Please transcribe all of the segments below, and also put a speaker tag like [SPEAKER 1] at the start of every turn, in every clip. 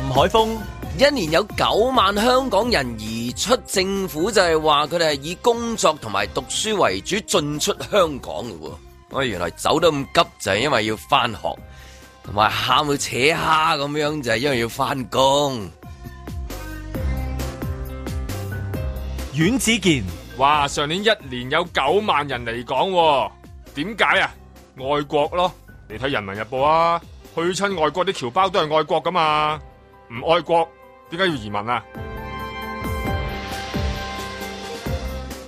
[SPEAKER 1] 海風。
[SPEAKER 2] 一年有九萬香港人移出，政府就係話佢哋係以工作同埋讀書為主進出香港嘅喎。我原來走得咁急就係因為要翻學，同埋喊到扯蝦咁樣就係因為要翻工。
[SPEAKER 1] 阮子健，
[SPEAKER 3] 哇！上年一年有九萬人嚟港喎，點解啊？外國咯，你睇《人民日報》啊，去親外國啲僑胞都係愛國噶嘛，唔愛國點解要移民啊？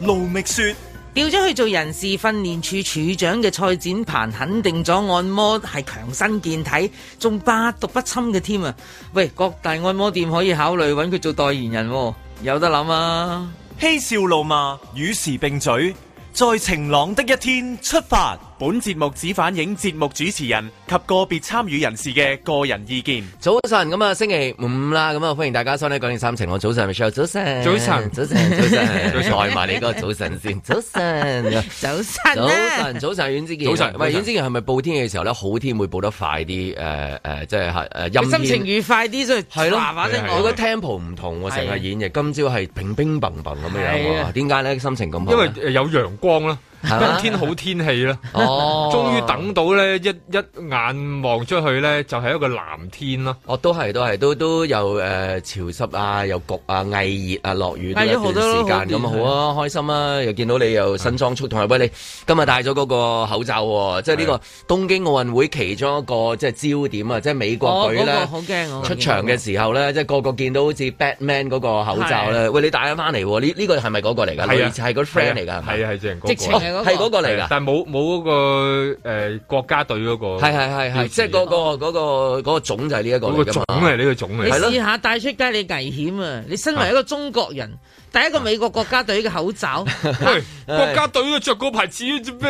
[SPEAKER 1] 盧覓雪，
[SPEAKER 4] 調咗去做人事訓練處處長嘅蔡展鵬，肯定咗按摩係強身健體，仲百毒不侵嘅添啊！喂，各大按摩店可以考慮揾佢做代言人喎，有得諗啊！
[SPEAKER 1] 嬉笑怒罵，與時並嘴。在晴朗的一天出發。
[SPEAKER 5] 本節目只反映節目主持人及個別參與人士嘅個人意見。
[SPEAKER 2] 早晨，咁啊星期五啦，咁啊歡迎大家收聽《九點三晴朗》。早晨，Michelle，早晨，
[SPEAKER 3] 早晨
[SPEAKER 2] 早晨，早晨， 再埋你嗰個早晨先，早晨。
[SPEAKER 4] 早晨
[SPEAKER 2] 早
[SPEAKER 4] 啊
[SPEAKER 2] 晨，！早晨，阮之健。
[SPEAKER 3] 早晨
[SPEAKER 2] 喂，
[SPEAKER 3] 早晨
[SPEAKER 2] 阮之健係咪報天嘅時候咧，好天會報得快啲？誒誒，即係誒
[SPEAKER 4] 佢
[SPEAKER 2] 陰
[SPEAKER 4] 心情
[SPEAKER 2] 天。
[SPEAKER 4] 愉快啲，所以
[SPEAKER 2] 係咯，
[SPEAKER 4] 嗱嗱聲
[SPEAKER 3] 係
[SPEAKER 2] 我
[SPEAKER 4] 我
[SPEAKER 2] 覺得 tempo 唔同喎，成
[SPEAKER 4] 係啊
[SPEAKER 2] 日演繹。今朝係乒乒乓乓咁樣
[SPEAKER 4] 係
[SPEAKER 2] 樣
[SPEAKER 4] 啊
[SPEAKER 2] 喎，點解咧心情咁好？
[SPEAKER 3] 因為呃有陽光啦，
[SPEAKER 2] 係嘛
[SPEAKER 3] 今天好天氣啦，
[SPEAKER 2] 啊哦，
[SPEAKER 3] 終於等到咧一一眼望出去咧，就係一個藍天啦。
[SPEAKER 2] 哦，都係都係都都有誒潮濕啊，有焗啊，翳熱啊，落雨都
[SPEAKER 4] 係
[SPEAKER 2] 有
[SPEAKER 4] 咗好
[SPEAKER 2] 一
[SPEAKER 4] 多
[SPEAKER 2] 段
[SPEAKER 4] 咯
[SPEAKER 2] 時間
[SPEAKER 4] 好
[SPEAKER 2] 咁
[SPEAKER 4] 短係
[SPEAKER 2] 好啊，開心啊！又見到你又新裝束，同埋喂你今日戴咗嗰個口罩喎，即係呢個東京奧運會其中一個即係焦點啊！即係美國
[SPEAKER 4] 我
[SPEAKER 2] 隊
[SPEAKER 4] 哦嗰個
[SPEAKER 2] 咧
[SPEAKER 4] 好驚
[SPEAKER 3] 哦
[SPEAKER 4] 我
[SPEAKER 2] 出場嘅時候咧，即係個個見到好似 Batman 嗰個口罩咧，喂你戴咗翻嚟喎？呢呢個係咪嗰個嚟㗎？
[SPEAKER 3] 係啊
[SPEAKER 2] 類似係嗰啲 friend 嚟
[SPEAKER 3] 係
[SPEAKER 2] 㗎，
[SPEAKER 3] 啊係啊係
[SPEAKER 4] 直
[SPEAKER 3] 正嗰
[SPEAKER 4] 情
[SPEAKER 3] 個
[SPEAKER 2] 哦
[SPEAKER 3] 啊。
[SPEAKER 2] 係
[SPEAKER 4] 係嗰個
[SPEAKER 2] 嗰個嚟㗎。
[SPEAKER 3] 但係冇冇嗰個誒國家隊嗰個，
[SPEAKER 2] 係係係係，
[SPEAKER 3] 標誌
[SPEAKER 2] 即係嗰個嗰個嗰個種就係呢一個
[SPEAKER 3] 嗰個
[SPEAKER 2] 嚟㗎
[SPEAKER 3] 種
[SPEAKER 2] 嘛
[SPEAKER 3] 係呢個種
[SPEAKER 4] 你
[SPEAKER 3] 嚟
[SPEAKER 2] 係。咯
[SPEAKER 4] 試下帶出街，你危險啊！你身為一個中國人，戴
[SPEAKER 2] 啊
[SPEAKER 4] 一個美國國家隊嘅口罩，
[SPEAKER 3] 喂，
[SPEAKER 2] 哎
[SPEAKER 3] 國家隊都着嗰牌子啫 咩？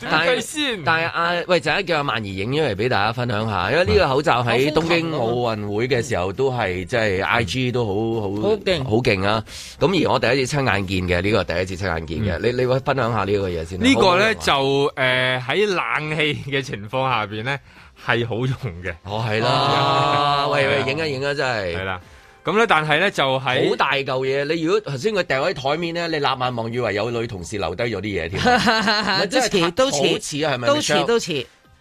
[SPEAKER 3] 點計先？
[SPEAKER 2] 但係阿喂，陣間叫阿曼怡影咗嚟俾大家分享下，因為呢個口罩喺東京奧運會嘅時候都係即
[SPEAKER 3] 嗯
[SPEAKER 2] 係 I G 都好好
[SPEAKER 4] 好勁
[SPEAKER 2] 好勁啊！咁而我第一次親眼見嘅呢個第一次親眼見嘅，你你會分享下呢個嘢先啊。
[SPEAKER 3] 嗯呢個咧
[SPEAKER 2] 好
[SPEAKER 3] 就誒喺、冷氣嘅情況下邊咧係好用嘅，
[SPEAKER 2] 好 玩啊哦係啦，喂喂，影一影啊，真
[SPEAKER 3] 係
[SPEAKER 2] 係。
[SPEAKER 3] 啦。咁咧，但係咧就
[SPEAKER 4] 哎
[SPEAKER 3] 喺
[SPEAKER 2] 好大嚿嘢，你如果頭先佢掉喺台面咧，你立眼望以為有女同事留低咗啲嘢 添，咪
[SPEAKER 4] 都
[SPEAKER 2] 真係
[SPEAKER 4] 似都
[SPEAKER 2] 好
[SPEAKER 4] 似
[SPEAKER 2] 似啊係咪
[SPEAKER 4] 都似
[SPEAKER 2] Michelle？
[SPEAKER 4] 都似，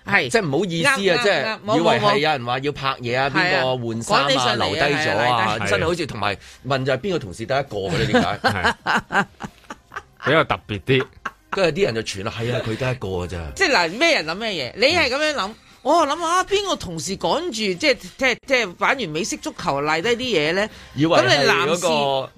[SPEAKER 4] 係
[SPEAKER 2] 即係唔好意思啊！即
[SPEAKER 4] 啱啱
[SPEAKER 2] 係
[SPEAKER 4] 啱冇
[SPEAKER 2] 以為係
[SPEAKER 4] 冇冇
[SPEAKER 2] 有人話要拍嘢啊，
[SPEAKER 4] 係啊
[SPEAKER 2] 邊個換衫
[SPEAKER 4] 趕你
[SPEAKER 2] 啊，
[SPEAKER 4] 上嚟啊
[SPEAKER 2] 留低咗
[SPEAKER 4] 係啊
[SPEAKER 2] 啊
[SPEAKER 4] 係
[SPEAKER 3] 啊，
[SPEAKER 2] 真係好似同埋問就係邊個同事得一個嘅你點 解？
[SPEAKER 3] 係比較特別啲，
[SPEAKER 2] 跟住啲人就傳啦，係啊，佢得一個㗎咋。
[SPEAKER 4] 即係嗱，咩人諗咩嘢？你係咁樣諗，我諗下邊個同事趕住，即係即係即係玩完美式足球賴低啲嘢咧？
[SPEAKER 2] 以為
[SPEAKER 4] 咁
[SPEAKER 2] 係
[SPEAKER 4] 你
[SPEAKER 2] 嗰
[SPEAKER 4] 男士
[SPEAKER 2] 個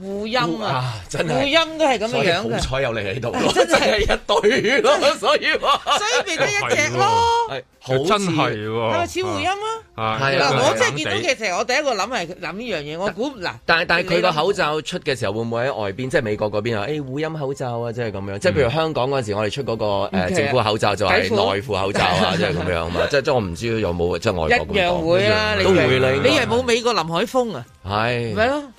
[SPEAKER 4] 護音啊，
[SPEAKER 2] 啊，真
[SPEAKER 4] 護
[SPEAKER 2] 係。
[SPEAKER 4] 音都係咁
[SPEAKER 2] 所以
[SPEAKER 4] 樣樣
[SPEAKER 2] 好
[SPEAKER 4] 嘅，
[SPEAKER 2] 彩有你喺度咯，
[SPEAKER 4] 真
[SPEAKER 2] 真
[SPEAKER 4] 係
[SPEAKER 2] 係一對咯，所以話
[SPEAKER 4] 所以變得一隻咯，
[SPEAKER 2] 係好
[SPEAKER 3] 佢真
[SPEAKER 2] 似
[SPEAKER 3] 係啊
[SPEAKER 4] 係
[SPEAKER 3] 喎，
[SPEAKER 4] 咪似護音啊？
[SPEAKER 3] 啊
[SPEAKER 2] 係
[SPEAKER 4] 嗱，
[SPEAKER 2] 啊
[SPEAKER 4] 我真係
[SPEAKER 3] 見
[SPEAKER 4] 見到嘅時候，我第一個諗係諗呢樣嘢，我估嗱，
[SPEAKER 2] 但但係佢個
[SPEAKER 4] 你諗
[SPEAKER 2] 口罩出嘅時候，會唔會喺外邊，即係美國嗰邊啊？誒，護音口罩啊，即係咁樣。即係譬如香港嗰陣時，我哋出嗰個
[SPEAKER 4] 嗯其
[SPEAKER 2] 誒
[SPEAKER 4] 實
[SPEAKER 2] 政府口罩就係
[SPEAKER 4] 底褲
[SPEAKER 2] 內褲口罩 啊，即係咁樣嘛。即係即係我唔知有冇即係外國咁
[SPEAKER 4] 一樣
[SPEAKER 2] 講。
[SPEAKER 4] 會啦，你
[SPEAKER 2] 都會啦
[SPEAKER 4] 以為
[SPEAKER 2] 應該
[SPEAKER 4] 你以為冇美國林海峰啊？咪
[SPEAKER 2] 係
[SPEAKER 4] 咯，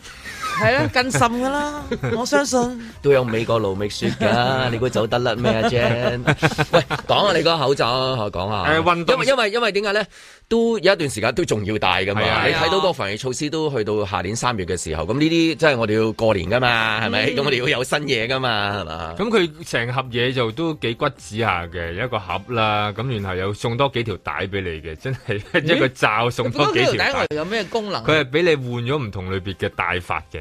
[SPEAKER 4] 係咯，更甚噶啦，我相信。
[SPEAKER 2] 都有美國盧覓雪 㗎，你估走得甩咩啊，Jan？喂，講下你個口罩啊，我講下。
[SPEAKER 3] 誒運動
[SPEAKER 2] 因為因為因為點解咧？都有一段時間都仲要戴㗎嘛
[SPEAKER 3] 係。啊
[SPEAKER 2] 你睇到個防疫措施都去到下年三月嘅時候，咁呢啲即係我哋要過年㗎嘛，係咪？
[SPEAKER 4] 嗯
[SPEAKER 2] 咁我哋要有新嘢㗎嘛，係嘛？
[SPEAKER 3] 咁佢成盒嘢就都幾骨子下嘅，有一個盒啦，咁然後又送多幾條帶俾你嘅，真係 一個罩送
[SPEAKER 4] 不過
[SPEAKER 3] 多
[SPEAKER 4] 呢
[SPEAKER 3] 幾
[SPEAKER 4] 條
[SPEAKER 3] 條
[SPEAKER 4] 帶
[SPEAKER 3] 帶
[SPEAKER 4] 我。有咩功能？
[SPEAKER 3] 佢係俾你換咗唔同類別嘅戴法嘅，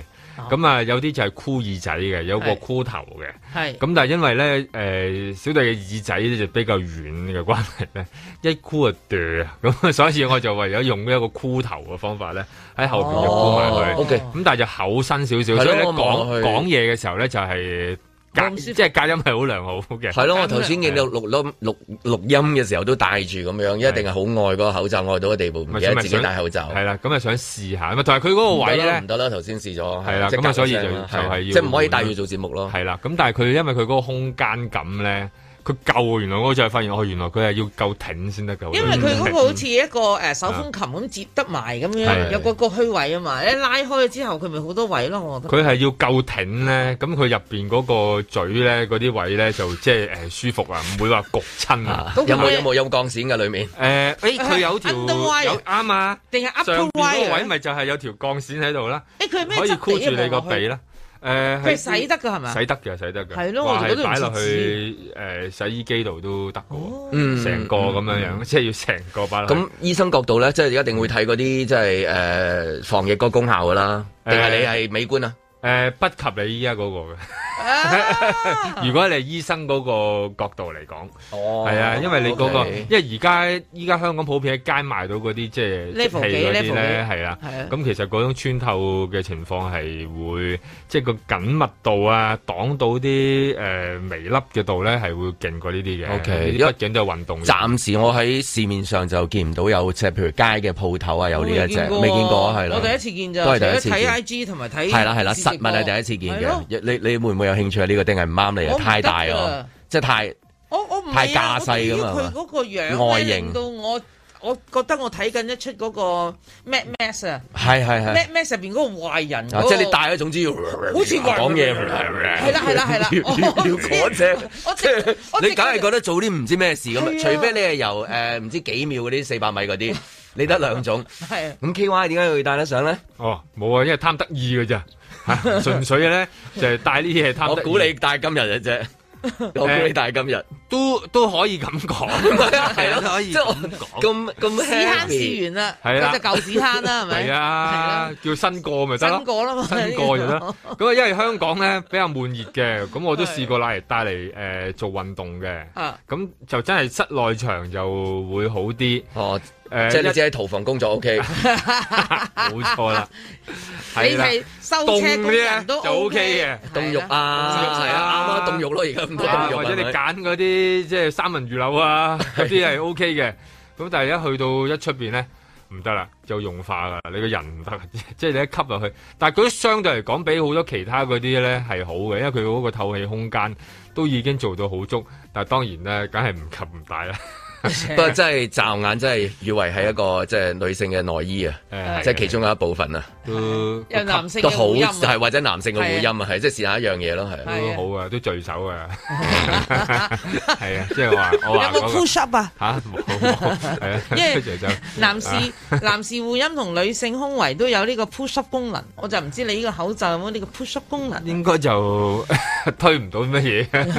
[SPEAKER 3] 咁啊有啲就係箍耳仔嘅，有個
[SPEAKER 4] 係
[SPEAKER 3] 箍頭嘅。
[SPEAKER 4] 係
[SPEAKER 3] 咁但係因為咧，誒、小弟嘅耳仔咧就比較軟嘅關係咧， 一箍就斷啊，咁所以我就唯有用一個箍頭嘅方法咧，喺後邊就箍埋佢。
[SPEAKER 2] 哦
[SPEAKER 3] 咁、
[SPEAKER 2] ，OK。
[SPEAKER 3] 但係就厚身少
[SPEAKER 2] 係
[SPEAKER 3] 少，
[SPEAKER 2] 咯
[SPEAKER 3] 所以咧
[SPEAKER 2] 我望落
[SPEAKER 3] 講
[SPEAKER 2] 去
[SPEAKER 3] 講嘢嘅時候咧就係、
[SPEAKER 4] 咁
[SPEAKER 3] 隔
[SPEAKER 4] 舒服
[SPEAKER 3] 即係隔音係好良好啊嘅。
[SPEAKER 2] 係咯，我頭先見到錄錄錄錄音嘅時候都戴住咁樣，一定係好愛嗰個口罩，愛到個地步，唔記得自己戴口罩。
[SPEAKER 3] 係啦，咁啊想試下，咁啊同埋佢嗰個位
[SPEAKER 2] 唔得啦
[SPEAKER 3] 咧
[SPEAKER 2] 唔。得啦，頭先試咗，
[SPEAKER 3] 係啦
[SPEAKER 2] 即係
[SPEAKER 3] 咁啊所以
[SPEAKER 2] 隔離
[SPEAKER 3] 就
[SPEAKER 2] 聲啦
[SPEAKER 3] 就係要
[SPEAKER 2] 哦即係唔可以戴住做節目咯。
[SPEAKER 3] 係啦，咁但係佢因為佢嗰個空間感咧，佢救啊原來我就係發現，哦，原來佢係要夠挺先得㗎。
[SPEAKER 4] 因為佢嗰個好似一個誒手風琴咁接得埋咁樣，
[SPEAKER 3] 係
[SPEAKER 4] 有個個虛位啊嘛，一拉開咗之後，佢咪好多位咯，我覺得。
[SPEAKER 3] 佢係要夠挺咧，咁佢入邊嗰個嘴咧，嗰啲位咧就即係誒舒服啊，唔會話焗親啊。
[SPEAKER 4] 咁
[SPEAKER 2] 有冇
[SPEAKER 4] 佢
[SPEAKER 2] 有冇有冇鋼線嘅裏面？
[SPEAKER 3] 誒，誒佢有條
[SPEAKER 4] Underwire
[SPEAKER 3] 有啱啊，
[SPEAKER 4] 定係
[SPEAKER 3] 上
[SPEAKER 4] upper
[SPEAKER 3] 邊嗰個
[SPEAKER 4] wire
[SPEAKER 3] 位
[SPEAKER 4] 咧？
[SPEAKER 3] 咪就係有條鋼線喺度啦，
[SPEAKER 4] 誒，佢係咩
[SPEAKER 3] 可以
[SPEAKER 4] 質地
[SPEAKER 3] 箍住
[SPEAKER 4] 啊
[SPEAKER 3] 你個
[SPEAKER 4] 望落去
[SPEAKER 3] 鼻啦。誒，
[SPEAKER 4] 佢係
[SPEAKER 3] 係
[SPEAKER 4] 洗得㗎係咪？
[SPEAKER 3] 洗得嘅，洗得嘅。
[SPEAKER 4] 係咯
[SPEAKER 3] 話
[SPEAKER 4] 我哋嗰度唔
[SPEAKER 3] 擺落
[SPEAKER 4] 設
[SPEAKER 3] 去
[SPEAKER 4] 置
[SPEAKER 3] 誒洗衣機度都得嘅喎，
[SPEAKER 2] 嗯
[SPEAKER 3] 成個咁樣樣，即係要成個擺落去。
[SPEAKER 2] 咁醫生角度咧，即係一定會睇嗰啲即係誒防疫個功效噶啦，定係你係美觀啊？
[SPEAKER 3] 誒，不及你依家嗰個嘅。
[SPEAKER 4] 啊
[SPEAKER 3] 如果你係醫生嗰個角度嚟講。
[SPEAKER 2] 哦
[SPEAKER 3] 係啊，因為你嗰、個，因為而家依家香港普遍喺街賣到嗰啲即係
[SPEAKER 4] Level 幾
[SPEAKER 3] 氣嗰
[SPEAKER 4] level 幾
[SPEAKER 3] 啲咧，係啦
[SPEAKER 4] 係啊。
[SPEAKER 3] 咁其實嗰種穿透嘅情況係會，即係個緊密度啊，擋到啲誒、呃微粒嘅度咧，係會勁過呢啲嘅。
[SPEAKER 2] OK，
[SPEAKER 3] 呢
[SPEAKER 2] 因
[SPEAKER 3] 啲
[SPEAKER 2] 為
[SPEAKER 3] 畢竟都係運動。
[SPEAKER 2] 暫時我喺市面上就見唔到有即係譬如街嘅鋪頭啊，有呢一隻
[SPEAKER 4] 我
[SPEAKER 2] 未見過，係啦。
[SPEAKER 4] 我第一次見咋，
[SPEAKER 2] 都係第一次
[SPEAKER 4] 除咗
[SPEAKER 2] 見
[SPEAKER 4] 睇 I G 同埋睇
[SPEAKER 2] 係啦係啦，
[SPEAKER 4] 試食
[SPEAKER 2] 實物係第一次見
[SPEAKER 4] 係咯
[SPEAKER 2] 嘅。你你會唔會有興趣啊？呢個定係唔啱你
[SPEAKER 4] 我
[SPEAKER 2] 啊？
[SPEAKER 4] 唔
[SPEAKER 2] 太大
[SPEAKER 4] 得
[SPEAKER 2] 哦
[SPEAKER 4] 啊，
[SPEAKER 2] 即係太
[SPEAKER 4] 我我唔係啊
[SPEAKER 2] 太架勢咁啊
[SPEAKER 4] 我對於佢嗰個樣呢
[SPEAKER 2] 外形
[SPEAKER 4] 令到我我覺得我睇緊一出嗰個 Mad Max 啊
[SPEAKER 2] 係係係。
[SPEAKER 4] ，Mad Max 入邊嗰個壞人嗰
[SPEAKER 2] 啊
[SPEAKER 4] 個，
[SPEAKER 2] 即係你大咗，總之要好
[SPEAKER 4] 似話
[SPEAKER 2] 講嘢，
[SPEAKER 4] 係
[SPEAKER 2] 係
[SPEAKER 4] 啦係啦係啦我
[SPEAKER 2] 要嗰隻
[SPEAKER 4] 我，
[SPEAKER 2] 即係
[SPEAKER 4] 我
[SPEAKER 2] 你梗係覺得做啲唔知咩事咁啊
[SPEAKER 4] 係啊！
[SPEAKER 2] 除非你係由誒唔知幾秒嗰啲四百米嗰 啲，你得兩種。
[SPEAKER 4] 係啊
[SPEAKER 2] 咁 K Y 點解會帶得上咧？
[SPEAKER 3] 哦，冇啊，因為貪得意嘅咋，嚇純粹嘅咧就係帶呢啲嘢貪得意。
[SPEAKER 2] 我估你帶今日 嘅啫，我估你帶今日，
[SPEAKER 3] 都都可以咁講，
[SPEAKER 2] 係
[SPEAKER 6] 都可以
[SPEAKER 2] 即係我
[SPEAKER 6] 咁講
[SPEAKER 2] 咁咁
[SPEAKER 4] 屎坑
[SPEAKER 2] happy。
[SPEAKER 4] 試完啦，
[SPEAKER 3] 係
[SPEAKER 4] 嗰
[SPEAKER 3] 啦
[SPEAKER 4] 隻啊舊屎坑啦，係咪？
[SPEAKER 3] 係啊，叫新過咪得咯
[SPEAKER 4] 新。過啦嘛，
[SPEAKER 3] 新過就得。 咁啊，因為香港咧比較悶熱嘅，咁我都
[SPEAKER 4] 係
[SPEAKER 3] 試過攞嚟帶嚟誒做運動嘅。
[SPEAKER 4] 啊，
[SPEAKER 3] 咁就真係室內場就會好啲。
[SPEAKER 2] 哦，
[SPEAKER 3] 誒，
[SPEAKER 2] 即係你
[SPEAKER 3] 一
[SPEAKER 2] 只喺屠房工作 OK，
[SPEAKER 3] 冇錯啦，
[SPEAKER 4] 你
[SPEAKER 3] 係啦，
[SPEAKER 4] 係收
[SPEAKER 3] 凍
[SPEAKER 4] 車工
[SPEAKER 3] 啲
[SPEAKER 4] 人
[SPEAKER 3] 咧
[SPEAKER 4] 都
[SPEAKER 3] 就 OK 嘅。
[SPEAKER 2] 凍肉啊，係啊，啱啱凍肉咯，而家咁多
[SPEAKER 3] 啊
[SPEAKER 2] 凍肉
[SPEAKER 3] 或者
[SPEAKER 2] 係
[SPEAKER 3] 你
[SPEAKER 2] 咪
[SPEAKER 3] 揀嗰啲即係三文魚柳啊，嗰啲係 OK 嘅。咁但係一去到一出邊咧，唔得啦，就融化噶啦， 你個人唔得，即係你一吸入去。但係嗰啲相對嚟講，比好多其他嗰啲咧係好嘅，因為佢嗰個透氣空間都已經做到好足。但係當然咧，梗係唔及唔大啦。
[SPEAKER 2] 不過真係驟眼，真係以為係一個即係女性嘅內衣啊，
[SPEAKER 3] 誒，
[SPEAKER 2] 即係其中有一部分啊，
[SPEAKER 3] 都
[SPEAKER 4] 有男性
[SPEAKER 2] 都
[SPEAKER 4] 嘅
[SPEAKER 2] 好
[SPEAKER 4] 回音啊
[SPEAKER 2] 係或者男性嘅會音啊，係即係試下一樣嘢咯，係。
[SPEAKER 4] 係
[SPEAKER 3] 都
[SPEAKER 4] 啊
[SPEAKER 3] 好啊，都聚首啊，係啊，即係話我
[SPEAKER 4] 有
[SPEAKER 3] 話嗰
[SPEAKER 4] 冇
[SPEAKER 3] 個
[SPEAKER 4] push up 啊？
[SPEAKER 3] 嚇冇冇係啊，
[SPEAKER 4] 因為
[SPEAKER 3] 聚首
[SPEAKER 4] 男士
[SPEAKER 3] 啊
[SPEAKER 4] 男士護陰同女性胸圍都有呢個 push up 功能，我就唔知你呢個口罩有冇呢個 push up 功能。啊
[SPEAKER 3] 應該就 推唔到乜嘢。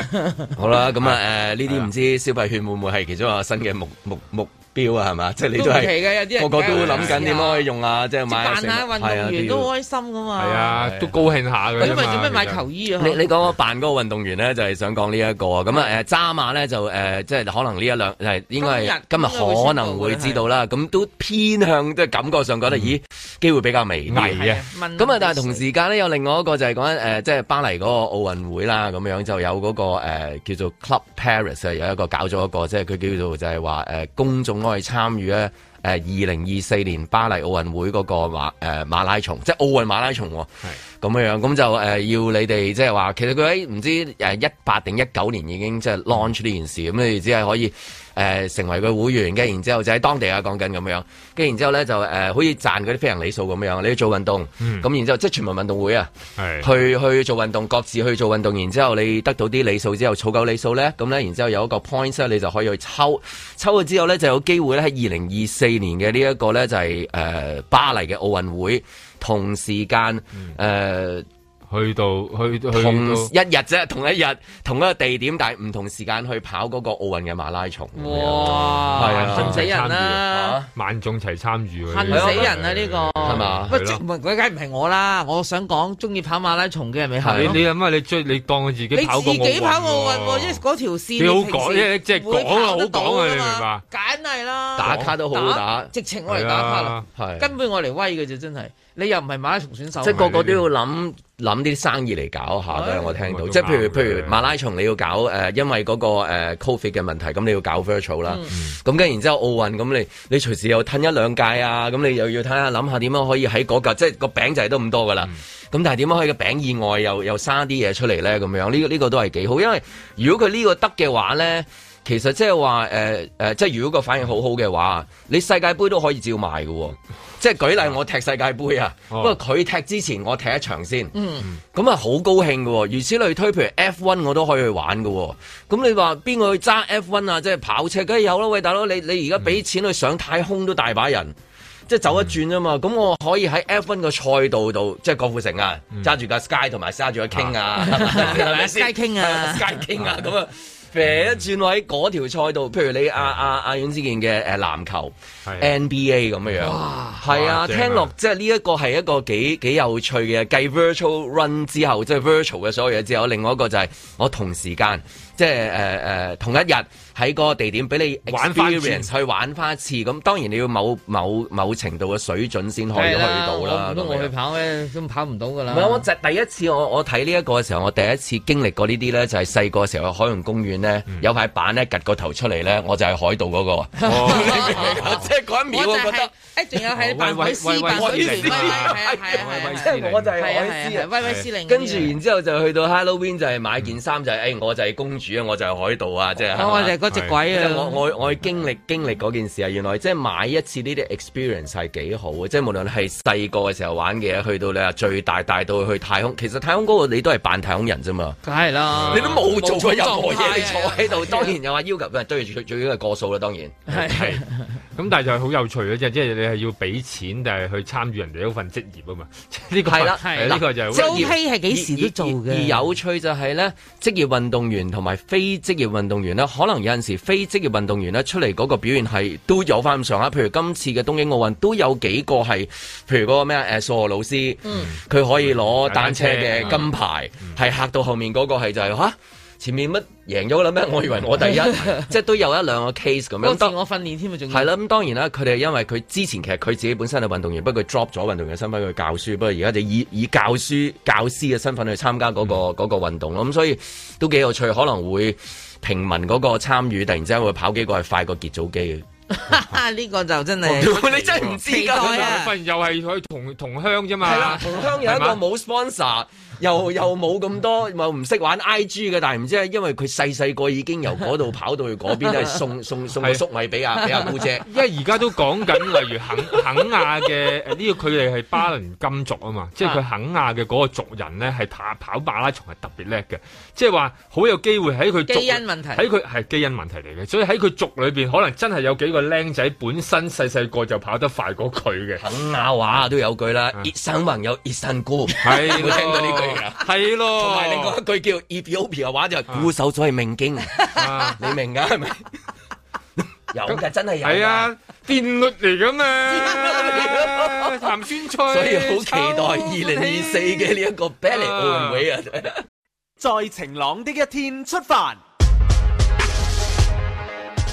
[SPEAKER 2] 好啦，咁啊誒呢啲唔知消費券會唔會係其中一個新嘅目目目標啊？係嘛，即係你都
[SPEAKER 4] 都唔奇
[SPEAKER 2] 係
[SPEAKER 4] 嘅，有啲人
[SPEAKER 2] 個個都諗緊點樣可以
[SPEAKER 4] 用，
[SPEAKER 2] 用啊，即係
[SPEAKER 4] 即
[SPEAKER 2] 買
[SPEAKER 4] 扮
[SPEAKER 2] 啊
[SPEAKER 4] 下運動員都開心噶嘛。
[SPEAKER 3] 係，啊，都高興下嘅啫嘛。
[SPEAKER 4] 因為做咩買
[SPEAKER 3] 其實
[SPEAKER 4] 球衣啊？
[SPEAKER 2] 你你講扮嗰個運動員咧，就係想講呢一個啊。咁啊誒揸馬咧就誒，即係可能呢一兩誒應該係今
[SPEAKER 4] 今日
[SPEAKER 2] 日可能會知道啦。咁都偏向即係感覺上覺得，咦機會比較微啲
[SPEAKER 3] 危
[SPEAKER 4] 嗯係
[SPEAKER 3] 嘅
[SPEAKER 4] 啊，問
[SPEAKER 2] 咁啊，但係同時間咧有另外一個就係講緊誒，即係巴黎嗰個奧運會啦，咁樣就有嗰、個、呃、叫做 Club Paris 啊，有一個搞咗一個，即係佢叫做就係話誒公眾可以參與咧誒二零二四年巴黎奧運會嗰個馬誒、呃、馬拉松，即係奧運馬拉松喎、咁樣樣，咁就誒、呃要你哋即係話，其實佢喺唔知誒一八定一九年已經即係 launch 呢件事，咁你哋只係可以誒、呃成為個會員，跟住然之後就喺當地啊講緊咁樣，跟住然之後咧就誒、呃好似賺嗰啲飛行里數咁樣，你要做運動，咁、
[SPEAKER 3] 嗯
[SPEAKER 2] 然之後即係全民運動會啊，
[SPEAKER 3] 係
[SPEAKER 2] 去去做運動，各自去做運動，然之後你得到啲里數之後，儲夠里數咧，咁咧然之後有一個 points 咧，你就可以去抽，抽咗之後咧就有機會咧喺二零二四年嘅呢一個咧就係、呃巴黎嘅奧運會。同時間，誒、呃
[SPEAKER 3] 去到去嗯去
[SPEAKER 2] 同
[SPEAKER 3] 到
[SPEAKER 2] 一日啫，同一日同一個地點，但係唔同時間去跑嗰個奧運嘅馬拉松。
[SPEAKER 4] 哇，
[SPEAKER 2] 係啊
[SPEAKER 4] 恨死人啦！
[SPEAKER 3] 萬眾齊參與嘅，
[SPEAKER 4] 恨死人啊！呢個
[SPEAKER 2] 係嘛
[SPEAKER 4] 喂，
[SPEAKER 3] 係
[SPEAKER 4] 即
[SPEAKER 3] 咯
[SPEAKER 4] 唔係梗係唔係我啦？我想講中意跑馬拉松嘅人咪
[SPEAKER 2] 係
[SPEAKER 4] 係
[SPEAKER 3] 你
[SPEAKER 4] 咯
[SPEAKER 3] 你諗下，你追你當佢自己
[SPEAKER 4] 你
[SPEAKER 3] 跑過
[SPEAKER 4] 自己跑奧運喎，因為
[SPEAKER 3] 喎
[SPEAKER 4] 嗰條線
[SPEAKER 3] 幾好
[SPEAKER 4] 平時
[SPEAKER 3] 講即係即係
[SPEAKER 4] 唔會
[SPEAKER 3] 講
[SPEAKER 4] 跑得
[SPEAKER 3] 啊好講啊
[SPEAKER 4] 到㗎
[SPEAKER 3] 你明
[SPEAKER 4] 嘛
[SPEAKER 3] 白
[SPEAKER 4] 梗係啦，
[SPEAKER 2] 打卡都好好打
[SPEAKER 4] 直情我嚟打卡啦，
[SPEAKER 2] 係
[SPEAKER 4] 根本我嚟威嘅啫，真係。你又唔係馬拉松選手，
[SPEAKER 2] 即係個個都要諗諗啲生意嚟搞下
[SPEAKER 4] 係
[SPEAKER 2] 嘅，我聽到。
[SPEAKER 3] 咁啊
[SPEAKER 2] 即係譬如
[SPEAKER 3] 啱嘅
[SPEAKER 2] 譬如馬拉松你要搞誒、呃因為嗰、個、呃、Covid 嘅問題，咁你要搞 virtual 啦。
[SPEAKER 3] 嗯
[SPEAKER 2] 咁跟然之後奧運，咁你你隨
[SPEAKER 3] 嗯
[SPEAKER 2] 時又褪一兩屆啊，咁你又要睇下諗下點樣可以喺嗰嚿，即係個餅就係都咁多噶啦。咁但係點樣可以個餅以外又又生啲嘢出嚟咧？咁樣呢、個呢、個都係幾好，因為如果佢呢個得嘅話咧。其實即係話誒誒，呃即係如果個反應好好嘅話，你世界盃都可以照賣嘅喎。即係舉例，我踢世界盃啊，
[SPEAKER 4] 哦
[SPEAKER 2] 不過佢踢之前我踢一場先，
[SPEAKER 4] 嗯
[SPEAKER 2] 咁啊好高興嘅喎。如此類推，譬如 F1 我都可以去玩嘅喎。咁你話邊個去揸 F1 啊？即係跑車梗係有啦，喂大佬，你你而家俾錢去上太空都大把人。即係走一轉啊嘛，
[SPEAKER 4] 嗯
[SPEAKER 2] 咁我可以喺 F1 個賽道度，即係郭富城啊，揸住架 Sky 同埋揸住個 King 啊，係咪先
[SPEAKER 4] 嗯 Sky King 啊
[SPEAKER 2] Sky King 啊，咁啊，肥一轉喺嗰條賽道，譬如你阿
[SPEAKER 7] 嗯
[SPEAKER 2] 阿阿阮之健嘅誒籃球
[SPEAKER 7] 係
[SPEAKER 2] NBA 咁樣樣，係啊，
[SPEAKER 7] 啊哇正啊
[SPEAKER 2] 聽落即係呢一個係一個幾幾有趣嘅，繼 virtual run 之後，即係 virtual 嘅所有嘢之後，另外一個就係我同時間，即係誒誒同一日喺個地點俾你
[SPEAKER 7] 玩返轉
[SPEAKER 2] experience 去玩翻一次，咁當然你要某某某程度嘅水準先可以去到啦。
[SPEAKER 4] 我唔通
[SPEAKER 2] 咁樣
[SPEAKER 4] 我去跑咧，都跑唔到噶啦。
[SPEAKER 2] 唔係，我就第一次我我睇呢一個嘅時候，我第一次經歷過呢啲咧，就係細個嘅時候去海洋公園咧，有塊板咧，趌個頭出嚟咧，我就係海盜嗰個，
[SPEAKER 7] 哦
[SPEAKER 2] 即係嗰一秒我覺得，
[SPEAKER 4] 誒，仲有喺
[SPEAKER 7] 喂
[SPEAKER 4] 扮
[SPEAKER 7] 喂
[SPEAKER 4] 海獅
[SPEAKER 7] 喂
[SPEAKER 4] 扮
[SPEAKER 7] 喂
[SPEAKER 4] 水
[SPEAKER 7] 喂
[SPEAKER 4] 船，係啊係啊係啊係啊
[SPEAKER 2] 即
[SPEAKER 4] 係啊
[SPEAKER 2] 係我就係海
[SPEAKER 4] 係
[SPEAKER 2] 獅
[SPEAKER 4] 啊，
[SPEAKER 2] 啊。
[SPEAKER 4] 威威司令嗰啲啊。
[SPEAKER 2] 跟住然之後就去到 Halloween 就係買件衫就係，誒我就係公主啊，我就係海盜啊，即係。
[SPEAKER 4] 哦我我就係嗰只鬼
[SPEAKER 2] 即
[SPEAKER 4] 啊
[SPEAKER 2] 係！我我我經歷經歷嗰件事啊，原來即係買一次呢啲 experience 係幾好啊嘅，即係無論係細個嘅時候玩嘅嘢，去到你話最大大到去太空，其實太空嗰個你都係扮太空人啫嘛，
[SPEAKER 4] 梗係啦，
[SPEAKER 2] 你都冇做過任何
[SPEAKER 4] 冇做狀態啊
[SPEAKER 2] 嘢，你坐喺度，當然有話要求，唔係對住最最緊要係過數啦，當然。
[SPEAKER 7] 係，咁但係就係好有趣嘅啫，即係你係要俾錢，但係去參與人哋嗰份職業啊嘛，即係呢個
[SPEAKER 2] 係啦
[SPEAKER 7] 係呢個就係
[SPEAKER 4] 即係
[SPEAKER 7] 好
[SPEAKER 2] 職業
[SPEAKER 4] OK 係幾時都做嘅
[SPEAKER 2] 而而而有趣就係咧，職業運動員同埋非職業運動員咧，可能有陣時非職業運動員咧出嚟嗰個表現係都有翻咁上下。譬如今次嘅東京奧運都有幾個係，譬如嗰個咩誒數學老師，佢、
[SPEAKER 4] 嗯
[SPEAKER 2] 可以攞單車嘅金牌，係嚇到後面嗰個係就係、
[SPEAKER 4] 嗯
[SPEAKER 2] 吓，前面乜贏咗啦咩？我以為我第 一，即係都有一兩個 case 咁
[SPEAKER 4] 我
[SPEAKER 2] 樣。
[SPEAKER 4] 自
[SPEAKER 2] 當
[SPEAKER 4] 我訓練添啊，仲要
[SPEAKER 2] 係啦，咁當然啦，佢哋因為佢之前其實佢自己本身係運動員，不過佢 drop 咗運動員嘅身份去教書，不過而家就以以教書教師嘅身份去參加嗰、個
[SPEAKER 4] 嗯
[SPEAKER 2] 嗰、個運動咯，咁所以都幾有趣，可能會平民嗰個參與，突然之間會跑幾個係快過傑祖基嘅，
[SPEAKER 4] 呢個就 真
[SPEAKER 2] 你
[SPEAKER 4] 係
[SPEAKER 2] 真係唔知
[SPEAKER 4] 期待
[SPEAKER 2] 㗎。
[SPEAKER 4] 啊！
[SPEAKER 7] 份又係佢同同鄉啫
[SPEAKER 2] 係
[SPEAKER 7] 嘛
[SPEAKER 2] 啦，，同鄉有一個冇 sponsor，又又冇咁多，又唔識玩 IG 嘅，但係唔知係因為佢細細個已經由嗰度跑到去嗰 邊，係送送送個
[SPEAKER 7] 係
[SPEAKER 2] 粟米俾阿俾阿姑姐。
[SPEAKER 7] 因為而家都講緊，例如肯 肯亞嘅誒呢個佢哋係巴倫金族啊嘛，即係佢肯亞嘅嗰個族人咧係跑跑馬拉松係特別叻嘅，即係話好有機會喺佢族
[SPEAKER 4] 基因問題
[SPEAKER 7] 喺佢係基因問題嚟嘅，所以喺佢族裏邊可能真係有幾個僆仔本身細細個就跑得快過佢 嘅。
[SPEAKER 2] 肯亞話都有句啦，
[SPEAKER 7] 啊
[SPEAKER 2] 熱生朋友熱生菇，
[SPEAKER 7] 係
[SPEAKER 2] 有冇聽過呢句㗎？
[SPEAKER 7] 㗎，係咯，
[SPEAKER 2] 同埋另外一句叫 Ethiopia 嘅話就係固守咗係 命經，
[SPEAKER 7] 啊
[SPEAKER 2] 你明㗎係咪？ 有㗎，真係有。
[SPEAKER 7] 係， 啊，電律嚟噶 嘛，譚酸菜，
[SPEAKER 2] 所以好期待二零二四嘅呢一個 b a l l y 奧運會啊！
[SPEAKER 8] 在晴朗的一天出發。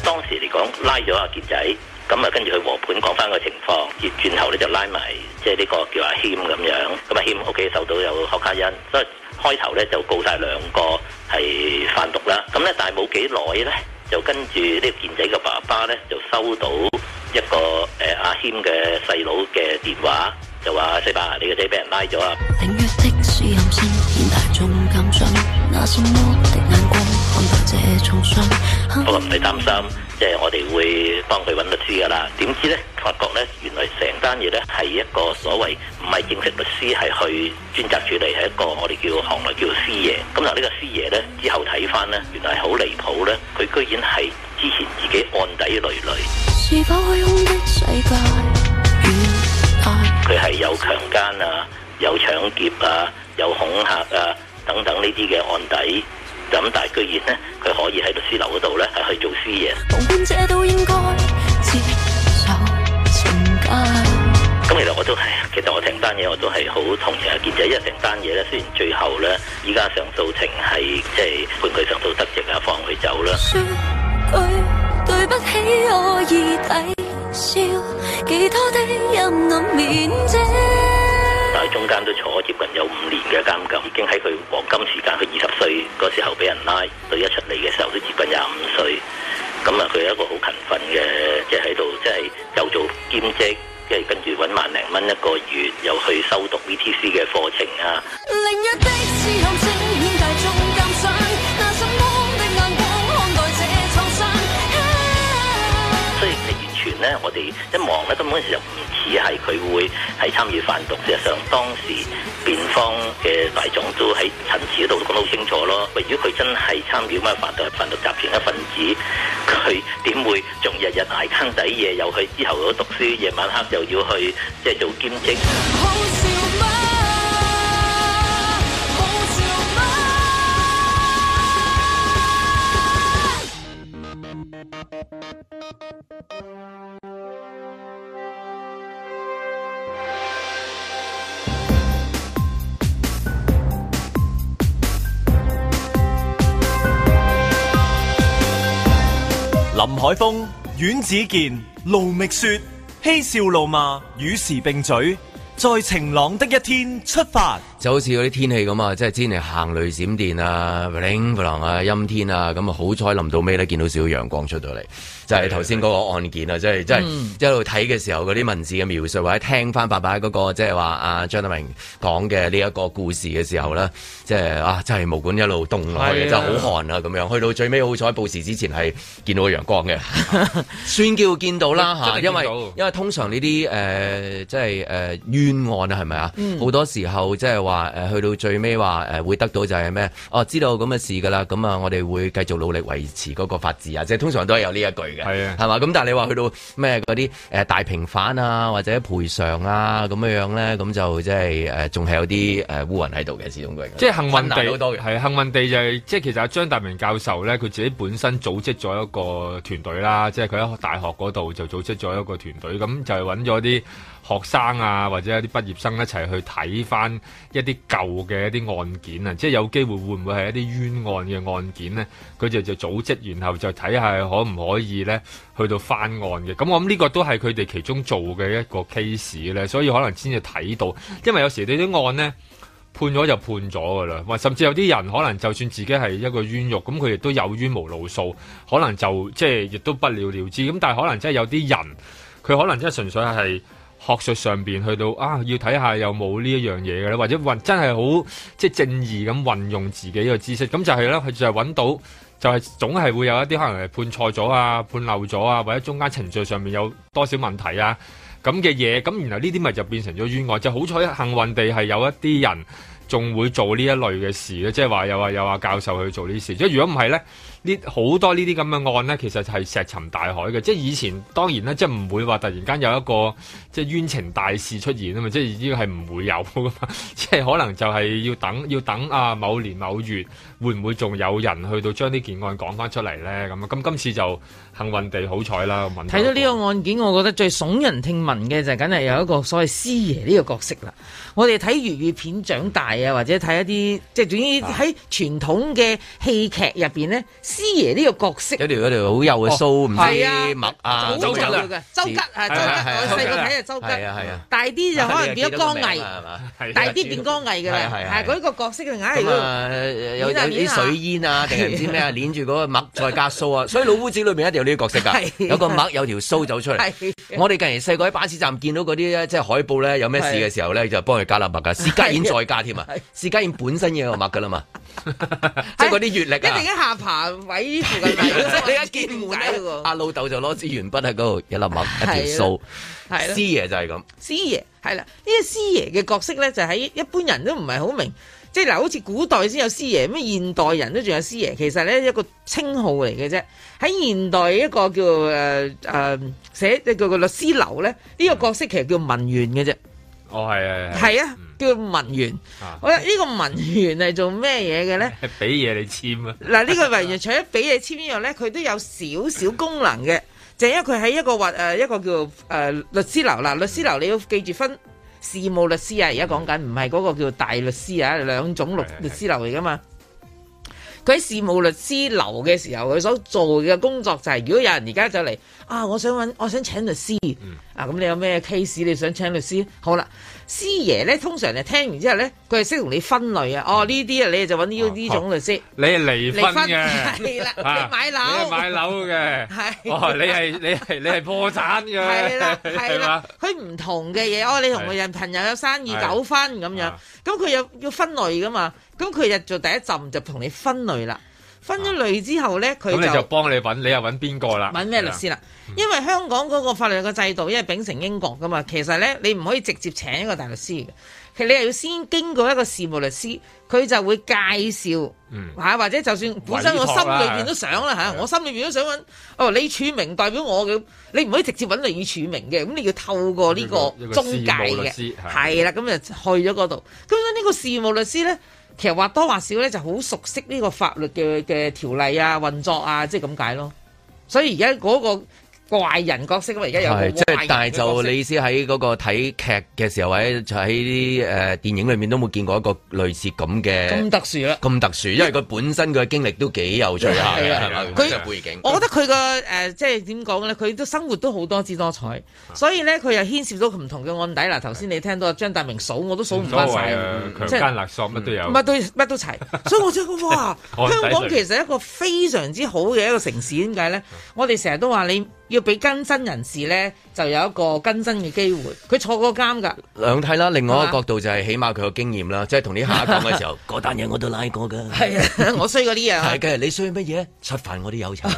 [SPEAKER 9] 當時嚟講拉咗阿傑仔，咁啊跟住佢和盤講翻個情況，接轉頭咧就拉埋即係呢個叫阿謙咁樣，咁啊阿謙屋企受到有可卡因，所以開頭咧就告晒兩個係販毒啦，咁咧但係冇幾耐咧就跟住呢個健仔嘅爸爸咧就收到一個誒、呃阿謙嘅細佬嘅電話，就話西班牙你個仔俾人拉咗啊！
[SPEAKER 10] 凌虐的是陷阱，現大眾鑑賞，那什麼的眼光看待這重傷。
[SPEAKER 9] 不過唔使擔心，即係我哋會幫佢揾律師噶啦。點知呢，發覺呢，原來成單嘢呢係一個所謂唔係正式律師，係去專責處理，係一個我哋叫行內叫做師爺。咁嗱，呢個師爺呢，之後睇翻呢，原來係好離譜呢，佢居然係之前自己案底累累。
[SPEAKER 10] 是否虛空的世界與愛？
[SPEAKER 9] 佢係有強姦啊、有搶劫啊、有恐嚇啊等等呢啲嘅案底，咁但係居然呢，佢可以喺律師樓嗰度呢，係去做師爺。
[SPEAKER 10] 旁觀者都應該接受懲戒。
[SPEAKER 9] 咁其實我都係，其實我成單嘢我都係好同情阿傑仔，因為成單嘢咧，雖然最後咧，依家上訴庭係即係判佢上訴得直啊，放佢走啦。
[SPEAKER 10] 說句對不起，我已抵消其他的任能免者。
[SPEAKER 9] 但係中間都坐接近有五年嘅監禁，已經喺佢黃金時間，佢二十歲嗰時候俾人拉，到一出嚟嘅時候都接近廿五歲。咁啊，佢係一個好勤奮嘅，即係喺度即係又做兼職，即係跟住揾萬零蚊一個月，又去修讀 VTC 嘅課程啊。
[SPEAKER 10] 凌弱的時候，請顯大眾鑑賞，拿什麼的眼光看待這創傷？啊
[SPEAKER 9] 所以其實完全咧，我哋一望咧，根本就唔似係佢會係參與販毒。事實上，當時辯方嘅大狀都喺陳詞嗰度講得好清楚咯。喂，如果佢真係參與咩販毒、販毒集團一份子，佢點會仲日日捱坑底夜又去之後嗰讀書，夜晚黑又要去即係做兼職？
[SPEAKER 10] 好笑嗎？好笑嗎？
[SPEAKER 1] 林海峰、阮子健、卢觅雪，嬉笑怒骂，与时并举，在晴朗的一天出发。
[SPEAKER 2] 就好似嗰啲天氣咁啊，即係之前行雷閃電啊、bling b l n 啊、陰天啊，咁啊好彩臨到尾咧見到少少陽光出到嚟，就係頭先嗰個案件啊，即係即係一路睇嘅時候嗰啲文字嘅描述，或者聽翻伯伯嗰個即係話阿張德明講嘅呢一個故事嘅時候咧，即係啊真係毛管一路凍落去嘅，
[SPEAKER 4] 係啊
[SPEAKER 2] 真係好寒啊咁樣，去到最尾好彩報時之前係見到個陽光嘅，算叫見到啦嚇，
[SPEAKER 3] 真係見
[SPEAKER 2] 因
[SPEAKER 3] 到
[SPEAKER 2] 為。因為通常呢啲誒即係誒、呃冤案啊，係咪啊？好、
[SPEAKER 4] 嗯
[SPEAKER 2] 多時候即係話誒去到最尾話誒會得到就係咩？哦，知道咁嘅事㗎啦，咁啊我哋會繼續努力維持嗰個法治啊，即係通常都係有呢一句嘅，
[SPEAKER 3] 係啊
[SPEAKER 2] 係嘛？咁但係你話去到咩嗰啲誒大平反啊，或者賠償啊咁樣樣咧，咁就即係誒仲係有啲誒烏雲喺度嘅，始終佢
[SPEAKER 3] 即係幸運
[SPEAKER 2] 困難好
[SPEAKER 3] 地
[SPEAKER 2] 多嘅，
[SPEAKER 3] 係幸運地就係、即係其實阿張達明教授咧，佢自己本身組織咗一個團隊啦，即係佢喺大學嗰度就組織咗一個團隊，咁就係揾咗啲學生啊或者一啲畢業生一齊去睇翻一啲舊嘅一啲案件啊，即係有機會會唔會係一啲冤案嘅案件呢？佢哋就組織，然後就睇下可唔可以呢去到翻案嘅。咁我諗呢個都係佢哋其中做嘅一個 case 咧，所以可能先至睇到，因為有時你啲案呢。判咗就判咗噶啦，或甚至有啲人可能就算自己係一個冤獄，咁佢亦都有冤無路訴，可能就即係亦都不了了之。咁但係可能真係有啲人，佢可能真係純粹係學術上邊去到啊，要睇下有冇呢一樣嘢嘅咧，或者運真係好即係正義咁運用自己嘅知識，咁就係咧，佢就係揾到。就係總係會有一啲可能係判錯咗啊、判漏咗啊，或者中間程序上面有多少問題啊咁嘅嘢，咁然後呢啲咪就變成咗冤案。就好彩幸運地係有一啲人仲會做呢一類嘅事咧，即係話又話又話教授去做呢啲事。即係如果唔係呢，呢好多呢啲咁嘅案呢，其實係石沉大海嘅。即係以前當然啦，即係唔會話突然間有一個即係冤情大事出現啊嘛，即係呢個係唔會有噶嘛。 即係可能就係要等要等啊某年某月會唔會仲有人去到將呢件案講翻出嚟呢？咁啊，咁今次就幸運地好彩啦，揾
[SPEAKER 4] 睇到呢
[SPEAKER 3] 一個
[SPEAKER 4] 個案件，我覺得最耸人聽聞嘅就係梗係有一個所謂師爺呢個角色啦。我哋睇粵語片長大啊，或者睇一啲即係
[SPEAKER 2] 啊
[SPEAKER 4] 總之喺傳統嘅戲劇入邊咧，師爺呢個角色
[SPEAKER 2] 有條有條好幼嘅須，唔
[SPEAKER 4] 係啊
[SPEAKER 2] 知墨啊，
[SPEAKER 4] 好
[SPEAKER 2] 咁
[SPEAKER 4] 重
[SPEAKER 2] 樣
[SPEAKER 4] 要嘅。周吉啊，周吉，我細個睇啊，周吉。
[SPEAKER 2] 係啊係啊，
[SPEAKER 4] 大啲就可能變咗江
[SPEAKER 2] 藝
[SPEAKER 4] 毅，大啲變江毅
[SPEAKER 2] 係
[SPEAKER 4] 㗎
[SPEAKER 2] 係
[SPEAKER 4] 啦。
[SPEAKER 2] 係
[SPEAKER 4] 係嗰個角色佢硬係
[SPEAKER 2] 咁
[SPEAKER 4] 嗰個。
[SPEAKER 2] 啊，有有
[SPEAKER 4] 捏下捏
[SPEAKER 2] 啲
[SPEAKER 4] 下
[SPEAKER 2] 水煙 啊，定係唔知咩啊，攣住嗰個墨再加須啊，所以老夫子裏面一定有呢啲角色㗎，
[SPEAKER 4] 係
[SPEAKER 2] 有個墨有條須走出嚟。
[SPEAKER 4] 係
[SPEAKER 2] 我哋近年細個喺巴士站見到嗰啲咧，即係海報咧，有咩事嘅時候咧，就幫佢加粒墨㗎，薛家燕再加添啊，薛家燕本身已經有墨㗎啦 嘛，即係嗰啲月
[SPEAKER 4] 一
[SPEAKER 2] 歷啊
[SPEAKER 4] 定喺。下巴位附 近嚟㗎嘛，
[SPEAKER 2] 你一見啊門
[SPEAKER 4] 解
[SPEAKER 2] 咧
[SPEAKER 4] 喎，
[SPEAKER 2] 阿老豆就攞支鉛筆喺嗰度一粒墨一條
[SPEAKER 4] 係
[SPEAKER 2] 須，
[SPEAKER 4] 係
[SPEAKER 2] 師
[SPEAKER 4] 啦
[SPEAKER 2] 爺就係咁。
[SPEAKER 4] 師爺係啦，呢個師爺嘅角色咧，就喺一般人都唔係好明，即係嗱，好似古代先有師爺，咩現代人都仲有師爺，其實咧一個稱號嚟嘅啫。喺現代一個叫誒誒寫即係叫個律師樓咧，呢、個角色其實叫文員嘅啫，
[SPEAKER 3] 哦係係係
[SPEAKER 4] 係啊
[SPEAKER 3] 嗯，
[SPEAKER 4] 叫文員。
[SPEAKER 3] 啊
[SPEAKER 4] 好啦，呢、個文員係做咩嘢嘅咧？
[SPEAKER 3] 係俾嘢你簽啊！
[SPEAKER 4] 嗱，呢個文員除咗俾你簽呢樣咧，佢都有少少功能嘅，就係因為佢喺一個或誒、一個叫誒、律師樓嗱，律師樓你要記住分事務律師啊，而家講緊唔係嗰個叫大律師啊，兩種律
[SPEAKER 3] 係係
[SPEAKER 4] 律師樓嚟噶嘛。佢喺事務律師樓嘅
[SPEAKER 3] 嗯
[SPEAKER 4] 時候，佢所做嘅工作就係、如果有人而家就嚟啊，我想揾我想請律師，啊，咁你有咩 case 你想請律師？好啦，師爺咧通常就聽完之後咧，佢係識同你分類啊。哦，呢啲啊你就揾呢呢種律師。
[SPEAKER 7] 你係離婚嘅，
[SPEAKER 4] 係
[SPEAKER 3] À,
[SPEAKER 4] 啦
[SPEAKER 7] 啊
[SPEAKER 4] 你買樓
[SPEAKER 7] 你係買樓嘅，
[SPEAKER 4] 係
[SPEAKER 7] 哦，你係你係你係破產嘅，
[SPEAKER 4] 係 啦，係
[SPEAKER 7] 係
[SPEAKER 4] 啦
[SPEAKER 7] 嘛，，
[SPEAKER 4] 佢唔同嘅嘢，哦，你同個人朋友有生意
[SPEAKER 7] 係
[SPEAKER 4] 糾紛咁樣
[SPEAKER 7] 啊，
[SPEAKER 4] 咁佢有要分類噶嘛，咁佢就做第一浸就同你分類啦，分咗類之後咧，佢
[SPEAKER 7] 啊咁你就
[SPEAKER 4] 就
[SPEAKER 7] 幫你揾，你又揾邊個啦？
[SPEAKER 4] 揾咩律
[SPEAKER 3] Dạ.
[SPEAKER 4] 師啦？因為香港嗰個法律嘅制度，因為秉承英國噶嘛，其實咧你唔可以直接請一個大律師嘅，其實你又要先經過一個事務律師，佢就會介紹
[SPEAKER 7] 嗯
[SPEAKER 4] 嚇，或者就算本身我心裏邊都想啦
[SPEAKER 7] 啊
[SPEAKER 4] 嚇，我心裏邊都想揾哦李柱明代表我嘅，你唔可以直接揾李柱明嘅，咁你要透過呢個
[SPEAKER 7] 一個
[SPEAKER 4] 中介
[SPEAKER 7] 一個
[SPEAKER 4] 嘅，
[SPEAKER 7] 事務律師係
[SPEAKER 4] 係啦，咁就去咗嗰度。咁所以呢個事務律師咧，其實或多或少咧就好熟悉呢個法律嘅嘅條例啊、運作啊，即係咁解咯。所以而家嗰個怪人角色咁，啊而家有個
[SPEAKER 2] 係，即
[SPEAKER 4] 壞
[SPEAKER 2] 係
[SPEAKER 4] 人
[SPEAKER 2] 但係
[SPEAKER 4] 嘅角
[SPEAKER 2] 就
[SPEAKER 4] 色
[SPEAKER 2] 你意思喺嗰個睇劇嘅時候，或者就喺啲誒電影裏面都冇見過一個類似咁
[SPEAKER 4] 咁
[SPEAKER 2] 嘅
[SPEAKER 4] 特殊啦。啊
[SPEAKER 2] 咁特殊，因為佢本身佢嘅經歷都幾有趣下嘅，
[SPEAKER 4] 係啊
[SPEAKER 2] 係嘛？
[SPEAKER 4] 佢
[SPEAKER 2] 佢嘅背景，
[SPEAKER 4] 我覺得佢個誒即係點講咧，佢都生活都好多姿多彩，
[SPEAKER 2] 啊
[SPEAKER 4] 所以咧佢又牽涉到唔同嘅案底。嗱，頭先你聽到張達明數我都數唔
[SPEAKER 7] 唔
[SPEAKER 4] 翻
[SPEAKER 7] 所
[SPEAKER 4] 晒
[SPEAKER 7] 謂，啊，
[SPEAKER 3] ờ,
[SPEAKER 7] 強
[SPEAKER 4] 即係
[SPEAKER 7] 奸勒索乜都有。
[SPEAKER 4] 乜都乜都 齊，所以我真係覺得哇！
[SPEAKER 7] 案底
[SPEAKER 4] 香港
[SPEAKER 7] 類
[SPEAKER 4] 其實係一個非常之好嘅一個城市，點解咧？
[SPEAKER 2] 嗯
[SPEAKER 4] 我哋成日都話你要俾更新人士咧，就有一個更新嘅機會。佢坐過 監㗎，
[SPEAKER 2] 兩睇啦，另外一
[SPEAKER 4] 係嘛
[SPEAKER 2] 個角度就係起碼佢有經驗啦，即係同啲下一講嘅時候， 嗰單嘢我都拉過㗎。
[SPEAKER 4] 係啊，我衰過呢樣啊
[SPEAKER 2] 係。嘅，你需要乜嘢？ 出飯我都有酬。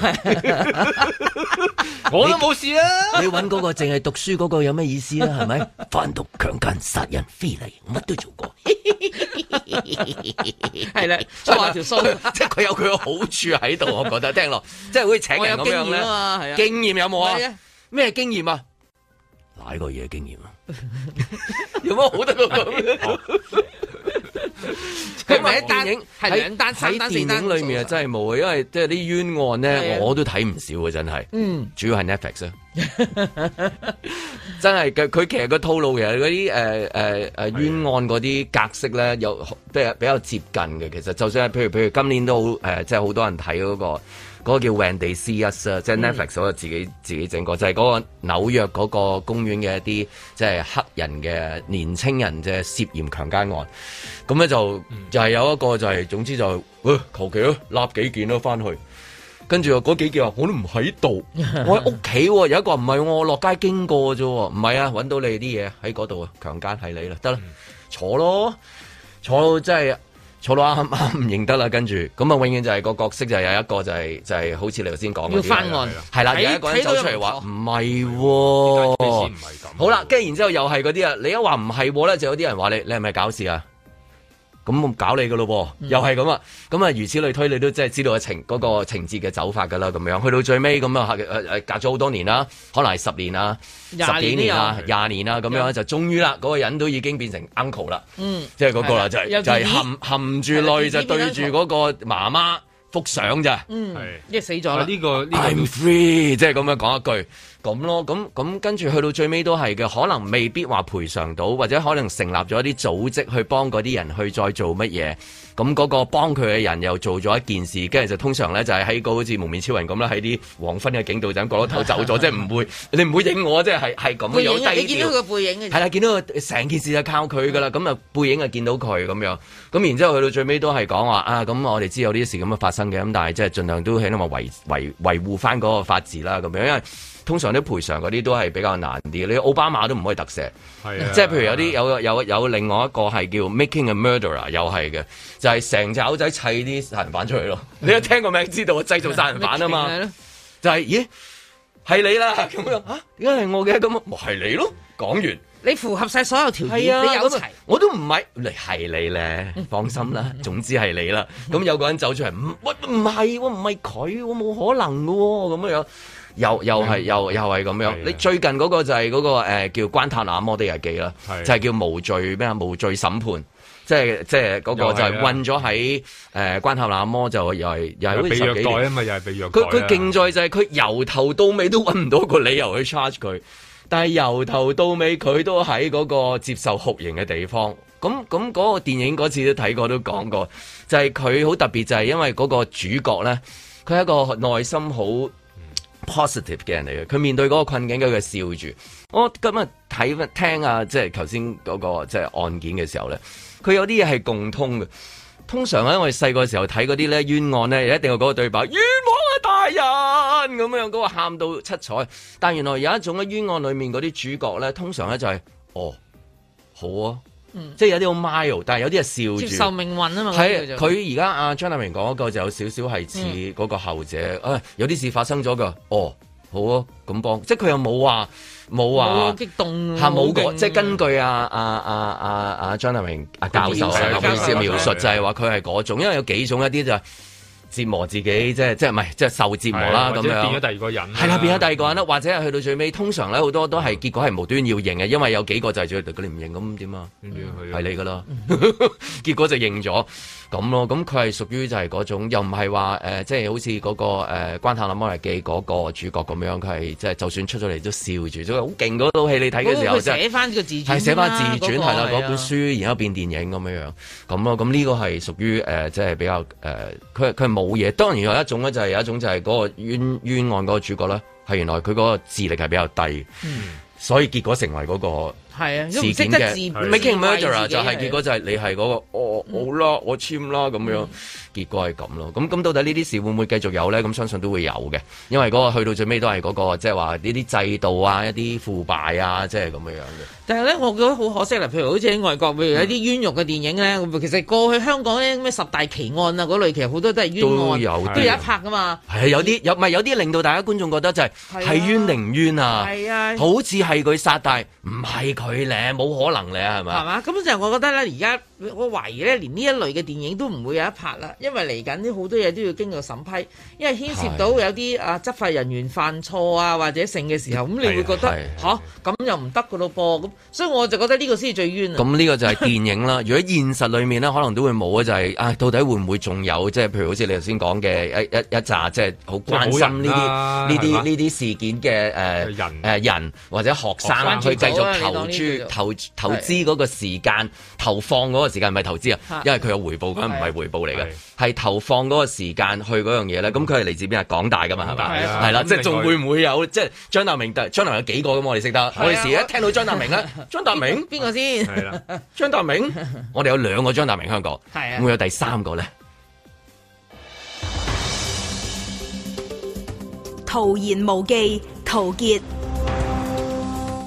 [SPEAKER 7] 我都冇事啊！
[SPEAKER 2] 你揾嗰個淨係讀書嗰個有咩意思啦？係咪？販毒、強奸、殺人、非禮，乜都做過。
[SPEAKER 4] 係啦，捉 下條須。
[SPEAKER 2] 即係佢有佢嘅好處喺度，我覺得聽 落，即係好似請
[SPEAKER 4] 我
[SPEAKER 2] 人
[SPEAKER 4] 有
[SPEAKER 2] 咁
[SPEAKER 4] 經
[SPEAKER 2] 樣
[SPEAKER 4] 驗啊嘛，係
[SPEAKER 2] 咧，
[SPEAKER 4] 啊，
[SPEAKER 2] 經驗有冇
[SPEAKER 4] 係
[SPEAKER 2] 啊
[SPEAKER 4] 啊？
[SPEAKER 2] 咩經驗啊？奶個嘢經驗 啊？有乜好得過咁？
[SPEAKER 4] 佢唔係一啊單
[SPEAKER 2] 電影
[SPEAKER 4] 係兩單三單
[SPEAKER 2] 喺
[SPEAKER 4] 四
[SPEAKER 2] 電
[SPEAKER 4] 單
[SPEAKER 2] 影裏面啊，真係冇啊，因為即係啲冤案
[SPEAKER 4] 係啊
[SPEAKER 2] 咧，我都睇唔少啊，真係。
[SPEAKER 4] 嗯。
[SPEAKER 2] 主要係 Netflix 啊，真係佢佢其實個套路其實嗰啲誒誒誒冤案嗰啲格式咧，有比較比較接近嘅。其實就算係譬如譬如今年都好誒、呃即係好多人睇嗰、個嗰、個叫 When They See Us 啊，
[SPEAKER 4] 嗯
[SPEAKER 2] 即係 Netflix 嗰個自己自己整過，就係、嗰個紐約嗰個公園嘅一啲即係黑人嘅年青人嘅涉嫌強姦案。咁咧就
[SPEAKER 4] 嗯
[SPEAKER 2] 就係有一個就係、總之就喂求其咯，立幾件咯翻去。跟住嗰幾件話我都唔喺 度，我喺屋企喎。有一個話唔係喎我落街經過啫喎，唔係啊，揾到你啲嘢喺嗰度啊，強姦係你啦，得啦，
[SPEAKER 4] 嗯
[SPEAKER 2] 坐咯，坐到真係坐到啱 啱唔認得啦。跟住咁啊，永遠就係個角色就係有一個就係、就係、好似你頭先講嗰啲
[SPEAKER 4] 要翻案
[SPEAKER 2] 係啊啦，
[SPEAKER 4] 睇
[SPEAKER 2] 有一個人走出嚟話
[SPEAKER 4] 睇到
[SPEAKER 2] 唔係喎。
[SPEAKER 7] 啲錢唔係咁。
[SPEAKER 2] 好啦，跟住然之後又係嗰啲啊，你一話唔係喎咧，就有啲人話你你係咪搞事啊？咁我搞你噶咯
[SPEAKER 4] 嗯
[SPEAKER 2] 喎，又係咁啊，咁啊如此類推，你都即係知道個情嗰、個情節嘅走法噶啦，咁樣去到最尾咁啊，誒誒隔咗好多年啦，可能係十年啊、
[SPEAKER 4] 廿
[SPEAKER 2] 十幾年啊
[SPEAKER 4] 年、
[SPEAKER 2] 廿年啊咁樣，就終於啦，嗰、個人都已經變成 uncle 啦，
[SPEAKER 4] 嗯，
[SPEAKER 2] 即係嗰個啦，就
[SPEAKER 4] 係啦
[SPEAKER 2] 係
[SPEAKER 4] 有
[SPEAKER 2] 就係
[SPEAKER 4] BB
[SPEAKER 2] 含含住
[SPEAKER 4] 係啦
[SPEAKER 2] 淚
[SPEAKER 4] BB
[SPEAKER 2] 就對住嗰個媽媽幅相咋。
[SPEAKER 4] 嗯
[SPEAKER 7] 係，
[SPEAKER 4] 即係死
[SPEAKER 3] Ờ,
[SPEAKER 4] 咗
[SPEAKER 7] 啊
[SPEAKER 4] 啦。
[SPEAKER 7] 呢個呢
[SPEAKER 2] I'm
[SPEAKER 7] 個
[SPEAKER 2] free，即係咁樣講一句咁咯，咁咁跟住去到最尾都係嘅，可能未必話賠償到，或者可能成立咗一啲組織去幫嗰啲人去再做乜嘢，咁嗰個幫佢嘅人又做咗一件事，跟住就通常咧就係喺個好似蒙面超人咁啦，喺啲黃昏嘅警道就咁角落頭走咗，即係唔會你唔會影我，即係係係咁
[SPEAKER 4] 背
[SPEAKER 2] 有
[SPEAKER 4] 影啊，你
[SPEAKER 2] 低
[SPEAKER 4] 見到
[SPEAKER 2] 調
[SPEAKER 4] 佢。個背影嘅
[SPEAKER 2] 係
[SPEAKER 4] 啫。
[SPEAKER 2] 啦，見到佢成件事就靠佢噶啦，咁啊背影啊見到佢咁樣，咁然之後去到最尾都係講話啊，咁我哋知有呢啲事咁樣發生嘅，咁但係即係盡量都起碼維維維護翻嗰個法治啦，咁樣，因為通常啲賠償嗰啲都係比較難啲，你奧巴馬都唔可以特赦。
[SPEAKER 7] 係啊
[SPEAKER 2] 即係譬如
[SPEAKER 3] ờ,
[SPEAKER 2] 有啲有有有另外一個係叫 Making a Murderer，又係嘅，就係成隻口仔砌啲殺人犯出嚟咯。
[SPEAKER 7] 嗯
[SPEAKER 2] 你一聽個名知道製造殺人犯啊
[SPEAKER 4] 係
[SPEAKER 2] 嘛，
[SPEAKER 4] 咯
[SPEAKER 2] 就係、咦係你啦咁樣嚇，點解係我嘅咁啊？咪係你咯，講完。
[SPEAKER 4] 你符合晒所有條件，你
[SPEAKER 2] 係啊，
[SPEAKER 4] 有
[SPEAKER 2] 咁
[SPEAKER 4] 齊
[SPEAKER 2] 啊。我都唔係，你係你咧，放心啦。總之係你啦。咁有個人走出嚟，唔喂唔係喎，唔係佢喎，我冇可能嘅喎，咁樣又又係又又係咁樣
[SPEAKER 7] 係啊。
[SPEAKER 2] 你最近嗰個就係嗰、個、呃、叫關塔那摩的日記啦，
[SPEAKER 7] 係
[SPEAKER 2] 就係叫無罪咩啊無罪審判。即係即係嗰個就
[SPEAKER 7] 又係
[SPEAKER 2] 係
[SPEAKER 7] 啊
[SPEAKER 2] 困咗喺誒關塔那摩，就又係
[SPEAKER 3] ờ,
[SPEAKER 2] 又係好
[SPEAKER 7] 又
[SPEAKER 2] 似
[SPEAKER 7] 被
[SPEAKER 2] 十幾
[SPEAKER 7] 虐待
[SPEAKER 2] 年。
[SPEAKER 7] 啊嘛，又係被虐待
[SPEAKER 2] 佢
[SPEAKER 7] 啊。
[SPEAKER 2] 佢勁在就係佢由頭到尾都揾唔到個理由去 charge 佢，但係由頭到尾佢都喺嗰個接受酷刑嘅地方。咁咁嗰個電影嗰次都睇過都講過，就係佢好特別就係因為嗰個主角咧，佢係一個內心好嗯 positive 嘅人嚟嘅，佢面對嗰個困境，佢佢笑住。我今日睇翻聽啊，即係頭先嗰個即係案件嘅時候咧，佢有啲嘢係共通嘅。通常咧，我哋細個時候睇嗰啲咧冤案咧，一定有嗰個對白，冤枉啊大人咁樣，嗰、個喊到七彩。但原來有一種咧冤案裡面嗰啲主角咧，通常咧就係、哦好啊，即係有啲好 mild，但係有啲係笑
[SPEAKER 4] 接
[SPEAKER 2] 住。
[SPEAKER 4] 受命運啊嘛，嗰
[SPEAKER 2] 係
[SPEAKER 4] 啲叫做
[SPEAKER 2] 佢而家阿張大明講嗰個就有少少係似嗰個後者，啊有啲事發生咗噶，哦好啊咁幫，即係佢又冇話冇
[SPEAKER 4] 好
[SPEAKER 2] 話
[SPEAKER 4] 激
[SPEAKER 7] 嗯
[SPEAKER 4] 動，
[SPEAKER 2] 嚇冇
[SPEAKER 4] 好
[SPEAKER 2] 個，
[SPEAKER 4] 勁
[SPEAKER 2] 即係根據啊阿阿阿阿阿啊張大明阿教授啊
[SPEAKER 7] 描述
[SPEAKER 2] 佢先
[SPEAKER 7] 教授
[SPEAKER 2] 描述就係話佢係嗰種，因為有幾種一啲就係折磨自己，即係即係唔係即係受折磨
[SPEAKER 7] 係
[SPEAKER 2] 啦咁
[SPEAKER 7] 或者
[SPEAKER 2] 樣
[SPEAKER 7] 變咗。第二個人，
[SPEAKER 2] 係啦，變咗第二個人啦，或者係去到最尾，通常咧好多都係結果係無端要認嘅，因為有幾個就係最佢哋唔認咁點啊？
[SPEAKER 7] 跟住佢
[SPEAKER 2] 係你噶啦， 結果就認咗咁咯。咁佢係屬於就係嗰種，又唔係話誒，即係好似嗰、個誒、呃《關塔那摩尼記》嗰個主角咁樣，佢係即係就算出咗嚟都笑住，所以好勁嗰套戲你睇嘅時候
[SPEAKER 4] 佢
[SPEAKER 2] 真係
[SPEAKER 4] 寫翻個自傳啦，啊
[SPEAKER 2] 係寫翻自傳
[SPEAKER 4] 嗰個
[SPEAKER 2] 係啦，
[SPEAKER 4] 係
[SPEAKER 2] 嗰
[SPEAKER 4] 啊
[SPEAKER 2] 本書然後變電影咁樣樣咁咯。咁呢個係屬於誒，呃即係比較誒，佢佢係冇嘢。當然有一種咧，就係有一種就係嗰個冤冤案嗰個主角咧，係原來佢嗰個智力係比較低，所以結果成為嗰個。
[SPEAKER 4] 係啊，嗯都唔
[SPEAKER 2] 事
[SPEAKER 4] 識
[SPEAKER 2] 件
[SPEAKER 4] 得
[SPEAKER 2] 嘅
[SPEAKER 4] 自嗯
[SPEAKER 2] making murderer 就係
[SPEAKER 4] 係
[SPEAKER 2] 結果就係你係嗰個哦好啦，我簽啦咁
[SPEAKER 4] 嗯
[SPEAKER 2] 樣，結果係咁咯。咁咁到底呢啲事會唔會繼續有咧？咁相信都會有嘅，因為嗰個去到最尾都係嗰個即係話呢啲制度啊、一啲腐敗啊，即係咁樣樣嘅。
[SPEAKER 4] 但係咧，我覺得好可惜啦。譬如好似喺外國，譬如有啲冤獄嘅電影咧，咁其實過去香港咧咩十大奇案啊嗰類，其實好多都係冤
[SPEAKER 2] 都
[SPEAKER 4] 案，
[SPEAKER 2] 有啲
[SPEAKER 4] 都有一拍噶嘛。
[SPEAKER 2] 係有啲有唔係有啲令到大家觀眾覺得就係
[SPEAKER 4] 係啊
[SPEAKER 2] 係冤定唔冤啊？
[SPEAKER 4] 係啊
[SPEAKER 2] 好似係佢殺，但係唔係佢咧，冇可能咧，係
[SPEAKER 4] 係
[SPEAKER 2] 咪？
[SPEAKER 4] 嘛？咁就我覺得咧，而家我懷疑咧，連呢一類嘅電影都唔會有一拍啦，因為嚟緊啲好多嘢都要經過審批，因為牽涉到有啲啊執法人員犯錯啊或者性嘅時候，咁你會
[SPEAKER 2] 係
[SPEAKER 4] 覺
[SPEAKER 2] 啊
[SPEAKER 4] 得
[SPEAKER 2] 係
[SPEAKER 4] 吓咁又唔得噶咯噃，咁所以我就覺得呢個先係最冤啊！
[SPEAKER 2] 咁呢個就係電影 啦。如果現實裏面咧，可能都會冇啊，就係、啊，到底會唔會仲有？即係譬如好似你頭先講嘅一一一紮，即係好關心呢
[SPEAKER 7] 即係好人
[SPEAKER 2] 啲
[SPEAKER 7] 啦
[SPEAKER 2] 呢
[SPEAKER 7] 係
[SPEAKER 2] 啲
[SPEAKER 7] 嘛
[SPEAKER 2] 呢啲事件嘅誒
[SPEAKER 7] 人
[SPEAKER 2] 誒人或者學生啊，
[SPEAKER 4] 學生
[SPEAKER 2] 去繼續
[SPEAKER 4] 你
[SPEAKER 2] 投
[SPEAKER 4] 當呢啲
[SPEAKER 2] 注
[SPEAKER 4] 叫做
[SPEAKER 2] 投投資嗰個時間，投放嗰個時間唔係投資啊
[SPEAKER 4] 嚇，
[SPEAKER 2] 因為佢有回報，佢唔係回報嚟嘅
[SPEAKER 7] 係，
[SPEAKER 2] 係投放嗰個時間去嗰樣嘢咧。咁佢係嚟自邊啊？港大噶嘛，係
[SPEAKER 7] 港大
[SPEAKER 2] 咪？
[SPEAKER 7] 啊
[SPEAKER 2] 係啦，
[SPEAKER 7] 咁
[SPEAKER 2] 即係仲
[SPEAKER 7] 另外
[SPEAKER 2] 會唔會有即係張達明？張達明有幾個咁我哋識得，我哋時一聽到張達明咧，張達明。
[SPEAKER 4] 邊個先？
[SPEAKER 7] 係啦，
[SPEAKER 2] 張達明，我哋有兩個張達明香港，
[SPEAKER 4] 係啊
[SPEAKER 2] 會有第三個咧？
[SPEAKER 11] 徒言無忌，陶傑。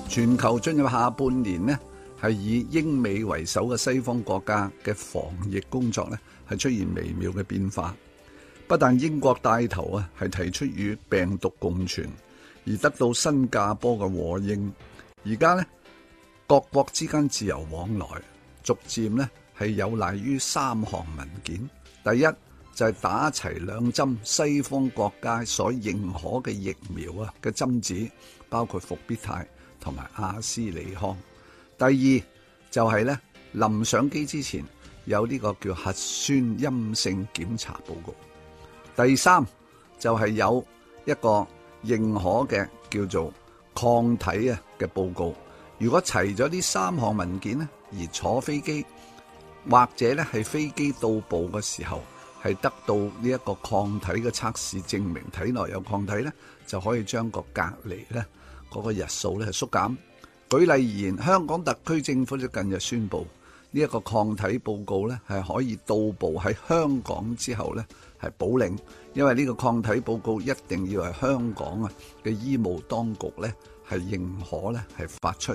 [SPEAKER 12] 全球進入下半年呢，係以英美為首嘅西方國家嘅防疫工作呢，係出現微妙嘅變化。不但英國帶頭啊，係提出與病毒共存，而得到新加坡嘅和應。而家呢，各國之間自由往來，逐漸呢係有賴於三項文件。第一就係、打齊兩針西方國家所認可嘅疫苗啊嘅針子，包括復必泰同埋阿斯利康。第二就係、呢，臨上機之前有呢個叫核酸陰性檢查報告。第三就係、有一個認可嘅叫做抗體啊嘅報告。如果齊咗呢三項文件呢，而坐飛機或者咧係飛機到埗嘅時候係得到呢一個抗體嘅測試證明體內有抗體呢，就可以將個隔離呢嗰、個日數咧係縮減。舉例而言，香港特區政府就近日宣布，呢、一個抗體報告呢係可以到步喺香港之後呢係補領，因為呢個抗體報告一定要係香港啊嘅醫務當局呢係認可呢係發出。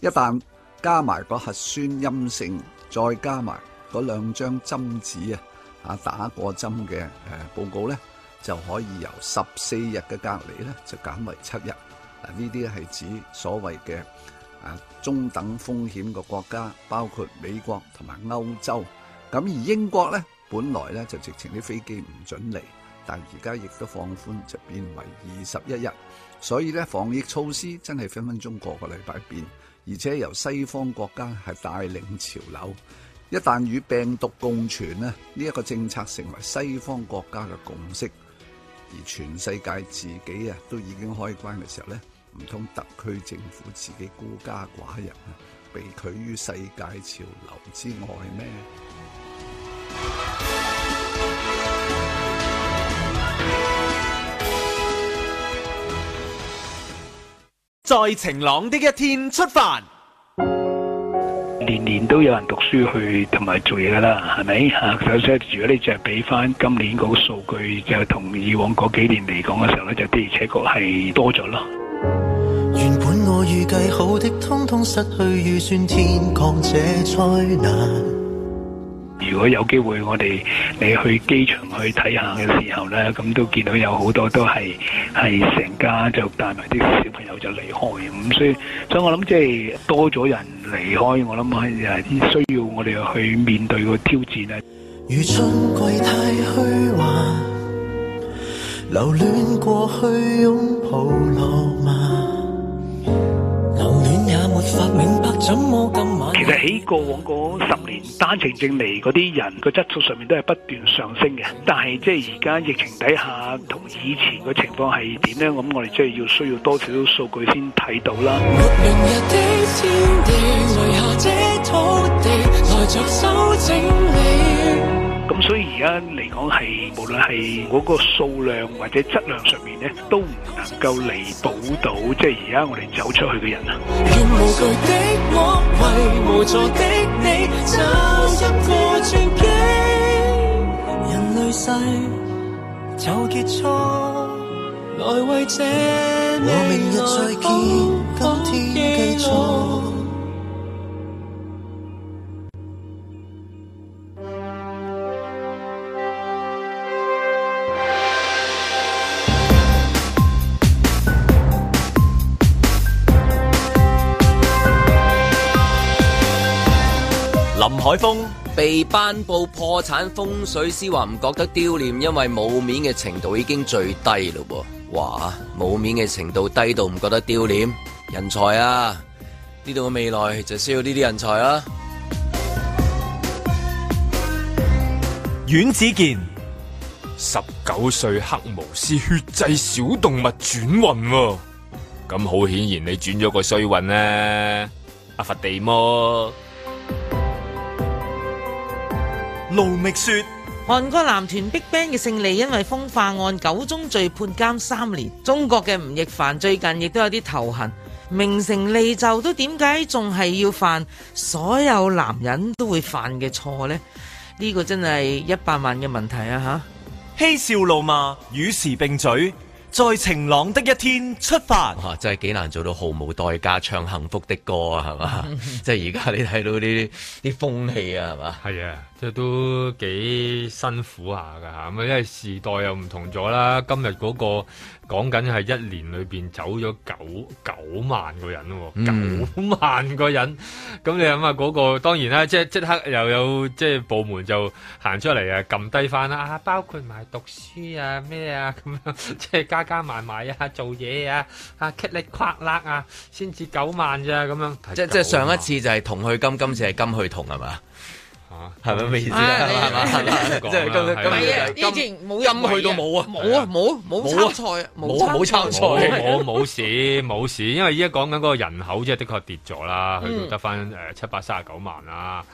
[SPEAKER 12] 一旦加埋個核酸陰性，再加埋嗰兩張針紙啊，啊打過針嘅誒報告呢，就可以由十四日嘅隔離呢就減為七日。嗱，呢啲係指所謂嘅啊中等風險嘅國家，包括美國同埋歐洲。咁而英國呢，本來呢就直情啲飛機唔準嚟，但而家亦都放寬，就變為二十一日。所以呢，防疫措施真係分分鐘個個禮拜變，而且由西方國家係帶領潮流。一旦與病毒共存呢，呢、一個政策成為西方國家嘅共識。而全世界自己啊都已經開關嘅時候呢，唔通特區政府自己孤家寡人啊，被拒於世界潮流之外咩？
[SPEAKER 8] 在晴朗的一天出發。
[SPEAKER 13] 年年都有人讀書去同埋做嘢噶啦，係咪啊？首先，如果你就係俾翻今年嗰個數據，就同以往嗰幾年嚟講嘅時候咧，就的而且確係多咗咯。
[SPEAKER 14] 原本我預計好的，通通失去預算，天降這災難。
[SPEAKER 13] 如果有機會我哋你去機場去睇下嘅時候呢，咁都見到有好多都係係成家就帶埋啲小朋友就離開，咁所以所以我諗即係多咗人離開，我諗係係需要我哋去面對個挑戰啊咧。
[SPEAKER 14] 如春季太虛幻，留戀過去擁抱浪漫，留戀也沒法明白怎麼今晚。
[SPEAKER 13] 其實喺過往嗰十年單程證嚟嗰啲人個質素上面都係不斷上升嘅，但係即係而家疫情底下同以前個情況係點呢？咁我哋即係要需要多少數據先睇到啦。
[SPEAKER 14] 明日的天地，雷下這土地，來着修整你。
[SPEAKER 13] 咁所以而家嚟講係無論係嗰個數量或者質量上面咧，都唔能夠彌補到即係而家我哋走出去嘅人啊。
[SPEAKER 14] 願無懼的我，為無助的你，找一個轉機。人類世就結束，來為這我明日再見，今天繼續。
[SPEAKER 2] 林海峰被頒布破產風水師話唔覺得丟臉，因為冇面嘅程度已經最低咯喎。哇，冇面嘅程度低到唔覺得丟臉，人才啊！呢度嘅未來就需要呢啲人才啊啦、
[SPEAKER 1] 阮子健、
[SPEAKER 7] 十九歲黑巫師血祭小動物轉運喎、咁好顯然你轉咗個衰運啦、阿佛地魔。
[SPEAKER 1] 盧觅雪、
[SPEAKER 4] 韓國男團 BigBang 嘅勝利，因為風化案九宗罪判監三年。中國嘅吳亦凡最近亦都有啲頭痕，名成利就都點解仲係要犯所有男人都會犯嘅錯呢？呢、個真係一百萬嘅問題啊！吓。
[SPEAKER 1] 嬉笑怒罵，與時並舉，在晴朗的一天出發。
[SPEAKER 2] 啊！真係幾難做到毫無代價唱幸福的歌啊，係 嘛？即係而家你睇到呢啲啲風氣啊，係嘛？
[SPEAKER 3] 係啊，即係都幾辛苦下㗎嚇，咁啊因為時代又唔同咗啦。今日嗰、個講緊係一年裏邊走咗九九萬個人喎、
[SPEAKER 2] 嗯
[SPEAKER 3] 九萬個人，咁你諗下嗰個當然啦，即係即刻又有即係部門就行出嚟啊，撳低翻啦，啊包括埋讀書啊咩啊咁樣， 即係加加埋埋啊做嘢啊啊棘力垮甩啊，先至九萬咋咁樣。
[SPEAKER 2] 即即係上一次就係同去金，今次係金去同係嘛？係咪咩意思啊？
[SPEAKER 4] 啊
[SPEAKER 2] 係嘛係嘛
[SPEAKER 4] 你
[SPEAKER 2] 係嘛即係今
[SPEAKER 4] 唔係啊！
[SPEAKER 2] 今
[SPEAKER 4] 呢前冇人
[SPEAKER 2] 金去到冇啊
[SPEAKER 4] 冇啊，冇冇參賽啊，
[SPEAKER 2] 冇參賽
[SPEAKER 3] 冇冇冇事冇事，因為依家講緊嗰個人口即係的確跌咗啦，去
[SPEAKER 2] 嗯
[SPEAKER 3] 到得翻誒七百三十九萬啦。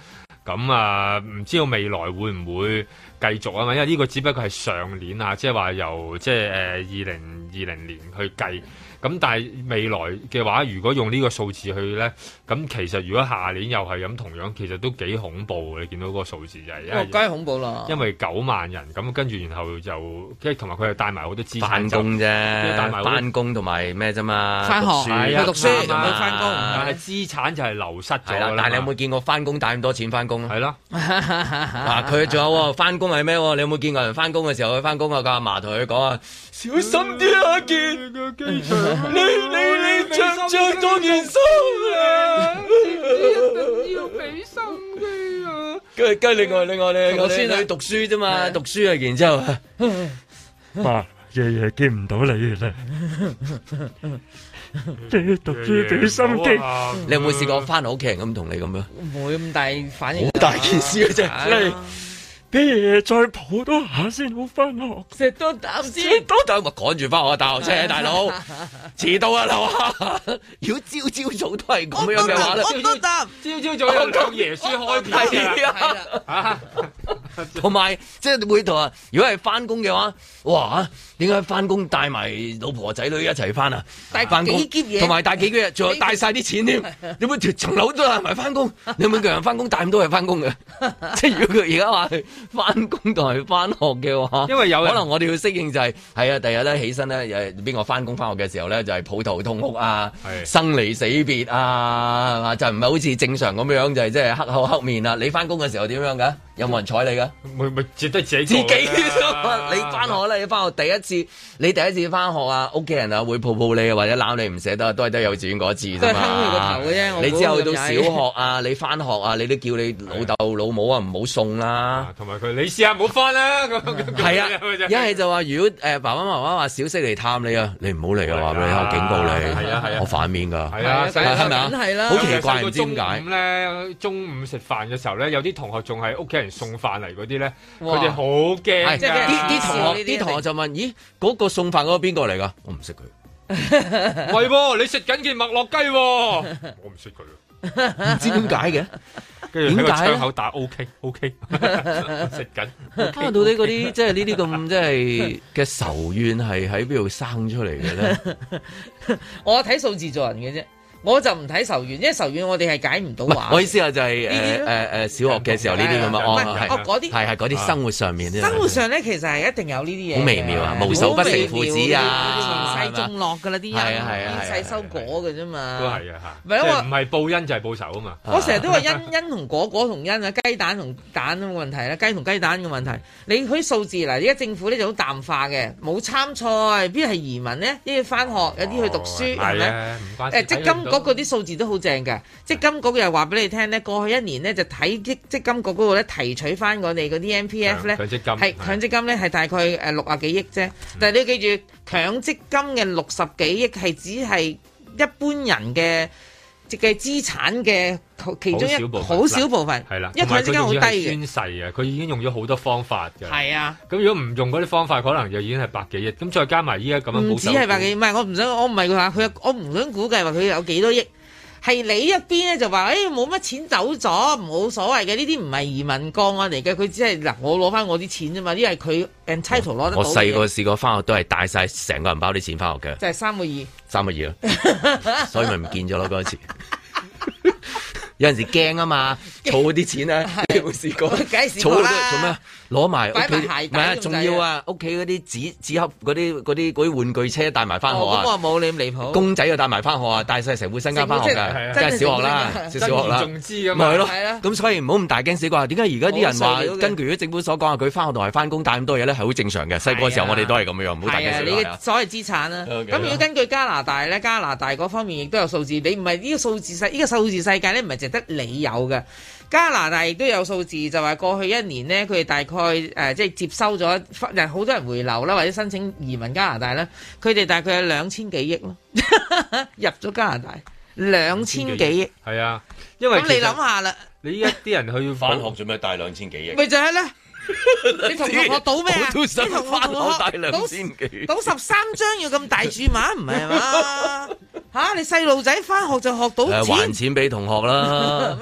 [SPEAKER 3] 咁啊，唔知道未來會唔會繼續啊嘛？因為呢個只不過係上年啊，即係話由即係誒二零二零年去計。咁但係未來嘅話，如果用呢個數字去咧，咁其實如果下年又係咁同樣，其實都幾恐怖嘅。你見到個數字就係、因為
[SPEAKER 4] 哦梗係恐怖啦，
[SPEAKER 3] 因為九萬人咁，跟住然後就跟住同埋佢又帶埋好多資產
[SPEAKER 2] 翻工啫
[SPEAKER 3] 帶埋，
[SPEAKER 2] 翻工同埋咩啫嘛？
[SPEAKER 3] 翻學
[SPEAKER 2] 係啊
[SPEAKER 3] 去讀書
[SPEAKER 2] 啱啊
[SPEAKER 3] 去返工但係資產就係流失咗
[SPEAKER 2] 係啦
[SPEAKER 3] 啦，嘛哎
[SPEAKER 2] 但係你有冇見過翻工帶咁多錢翻工啊？
[SPEAKER 3] 係咯，
[SPEAKER 2] 啊佢仲有喎翻工係咩喎？你有冇見過人翻工嘅時候佢翻工啊？個阿嫲同佢講啊，小心啲啊健，
[SPEAKER 3] 機場
[SPEAKER 2] 你你你着着多件衫啊！
[SPEAKER 3] 要俾心機啊！
[SPEAKER 2] 跟跟另外另外你
[SPEAKER 3] 同
[SPEAKER 2] 我
[SPEAKER 3] 你
[SPEAKER 2] 先去讀書啫嘛，讀書啊，然之後
[SPEAKER 15] 爸，夜夜見唔到你啦，你要讀書俾心機。
[SPEAKER 2] 你有冇試過翻屋企人咁同你咁樣？
[SPEAKER 4] 冇咁大反啊應，
[SPEAKER 2] 好大件事嘅啫
[SPEAKER 4] 係啊
[SPEAKER 15] 啲嘢再抱多下先好翻學。
[SPEAKER 4] 食多啖先，
[SPEAKER 2] 都等咪趕住翻我大學 車，大佬遲到啊，樓下。 如果朝朝早都係咁樣嘅話咧，
[SPEAKER 4] 我都答，
[SPEAKER 2] 啊
[SPEAKER 3] 朝朝早有兩耶穌開片㗎
[SPEAKER 2] 係啊
[SPEAKER 3] 啊！
[SPEAKER 2] 同埋即係會同啊，如果係翻工嘅話，哇點解翻工帶埋老婆仔女一齊翻啊？
[SPEAKER 4] 帶
[SPEAKER 2] 翻工
[SPEAKER 4] 幾箧嘢
[SPEAKER 2] 同埋帶幾箧嘢，仲有帶晒啲錢添。你會條層樓都帶埋翻 工，你每個人翻工帶咁多係翻工嘅。即係如果佢而家話係翻工同埋翻學嘅話，
[SPEAKER 3] 因為有人
[SPEAKER 2] 可能我哋要適應就係係啊，第日咧起身咧，誒邊個翻工翻學嘅時候咧就係抱頭痛哭啊，生離死別啊，係嘛就唔係好似正常咁樣就係即係黑口黑面啊。你翻工嘅時候點樣㗎？有冇人睬你㗎？
[SPEAKER 3] 咪咪絕對自己
[SPEAKER 2] 自己
[SPEAKER 3] 講啦
[SPEAKER 2] 你翻學咧，你翻學第一次，你第一次翻學啊，屋企人啊會抱抱你啊，或者攬你唔捨得，都係得幼稚園嗰一次啫嘛。
[SPEAKER 4] 都係揗佢個頭嘅啫我
[SPEAKER 2] 你之後到
[SPEAKER 4] 估咁
[SPEAKER 2] 小
[SPEAKER 4] 曳
[SPEAKER 2] 學啊，你翻學啊，你都叫你老豆老母啊唔好送啦。
[SPEAKER 3] 啊同埋佢你試下唔好翻啦咁咁。
[SPEAKER 2] 係 啊，
[SPEAKER 3] 咁
[SPEAKER 2] 一係就話如果誒爸爸媽媽話小息嚟探你啊，你唔好嚟啊，話俾你聽，我警告你，
[SPEAKER 3] 係啊係啊
[SPEAKER 2] 我反面㗎，
[SPEAKER 3] 係啊，細
[SPEAKER 2] 係咪啊？
[SPEAKER 4] 梗係啦
[SPEAKER 2] 好奇怪，唔知點解。
[SPEAKER 3] 咁咧，中午食飯嘅時候咧，有啲同學仲係屋企人送飯嚟嗰啲咧，
[SPEAKER 2] 哇
[SPEAKER 3] 佢哋好驚
[SPEAKER 2] 係
[SPEAKER 3] 㗎。
[SPEAKER 2] 啲啲同學啲同學就問：咦，嗰個送飯嗰個邊個嚟㗎？我唔識佢。
[SPEAKER 3] 係喎，你食緊件麥樂雞喎， 我唔識佢啊喎。
[SPEAKER 2] 唔知點 解嘅，
[SPEAKER 3] 跟住喺個
[SPEAKER 2] 點解咧
[SPEAKER 3] 窗口打 OK OK，食緊。
[SPEAKER 2] 啊，到底嗰啲即係呢啲咁即係嘅仇怨係喺邊度生出嚟嘅 咧？
[SPEAKER 4] 我睇數字做人嘅啫，我就唔睇仇怨，因為仇怨我哋係解唔到
[SPEAKER 2] 唔係
[SPEAKER 4] 話。
[SPEAKER 2] 我意思啊，就係誒
[SPEAKER 4] 呢啲
[SPEAKER 2] 誒誒小學嘅時候呢啲咁嘅
[SPEAKER 4] 唔係
[SPEAKER 2] 安排，
[SPEAKER 4] 哦嗰啲
[SPEAKER 2] 係係嗰啲生活上面啫。
[SPEAKER 4] 生活上咧，其實係一定有呢啲嘢嘅，
[SPEAKER 2] 啊好微妙啊無仇不成父子啊
[SPEAKER 4] 好微妙呢啲前世種落㗎啦，啲
[SPEAKER 2] 係啊係
[SPEAKER 4] 人
[SPEAKER 2] 啊係啊
[SPEAKER 4] 前世收果㗎啫嘛。
[SPEAKER 3] 都係啊
[SPEAKER 4] 唔
[SPEAKER 3] 嚇，
[SPEAKER 4] 係
[SPEAKER 3] 即
[SPEAKER 4] 因為
[SPEAKER 3] 係唔係報恩就係報仇啊嘛。
[SPEAKER 4] 我成日都話因 因同果果同因啊，雞蛋同蛋嘅問題啦，雞同雞蛋嘅問題。你佢啲數字嗱，而家政府咧就好淡化嘅，冇參賽，邊係移民呢？一要翻學，有啲去讀
[SPEAKER 2] 哦
[SPEAKER 4] 書，係咪、
[SPEAKER 3] 啊，唔關事
[SPEAKER 4] 誒積呃金局嗰啲數字都好正㗎，積金局又話俾你聽咧，過去一年咧就睇積積金局嗰度咧提取翻我哋嗰啲 M P E F 咧，
[SPEAKER 3] 強強積金
[SPEAKER 4] 係
[SPEAKER 3] 係
[SPEAKER 4] 強積金咧係大概誒六啊幾億啫，但係你要記住強積金嘅六十幾億係只係一般人嘅嘅資產嘅其中一好少部分，
[SPEAKER 3] 係啦，
[SPEAKER 4] 因為強積金好低
[SPEAKER 3] 同埋佢
[SPEAKER 4] 嘅，
[SPEAKER 3] 仲要係宣誓啊，佢已經用咗好多方法嘅。
[SPEAKER 4] 係啊。
[SPEAKER 3] 咁如果唔用嗰啲方法，可能就已經係百幾億。咁再加埋依家咁樣
[SPEAKER 4] 唔
[SPEAKER 3] 保
[SPEAKER 4] 止
[SPEAKER 3] 守
[SPEAKER 4] 嗯係百幾，唔係我唔想，我唔係佢話佢有，我唔想估計話佢有幾多億。係你一邊咧就話，誒哎冇乜錢走咗，冇所謂嘅，呢啲唔係移民個案嚟嘅，佢只係嗱我攞翻我啲錢啫嘛，呢係佢 entitle 攞得到
[SPEAKER 2] 我
[SPEAKER 4] 嘅
[SPEAKER 2] 細個
[SPEAKER 4] 嘢，
[SPEAKER 2] 試過翻學都係帶晒成個銀包啲錢翻學嘅，
[SPEAKER 4] 就係三個二。
[SPEAKER 2] 三個二咯， 所以咪唔見咗咯嗰一次。有陣時驚啊 嘛，儲啲錢咧，你有冇試過？
[SPEAKER 4] 梗係試
[SPEAKER 2] 儲
[SPEAKER 4] 過
[SPEAKER 2] 好多
[SPEAKER 4] 啦
[SPEAKER 2] 做咩啊？攞埋屋
[SPEAKER 4] 擺埋
[SPEAKER 2] 企
[SPEAKER 4] 鞋
[SPEAKER 2] 啲，唔
[SPEAKER 4] 帶
[SPEAKER 2] 係啊，
[SPEAKER 4] 咁
[SPEAKER 2] 仲要啊，屋企嗰啲紙紙盒嗰啲嗰啲嗰啲玩具車帶埋翻學
[SPEAKER 4] 哦，
[SPEAKER 2] 啊
[SPEAKER 4] 咁。我冇你咁離譜。
[SPEAKER 2] 公仔又帶埋翻學啊，帶晒成副身家翻學㗎，梗
[SPEAKER 4] 成副
[SPEAKER 2] 係
[SPEAKER 4] 身
[SPEAKER 2] 小學啦，小
[SPEAKER 4] 真
[SPEAKER 2] 小學啦，
[SPEAKER 3] 仲知
[SPEAKER 2] 咪
[SPEAKER 3] 㗎嘛
[SPEAKER 2] 係咯
[SPEAKER 4] 啊係啦，
[SPEAKER 2] 咁所以唔好咁大驚小怪。點解而家啲人
[SPEAKER 4] 好
[SPEAKER 2] 話
[SPEAKER 4] 細料嘅
[SPEAKER 2] 根據如果政府所講啊，佢翻學同埋翻工帶咁多嘢咧，係好正常嘅。細個嘅時候
[SPEAKER 4] 係啊
[SPEAKER 2] 我哋都係咁樣，唔好大
[SPEAKER 4] 係
[SPEAKER 2] 驚
[SPEAKER 4] 啊，你
[SPEAKER 2] 小怪
[SPEAKER 4] 嘅
[SPEAKER 2] 啊。
[SPEAKER 4] 所謂資產 啦。
[SPEAKER 2] OK
[SPEAKER 4] 咁如果根據加拿大咧，加拿大嗰方面亦都有數字。你唔係呢個數字世，呢、個數字世界咧唔係淨得你有嘅。加拿大亦都有數字，就話過去一年呢，佢哋大概誒、呃即係接收咗，呃好多人回流啦，或者申請移民加拿大啦，佢哋大概有兩千幾億咯， 入咗加拿大兩千幾億。
[SPEAKER 3] 係啊，因為
[SPEAKER 4] 咁你
[SPEAKER 3] 其實
[SPEAKER 4] 諗下啦，
[SPEAKER 3] 你依家啲人 去
[SPEAKER 2] 翻學做咩帶兩千幾億
[SPEAKER 4] 咪就係咧，你同同學賭咩啊？
[SPEAKER 2] 我都想
[SPEAKER 4] 你同
[SPEAKER 2] 翻學帶
[SPEAKER 4] 同
[SPEAKER 2] 兩
[SPEAKER 4] 賭
[SPEAKER 2] 千幾。
[SPEAKER 4] 賭十三張要咁大注碼唔係嘛？吓你細路仔翻學就學到
[SPEAKER 2] 誒還
[SPEAKER 4] 錢，
[SPEAKER 2] 錢俾同學 啦，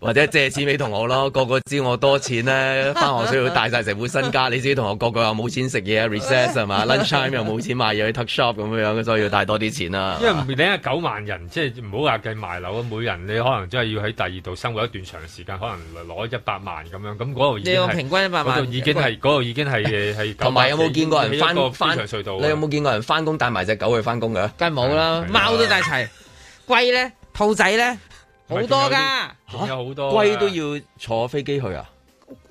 [SPEAKER 2] 或者借錢俾同學咯。個個知我多錢 咧，翻學需要帶晒成副身家。你知同學個個又冇錢食嘢，recess 係 嘛，lunch time 又冇錢買嘢去 tuck shop 咁樣，所以要帶多啲錢啊啦。
[SPEAKER 3] 因為你下九萬人，即係唔好話計賣樓啊，每人你可能真係要喺第二度生活一段長時間，可能攞一百萬咁樣，咁嗰度已經
[SPEAKER 4] 你用
[SPEAKER 3] 係
[SPEAKER 4] 平均100萬
[SPEAKER 3] 嗰度已經係嗰度已經係係係
[SPEAKER 2] 同埋有冇見過人
[SPEAKER 3] 喺一個
[SPEAKER 2] 翻
[SPEAKER 3] 非
[SPEAKER 2] 翻
[SPEAKER 3] 常隧道？啊
[SPEAKER 2] 你有冇見過人翻工帶埋只狗去翻工嘅？
[SPEAKER 4] 梗係冇啦，貓都帶齊，龜咧、兔仔咧好多噶，
[SPEAKER 3] 仲有好多啊
[SPEAKER 2] 龜都要坐飛機去啊？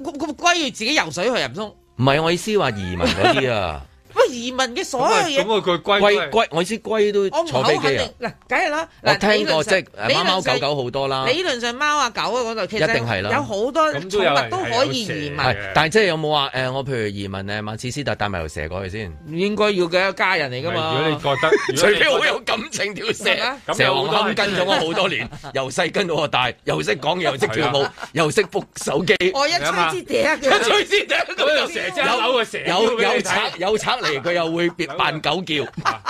[SPEAKER 4] 咁咁龜要自己游水去入唔通？
[SPEAKER 2] 唔係，我意思話移民嗰啲啊，
[SPEAKER 4] 喂，移民嘅所有嘢，
[SPEAKER 3] 啊佢 龜
[SPEAKER 2] 龜龜，我意思龜都
[SPEAKER 4] 我唔
[SPEAKER 2] 坐
[SPEAKER 4] 好
[SPEAKER 2] 飛機
[SPEAKER 4] 肯
[SPEAKER 2] 啊
[SPEAKER 4] 定。嗱，梗係啦。
[SPEAKER 2] 我
[SPEAKER 4] 嗱
[SPEAKER 2] 聽過
[SPEAKER 4] 理論上
[SPEAKER 2] 即係誒貓貓狗狗好多啦
[SPEAKER 4] 理論上貓啊狗啊嗰度，其實
[SPEAKER 2] 一定係啦
[SPEAKER 4] 有好多
[SPEAKER 2] 咁
[SPEAKER 3] 都有
[SPEAKER 4] 寵物都可以
[SPEAKER 3] 係有
[SPEAKER 4] 移民。
[SPEAKER 2] 係，但係即係有冇話誒？我譬如移民誒，曼徹斯特帶埋條蛇過去先。
[SPEAKER 4] 應該要嘅一家人嚟噶嘛。
[SPEAKER 2] 唔係如果你覺得除非好有感情條蛇
[SPEAKER 4] 係咪，
[SPEAKER 2] 蛇王跟咗我好多年，由細跟到我大，又識講嘢，又識跳
[SPEAKER 3] 係
[SPEAKER 2] 舞
[SPEAKER 3] 啊，
[SPEAKER 2] 又識覆手機。
[SPEAKER 4] 我一吹支笛嘅，
[SPEAKER 2] 一吹支笛咁
[SPEAKER 3] 嗰條蛇即刻扭個蛇
[SPEAKER 2] 有
[SPEAKER 3] 俾
[SPEAKER 2] 有
[SPEAKER 3] 你睇
[SPEAKER 2] 賊有賊嚟嚟佢又會別扮狗叫，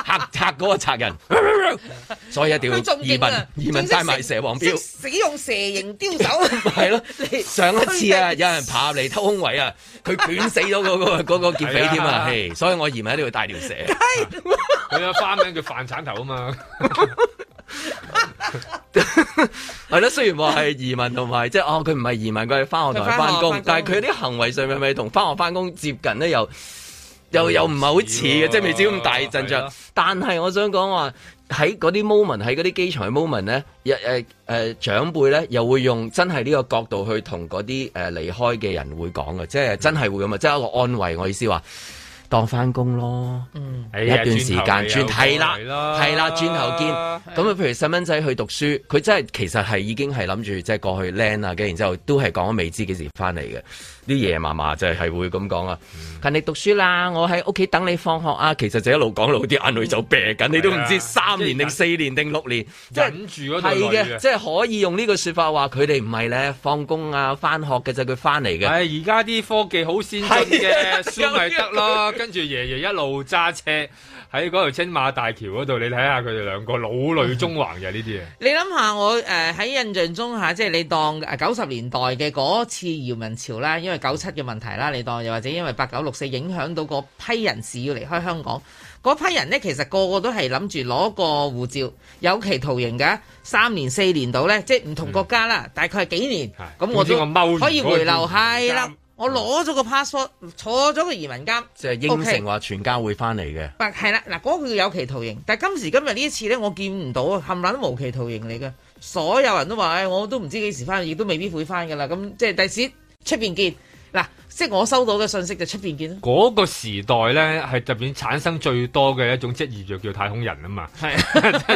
[SPEAKER 2] 嚇拆嗰個賊人，所以一定要
[SPEAKER 4] 佢仲
[SPEAKER 2] 移
[SPEAKER 4] 勁啊
[SPEAKER 2] 民移民帶埋蛇王標。
[SPEAKER 4] 使用蛇形刁手，
[SPEAKER 2] 係 咯，上一次啊，有人爬入嚟偷空位啊，佢捲死咗嗰個嗰個劫匪添
[SPEAKER 3] 係啊
[SPEAKER 2] 啊，係所以我移民一定要帶條蛇。
[SPEAKER 3] 佢有花名叫飯鏟頭啊嘛，
[SPEAKER 2] 係咯，雖然話係移民同埋即係哦，佢唔係移民，佢係翻學同埋翻工，但係佢啲行為上面咪同翻學翻工接近咧，又又又唔係好似嘅，即係未至於咁大陣仗。但係我想講話喺嗰啲 moment，喺嗰啲機場嘅 moment 咧，誒誒誒長輩咧又會用真係呢個角度去同嗰啲誒離開嘅人會講嘅，即係真係會咁啊，即係一個安慰。我意思話。當翻工咯，
[SPEAKER 4] 嗯
[SPEAKER 2] 一段時間轉係啦，係啦，轉頭見。咁啊，譬如細蚊仔去讀書，佢真係其實係已經係諗住即係過去 land 啊，跟然之後都係講未知幾時翻嚟嘅，啲爺爺嫲嫲就係會咁講啊。勤力讀書啦，我喺屋企等你放學啊。其實就一路講路，啲眼淚就啤緊，你都唔知三年定四年定六年，即係
[SPEAKER 3] 忍住嗰度
[SPEAKER 2] 係
[SPEAKER 3] 女
[SPEAKER 2] 嘅，即係可以用呢個説法話佢哋唔係咧放工啊、翻學嘅就佢翻嚟嘅。
[SPEAKER 3] 係而家啲科技好先進 嘅，輸咪得咯。跟住爺爺一路揸車喺嗰條青馬大橋嗰度，你睇下佢哋兩個老淚縱橫嘅呢啲嘢。
[SPEAKER 4] 你諗下我誒喺、印象中嚇，即係你當九十年代嘅嗰次移民潮啦，因為九七嘅問題啦，你當又或者因為八九六四影響到嗰批人士要離開香港，嗰批人呢，其實個個都係諗住攞個護照，有期徒刑㗎，三年四年到呢，即係唔同國家啦，大概係幾年，咁我
[SPEAKER 2] 嗯總之
[SPEAKER 4] 都
[SPEAKER 2] 我踎完
[SPEAKER 4] 可以
[SPEAKER 2] 嗰個
[SPEAKER 4] 回流
[SPEAKER 2] 移民
[SPEAKER 4] 係
[SPEAKER 2] 監
[SPEAKER 4] 啦，我攞咗個 passport，坐咗個移民監，
[SPEAKER 2] 即係應
[SPEAKER 4] OK
[SPEAKER 2] 承話全家會翻嚟嘅。
[SPEAKER 4] 嗱係啦，嗱嗰個叫有期徒刑，但係今時今日呢一次咧，我見唔到啊，冚唪唥都無期徒刑嚟嘅，所有人都話：，唉、哎我都唔知幾時翻，亦都未必會翻㗎啦。咁即係第時出邊見。嗱，即係我收到嘅信息就出邊見啦。
[SPEAKER 3] 嗰個時代咧，係入邊產生最多嘅一種職業，就叫太空人啊嘛。
[SPEAKER 4] 係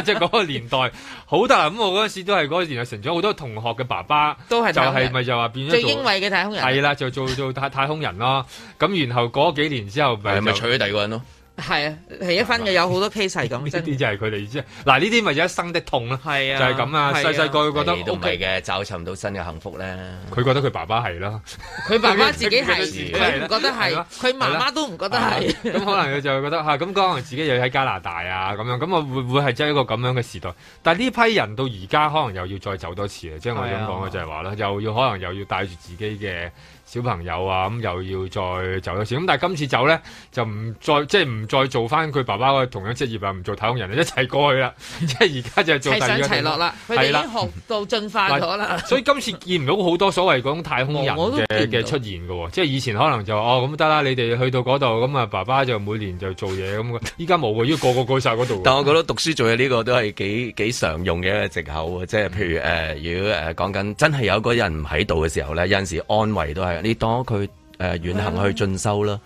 [SPEAKER 3] 即係嗰個年代好大咁，我嗰陣時都係嗰個年代成長，好多同學嘅爸爸
[SPEAKER 4] 都係
[SPEAKER 3] 就
[SPEAKER 4] 太空人
[SPEAKER 3] 係咪就話變咗
[SPEAKER 4] 最
[SPEAKER 3] 做
[SPEAKER 4] 英偉嘅太空人
[SPEAKER 3] 係啊啦，就做做太太空人咯。咁然後嗰幾年之後，咪
[SPEAKER 2] 係咪
[SPEAKER 3] 就
[SPEAKER 2] 娶咗第二個人咯？
[SPEAKER 4] 係啊，係一分嘅，有好多 case 係咁。真
[SPEAKER 3] 呢啲就係佢哋即係嗱，呢啲咪就一生的痛咯。
[SPEAKER 4] 係啊
[SPEAKER 3] 就係咁啊。
[SPEAKER 4] 係啊
[SPEAKER 3] 細細個覺得
[SPEAKER 2] 你都唔
[SPEAKER 3] OK
[SPEAKER 2] 係嘅，找尋到新嘅幸福咧。
[SPEAKER 3] 佢覺得佢爸爸係啦，
[SPEAKER 4] 佢爸爸自己係，
[SPEAKER 3] 佢
[SPEAKER 4] 佢唔覺得係，佢媽媽都唔覺得係。
[SPEAKER 3] 啊咁可能佢就會覺得嚇，咁可能自己又要喺加拿大啊咁樣，咁我會會係真係一個咁樣嘅時代。但係呢批人到而家可能又要再走多次啊，即係我
[SPEAKER 16] 係啊
[SPEAKER 3] 想講嘅就係話啦，又要可能又要帶住自己嘅小朋友啊，咁又要再走多次。咁但係今次走咧就唔再即係唔再做翻佢爸爸嘅同樣職業啊，唔做太空人啊，一齊過去啦。 即係而家就做
[SPEAKER 4] 齊
[SPEAKER 3] 第
[SPEAKER 4] 上
[SPEAKER 3] 二個啊
[SPEAKER 4] 齊落啦，佢哋已
[SPEAKER 3] 係啦
[SPEAKER 4] 經學到進化咗啦。
[SPEAKER 3] 所以今次見唔到好多所謂嗰種太空人
[SPEAKER 4] 我都
[SPEAKER 3] 嘅
[SPEAKER 4] 見唔到
[SPEAKER 3] 嘅出現嘅喎，即係以前可能就哦咁得啦，你哋去到嗰度咁啊，爸爸就每年就做嘢咁嘅，依家冇喎，依家個個過晒嗰度喎。
[SPEAKER 2] 但我覺得讀書做嘢呢個都係幾幾常用嘅一個藉口啊！即係譬如誒、呃如果誒講緊真係有個人唔喺度嘅時候咧，有陣時安慰都係你當佢誒、呃、遠行去進修啦。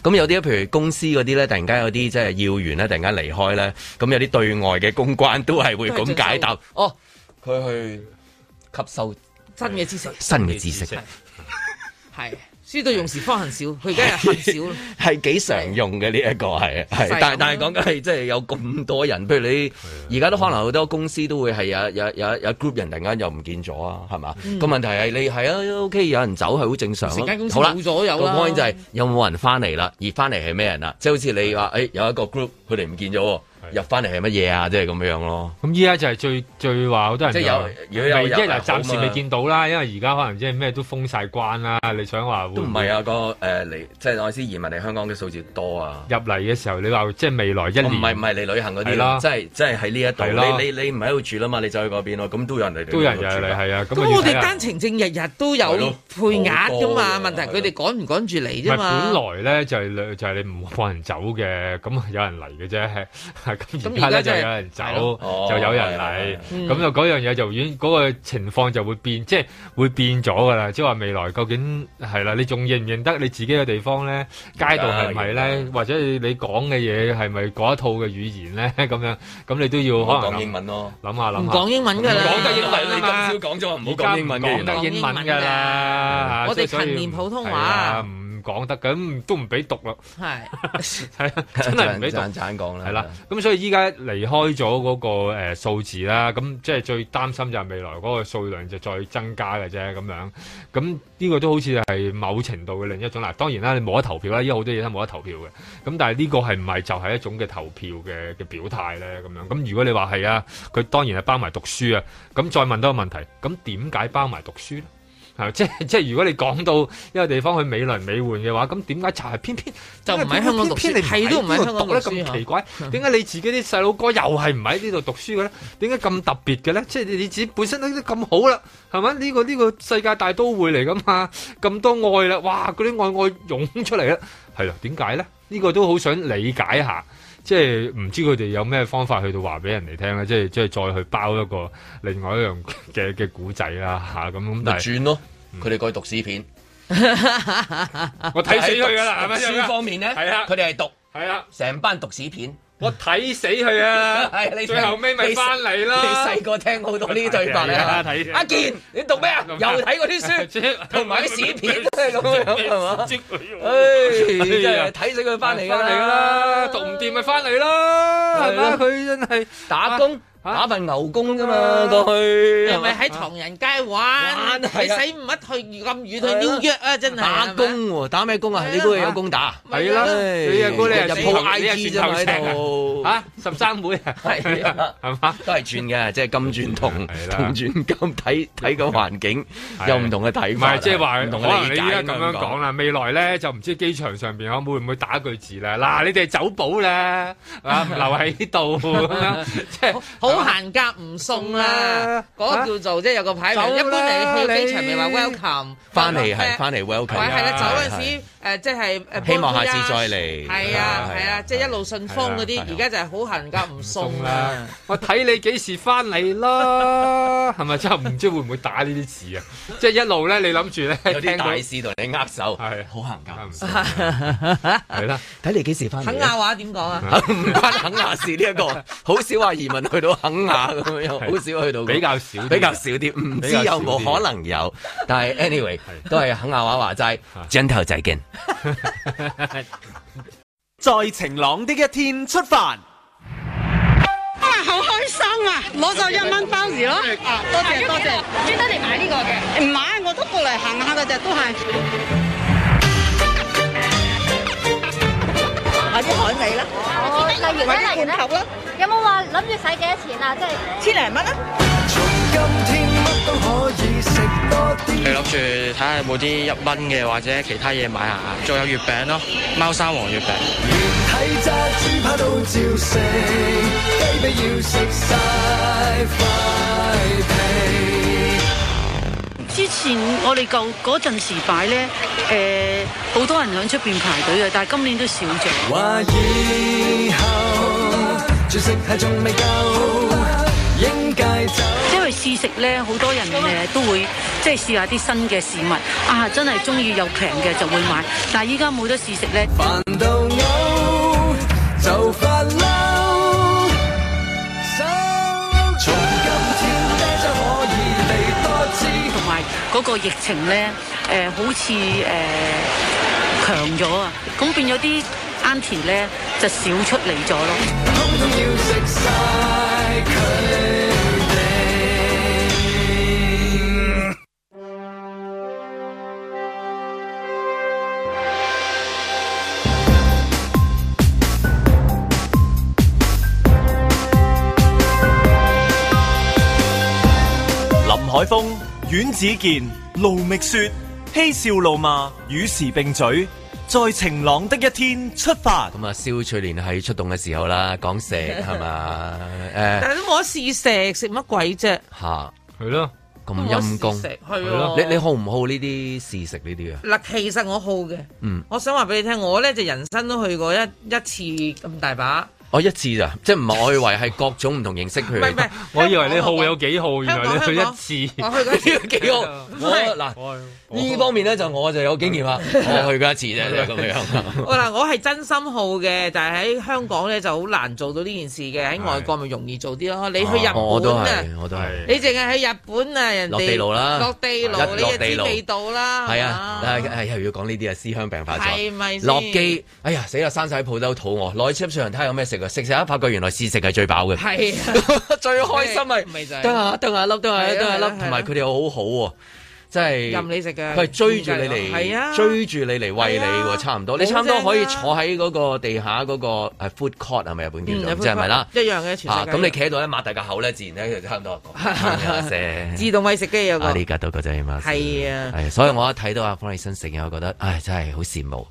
[SPEAKER 2] 咁有啲譬如公司嗰啲咧，突然間有啲即係要員咧，突然間離開咧，咁有啲對外嘅公關都係會咁解答。哦，佢去吸收
[SPEAKER 4] 新嘅知識，
[SPEAKER 2] 新嘅知識
[SPEAKER 4] 係書到用時方恨少，佢而家係恨少啦。
[SPEAKER 2] 係幾常用嘅呢一個係係
[SPEAKER 4] 係，
[SPEAKER 2] 但係但係講緊係即係有咁多人，譬如你而家都可能好多公司都會係啊有有有有 group 人突然間又唔見咗啊，係嘛？
[SPEAKER 4] 嗯
[SPEAKER 2] 個問題係你係啊 OK 有人走係好正常
[SPEAKER 4] 成間
[SPEAKER 2] 咯。
[SPEAKER 4] 公司
[SPEAKER 2] 好啦，
[SPEAKER 4] 冇咗有
[SPEAKER 2] 個
[SPEAKER 4] 啦
[SPEAKER 2] point 就係有冇人翻嚟啦？而翻嚟係咩人啦？啊即係好似你話誒有一個 group 佢哋唔見咗喎，入翻嚟係乜嘢啊？即係咁樣咯。
[SPEAKER 3] 咁依家就係最最話好多人
[SPEAKER 2] 即係有如果有
[SPEAKER 3] 未
[SPEAKER 2] 有啊
[SPEAKER 3] 即
[SPEAKER 2] 人
[SPEAKER 3] 係嗱暫
[SPEAKER 2] 好
[SPEAKER 3] 時
[SPEAKER 2] 嘛
[SPEAKER 3] 未見到啦，因為而家可能即係咩都封晒關啦，你想話會
[SPEAKER 2] 都唔
[SPEAKER 3] 會
[SPEAKER 2] 係啊個誒嚟即係我意思移民嚟香港嘅數字多啊。
[SPEAKER 3] 入嚟嘅時候，你話即係未來一年
[SPEAKER 2] 哦唔係唔係你旅行嗰啲
[SPEAKER 3] 係啦
[SPEAKER 2] 啦，即係即係喺
[SPEAKER 3] 係
[SPEAKER 2] 呢一
[SPEAKER 3] 啦
[SPEAKER 2] 度，你你你唔喺度住啦嘛，你走去嗰邊咯，咁都有人嚟，
[SPEAKER 3] 都有人入嚟係啊咁
[SPEAKER 4] 咁我哋單程證日日都有
[SPEAKER 2] 係咯
[SPEAKER 4] 配額噶嘛，
[SPEAKER 2] 好多
[SPEAKER 4] 問
[SPEAKER 2] 㗎
[SPEAKER 4] 題佢哋趕唔趕住嚟
[SPEAKER 3] 唔
[SPEAKER 4] 啫
[SPEAKER 3] 係
[SPEAKER 4] 嘛。
[SPEAKER 3] 本來咧就係、就係、你唔放人走嘅，咁有人嚟嘅啫。 咁而家
[SPEAKER 4] 而家就係
[SPEAKER 3] 咧就有人走
[SPEAKER 4] 係咯，
[SPEAKER 3] 就有
[SPEAKER 2] 哦
[SPEAKER 3] 人
[SPEAKER 2] 係
[SPEAKER 3] 嚟
[SPEAKER 2] 啊，
[SPEAKER 4] 係啊
[SPEAKER 3] 咁就嗰樣嘢就已經嗰、個情況就會變，即係會變咗噶啦。即係話未來究竟係啦，你仲認唔認得你自己嘅地方咧？街道係咪咧？或者你講嘅嘢係咪嗰一套嘅語言咧？ 咁樣咁你都要可能
[SPEAKER 2] 講
[SPEAKER 3] 諗
[SPEAKER 2] 英文咯，
[SPEAKER 3] 諗下諗
[SPEAKER 4] 唔
[SPEAKER 3] 下。
[SPEAKER 4] 講英文㗎啦
[SPEAKER 3] 唔講得英文啊
[SPEAKER 2] 你
[SPEAKER 3] 嘛
[SPEAKER 2] 今朝講咗話唔好
[SPEAKER 3] 而家
[SPEAKER 2] 講英文嘅
[SPEAKER 3] 唔講得英文㗎啦。
[SPEAKER 4] 我哋
[SPEAKER 3] 所以
[SPEAKER 4] 勤練普通
[SPEAKER 3] 係啦
[SPEAKER 4] 話，
[SPEAKER 3] 唔唔講得嘅，咁都唔俾讀啦。
[SPEAKER 4] 係
[SPEAKER 3] 係啊，真 係唔俾讀。
[SPEAKER 2] 陣陣講啦
[SPEAKER 3] 係啦，咁所以依家離開咗嗰、個誒、呃、數字啦，咁即係最擔心就係未來嗰個數量就再增加嘅啫咁樣。咁呢個都好似係某程度嘅另一種啦。當然啦，你冇得投票啦，依家好多嘢都冇得投票嘅。咁但係呢個係唔係就係一種嘅投票嘅嘅表態咧？咁樣咁如果你話係啊，佢當然係包埋讀書啊。咁再問多個問題，咁點解包埋讀書咧？係即係即 係，如果你講到一個地方去美輪美奐嘅話，咁點解就係偏偏
[SPEAKER 4] 就唔喺香港讀書
[SPEAKER 3] 偏偏你
[SPEAKER 4] 係都唔喺
[SPEAKER 3] 呢度
[SPEAKER 4] 香港讀
[SPEAKER 3] 咧？
[SPEAKER 4] 書
[SPEAKER 3] 咁
[SPEAKER 4] 嚇
[SPEAKER 3] 奇怪，點解你自己啲細佬哥又係唔喺呢度讀書嘅咧？點解咁特別嘅咧？即係你自己本身都咁好啦，係咪？呢、個呢、個世界大都會嚟噶嘛，咁多愛啦，哇！嗰啲愛愛湧出嚟啦，係啦，點解咧？呢、個都好想理解下。即係唔知佢哋有咩方法去到話俾人哋聽咧，即係即係再去包一個另外一樣 嘅嘅古仔啦嚇咁咁，但係嗯
[SPEAKER 2] 轉咯，佢哋過去讀史片。啊
[SPEAKER 3] 我睇死佢噶啊啦，係咪
[SPEAKER 2] 書方面咧，
[SPEAKER 3] 係啊，
[SPEAKER 2] 佢哋係讀，
[SPEAKER 3] 係啊，
[SPEAKER 2] 成班讀史片。
[SPEAKER 3] 我睇死佢啊！
[SPEAKER 2] 係你
[SPEAKER 3] 最後尾咪翻嚟啦。
[SPEAKER 2] 你細個聽好多呢啲對白啊！
[SPEAKER 3] 睇
[SPEAKER 2] 阿健，你讀咩 啊？又睇嗰啲書，同埋啲史片都係咁樣，係 嘛？唉，真係睇死佢翻嚟㗎
[SPEAKER 3] 哎翻嚟㗎啦讀唔掂咪翻嚟啦係咪佢真係
[SPEAKER 2] 打
[SPEAKER 3] 啊
[SPEAKER 2] 工打份牛工㗎嘛，過去
[SPEAKER 4] 又咪喺唐人街玩？
[SPEAKER 2] 玩係
[SPEAKER 4] 你
[SPEAKER 2] 啊
[SPEAKER 4] 使唔乜去咁遠去紐約啊？真係
[SPEAKER 2] 打工喎，打咩工啊？你估佢有工打？
[SPEAKER 3] 係啦，
[SPEAKER 2] 唉
[SPEAKER 3] 啊你阿姑你係
[SPEAKER 2] 日
[SPEAKER 3] 頭
[SPEAKER 2] 鋪
[SPEAKER 3] 你係
[SPEAKER 2] IG 啫
[SPEAKER 3] 船
[SPEAKER 2] 嘛喺
[SPEAKER 3] 頭
[SPEAKER 2] 度
[SPEAKER 3] 尺啊嚇十三妹啊，
[SPEAKER 2] 係 啊，
[SPEAKER 3] 係嘛？
[SPEAKER 2] 都係轉嘅，即係金轉 銅，銅轉金，睇睇個環境有唔同嘅睇
[SPEAKER 3] 唔
[SPEAKER 2] 法啊，
[SPEAKER 3] 係即係話，
[SPEAKER 2] 唔
[SPEAKER 3] 可
[SPEAKER 2] 同嘅
[SPEAKER 3] 能
[SPEAKER 2] 理
[SPEAKER 3] 你
[SPEAKER 2] 解啊
[SPEAKER 3] 依家咁樣講啦，未來咧就唔知機場上邊可會唔會打句字啦？嗱，你哋走寶啦，啊唔留喺度咁樣，即係
[SPEAKER 4] 好閒夾唔送啦，嗰個叫做即係有個牌
[SPEAKER 3] 走啦
[SPEAKER 4] 名。一般你去機場咪
[SPEAKER 3] 你
[SPEAKER 4] 話 welcome，
[SPEAKER 2] 翻嚟係翻嚟 welcome，
[SPEAKER 4] 或者係啦，走嗰
[SPEAKER 2] 係
[SPEAKER 4] 陣時誒，即係誒
[SPEAKER 2] 希望下次再嚟
[SPEAKER 4] 係啊係啊，即係一路順風嗰
[SPEAKER 2] 係
[SPEAKER 4] 啲
[SPEAKER 2] 啊，
[SPEAKER 4] 而家就係好閒夾唔送啦
[SPEAKER 3] 啦。，我睇你幾時翻嚟啦，係咪？真係唔知會唔會打呢啲字啊？即係一路咧，你諗住咧，
[SPEAKER 2] 有啲大使同你握手，
[SPEAKER 3] 係啊
[SPEAKER 2] 好行㗎，
[SPEAKER 3] 係啦，
[SPEAKER 2] 睇你幾時翻嚟
[SPEAKER 4] 肯
[SPEAKER 2] 啊
[SPEAKER 4] 亞。話點講啊？
[SPEAKER 2] 唔關肯亞事呢一個，好少話移民去到肯亞咁樣，好少去到
[SPEAKER 3] 比較少啲
[SPEAKER 2] 比較少啲，唔知
[SPEAKER 3] 比較少
[SPEAKER 2] 有
[SPEAKER 3] 啲
[SPEAKER 2] 冇可能有，但 係 anyway 都係肯亞話話齋，真頭仔勁。
[SPEAKER 8] 在晴朗的一天出發。
[SPEAKER 10] 啊，好開心啊！攞咗一蚊包時咯，啊，多謝多謝，專登嚟買呢個嘅，唔買我都過嚟行下嘅啫，都係
[SPEAKER 17] 買啲海味啦，例如
[SPEAKER 10] 買啲罐
[SPEAKER 17] 頭啦，有冇話諗住使幾多錢
[SPEAKER 10] à,
[SPEAKER 17] 啊？即係千零蚊啦。
[SPEAKER 18] 你諗住睇下有冇啲一蚊嘅或者其他嘢買下，仲有月餅咯，貓山王月餅。
[SPEAKER 19] 之前我哋舊嗰陣時擺咧，誒、好多人喺出邊排隊嘅，但係今年都少咗。
[SPEAKER 20] 話以後絕食係仲未夠，應戒酒。
[SPEAKER 19] 因為試食咧，好多人誒都會即係試下啲新嘅事物，啊真係中意又平嘅就會買，但係依家冇得試食咧。
[SPEAKER 20] 煩到嘔就發嬲，從今天啤酒可以嚟多支。
[SPEAKER 19] 同埋嗰個疫情咧，誒、好似誒、強咗啊，咁變咗啲 a u n t i 咧就少出嚟咗咯。
[SPEAKER 20] 通通要食晒佢哋。
[SPEAKER 1] 林海峰、阮子健、卢觅雪，嬉笑怒骂，与时并举，在晴朗的一天出发。
[SPEAKER 2] 咁啊，蕭翠蓮係出動嘅時候啦，講 食係嘛？誒
[SPEAKER 4] 但係都冇得試食，食乜鬼啫？
[SPEAKER 2] 嚇，
[SPEAKER 3] 係咯，
[SPEAKER 2] 咁陰
[SPEAKER 4] 冇
[SPEAKER 2] 公，
[SPEAKER 4] 試食係咯
[SPEAKER 2] 你你好唔好呢啲試食呢啲啊？
[SPEAKER 4] 嗱，其實我好嘅，
[SPEAKER 2] 嗯
[SPEAKER 4] 我想話俾你聽，我咧就人生都去過一一次咁大把，
[SPEAKER 2] 我哦一次咋，即係唔係我以為係各種唔同形式，譬如
[SPEAKER 3] 唔係我以為你號有幾號，原來你去一次，
[SPEAKER 4] 我去
[SPEAKER 2] 嗰次幾號？我嗱呢方面咧就我就有經驗 啦，我去過一次啫，就係咁樣。
[SPEAKER 4] 我嗱，我係真心好嘅，但係喺香港咧就好難做到呢件事嘅，喺外國咪容易做啲咯。你去日
[SPEAKER 2] 我都
[SPEAKER 4] 本啊，
[SPEAKER 2] 係，我都係。
[SPEAKER 4] 你淨係去日本啊，人哋
[SPEAKER 2] 落地牢啦
[SPEAKER 4] 落地牢
[SPEAKER 2] 一
[SPEAKER 4] 你
[SPEAKER 2] 落
[SPEAKER 4] 就
[SPEAKER 2] 地
[SPEAKER 4] 知
[SPEAKER 2] 牢
[SPEAKER 4] 味道啦，
[SPEAKER 2] 係
[SPEAKER 4] 係嘛
[SPEAKER 2] 啊，但係係又要講呢啲啊，思鄉病發作。
[SPEAKER 4] 係咪先
[SPEAKER 2] 落機，哎呀死啦，閂晒鋪都肚餓，內出上人睇下有咩食啊，食食下發覺原來試食係最飽嘅。
[SPEAKER 4] 係啊，
[SPEAKER 2] 最開心係
[SPEAKER 4] 咪就係
[SPEAKER 2] 得啊得啊粒得啊
[SPEAKER 4] 係啊
[SPEAKER 2] 得啊
[SPEAKER 4] 係啊
[SPEAKER 2] 粒，同埋佢哋好好喎，真係
[SPEAKER 4] 任你食啊嘅，
[SPEAKER 2] 佢係追住你
[SPEAKER 4] 係啊
[SPEAKER 2] 嚟，追住你嚟餵你喎，差唔多，你差唔多可以坐喺嗰個地下嗰個誒 food court 係咪日本叫做，
[SPEAKER 4] 嗯
[SPEAKER 2] 即係咪啦？
[SPEAKER 4] 一樣嘅全世界
[SPEAKER 2] 啊咁你企喺度咧，擘大個口咧，自然咧就差唔 多啊講。
[SPEAKER 4] 自動餵食機有個
[SPEAKER 2] 啊！呢格到嗰陣嘛，
[SPEAKER 4] 係啊
[SPEAKER 2] 係，所以我一睇到阿方力申食嘢，我覺得，唉，真係好羨 慕，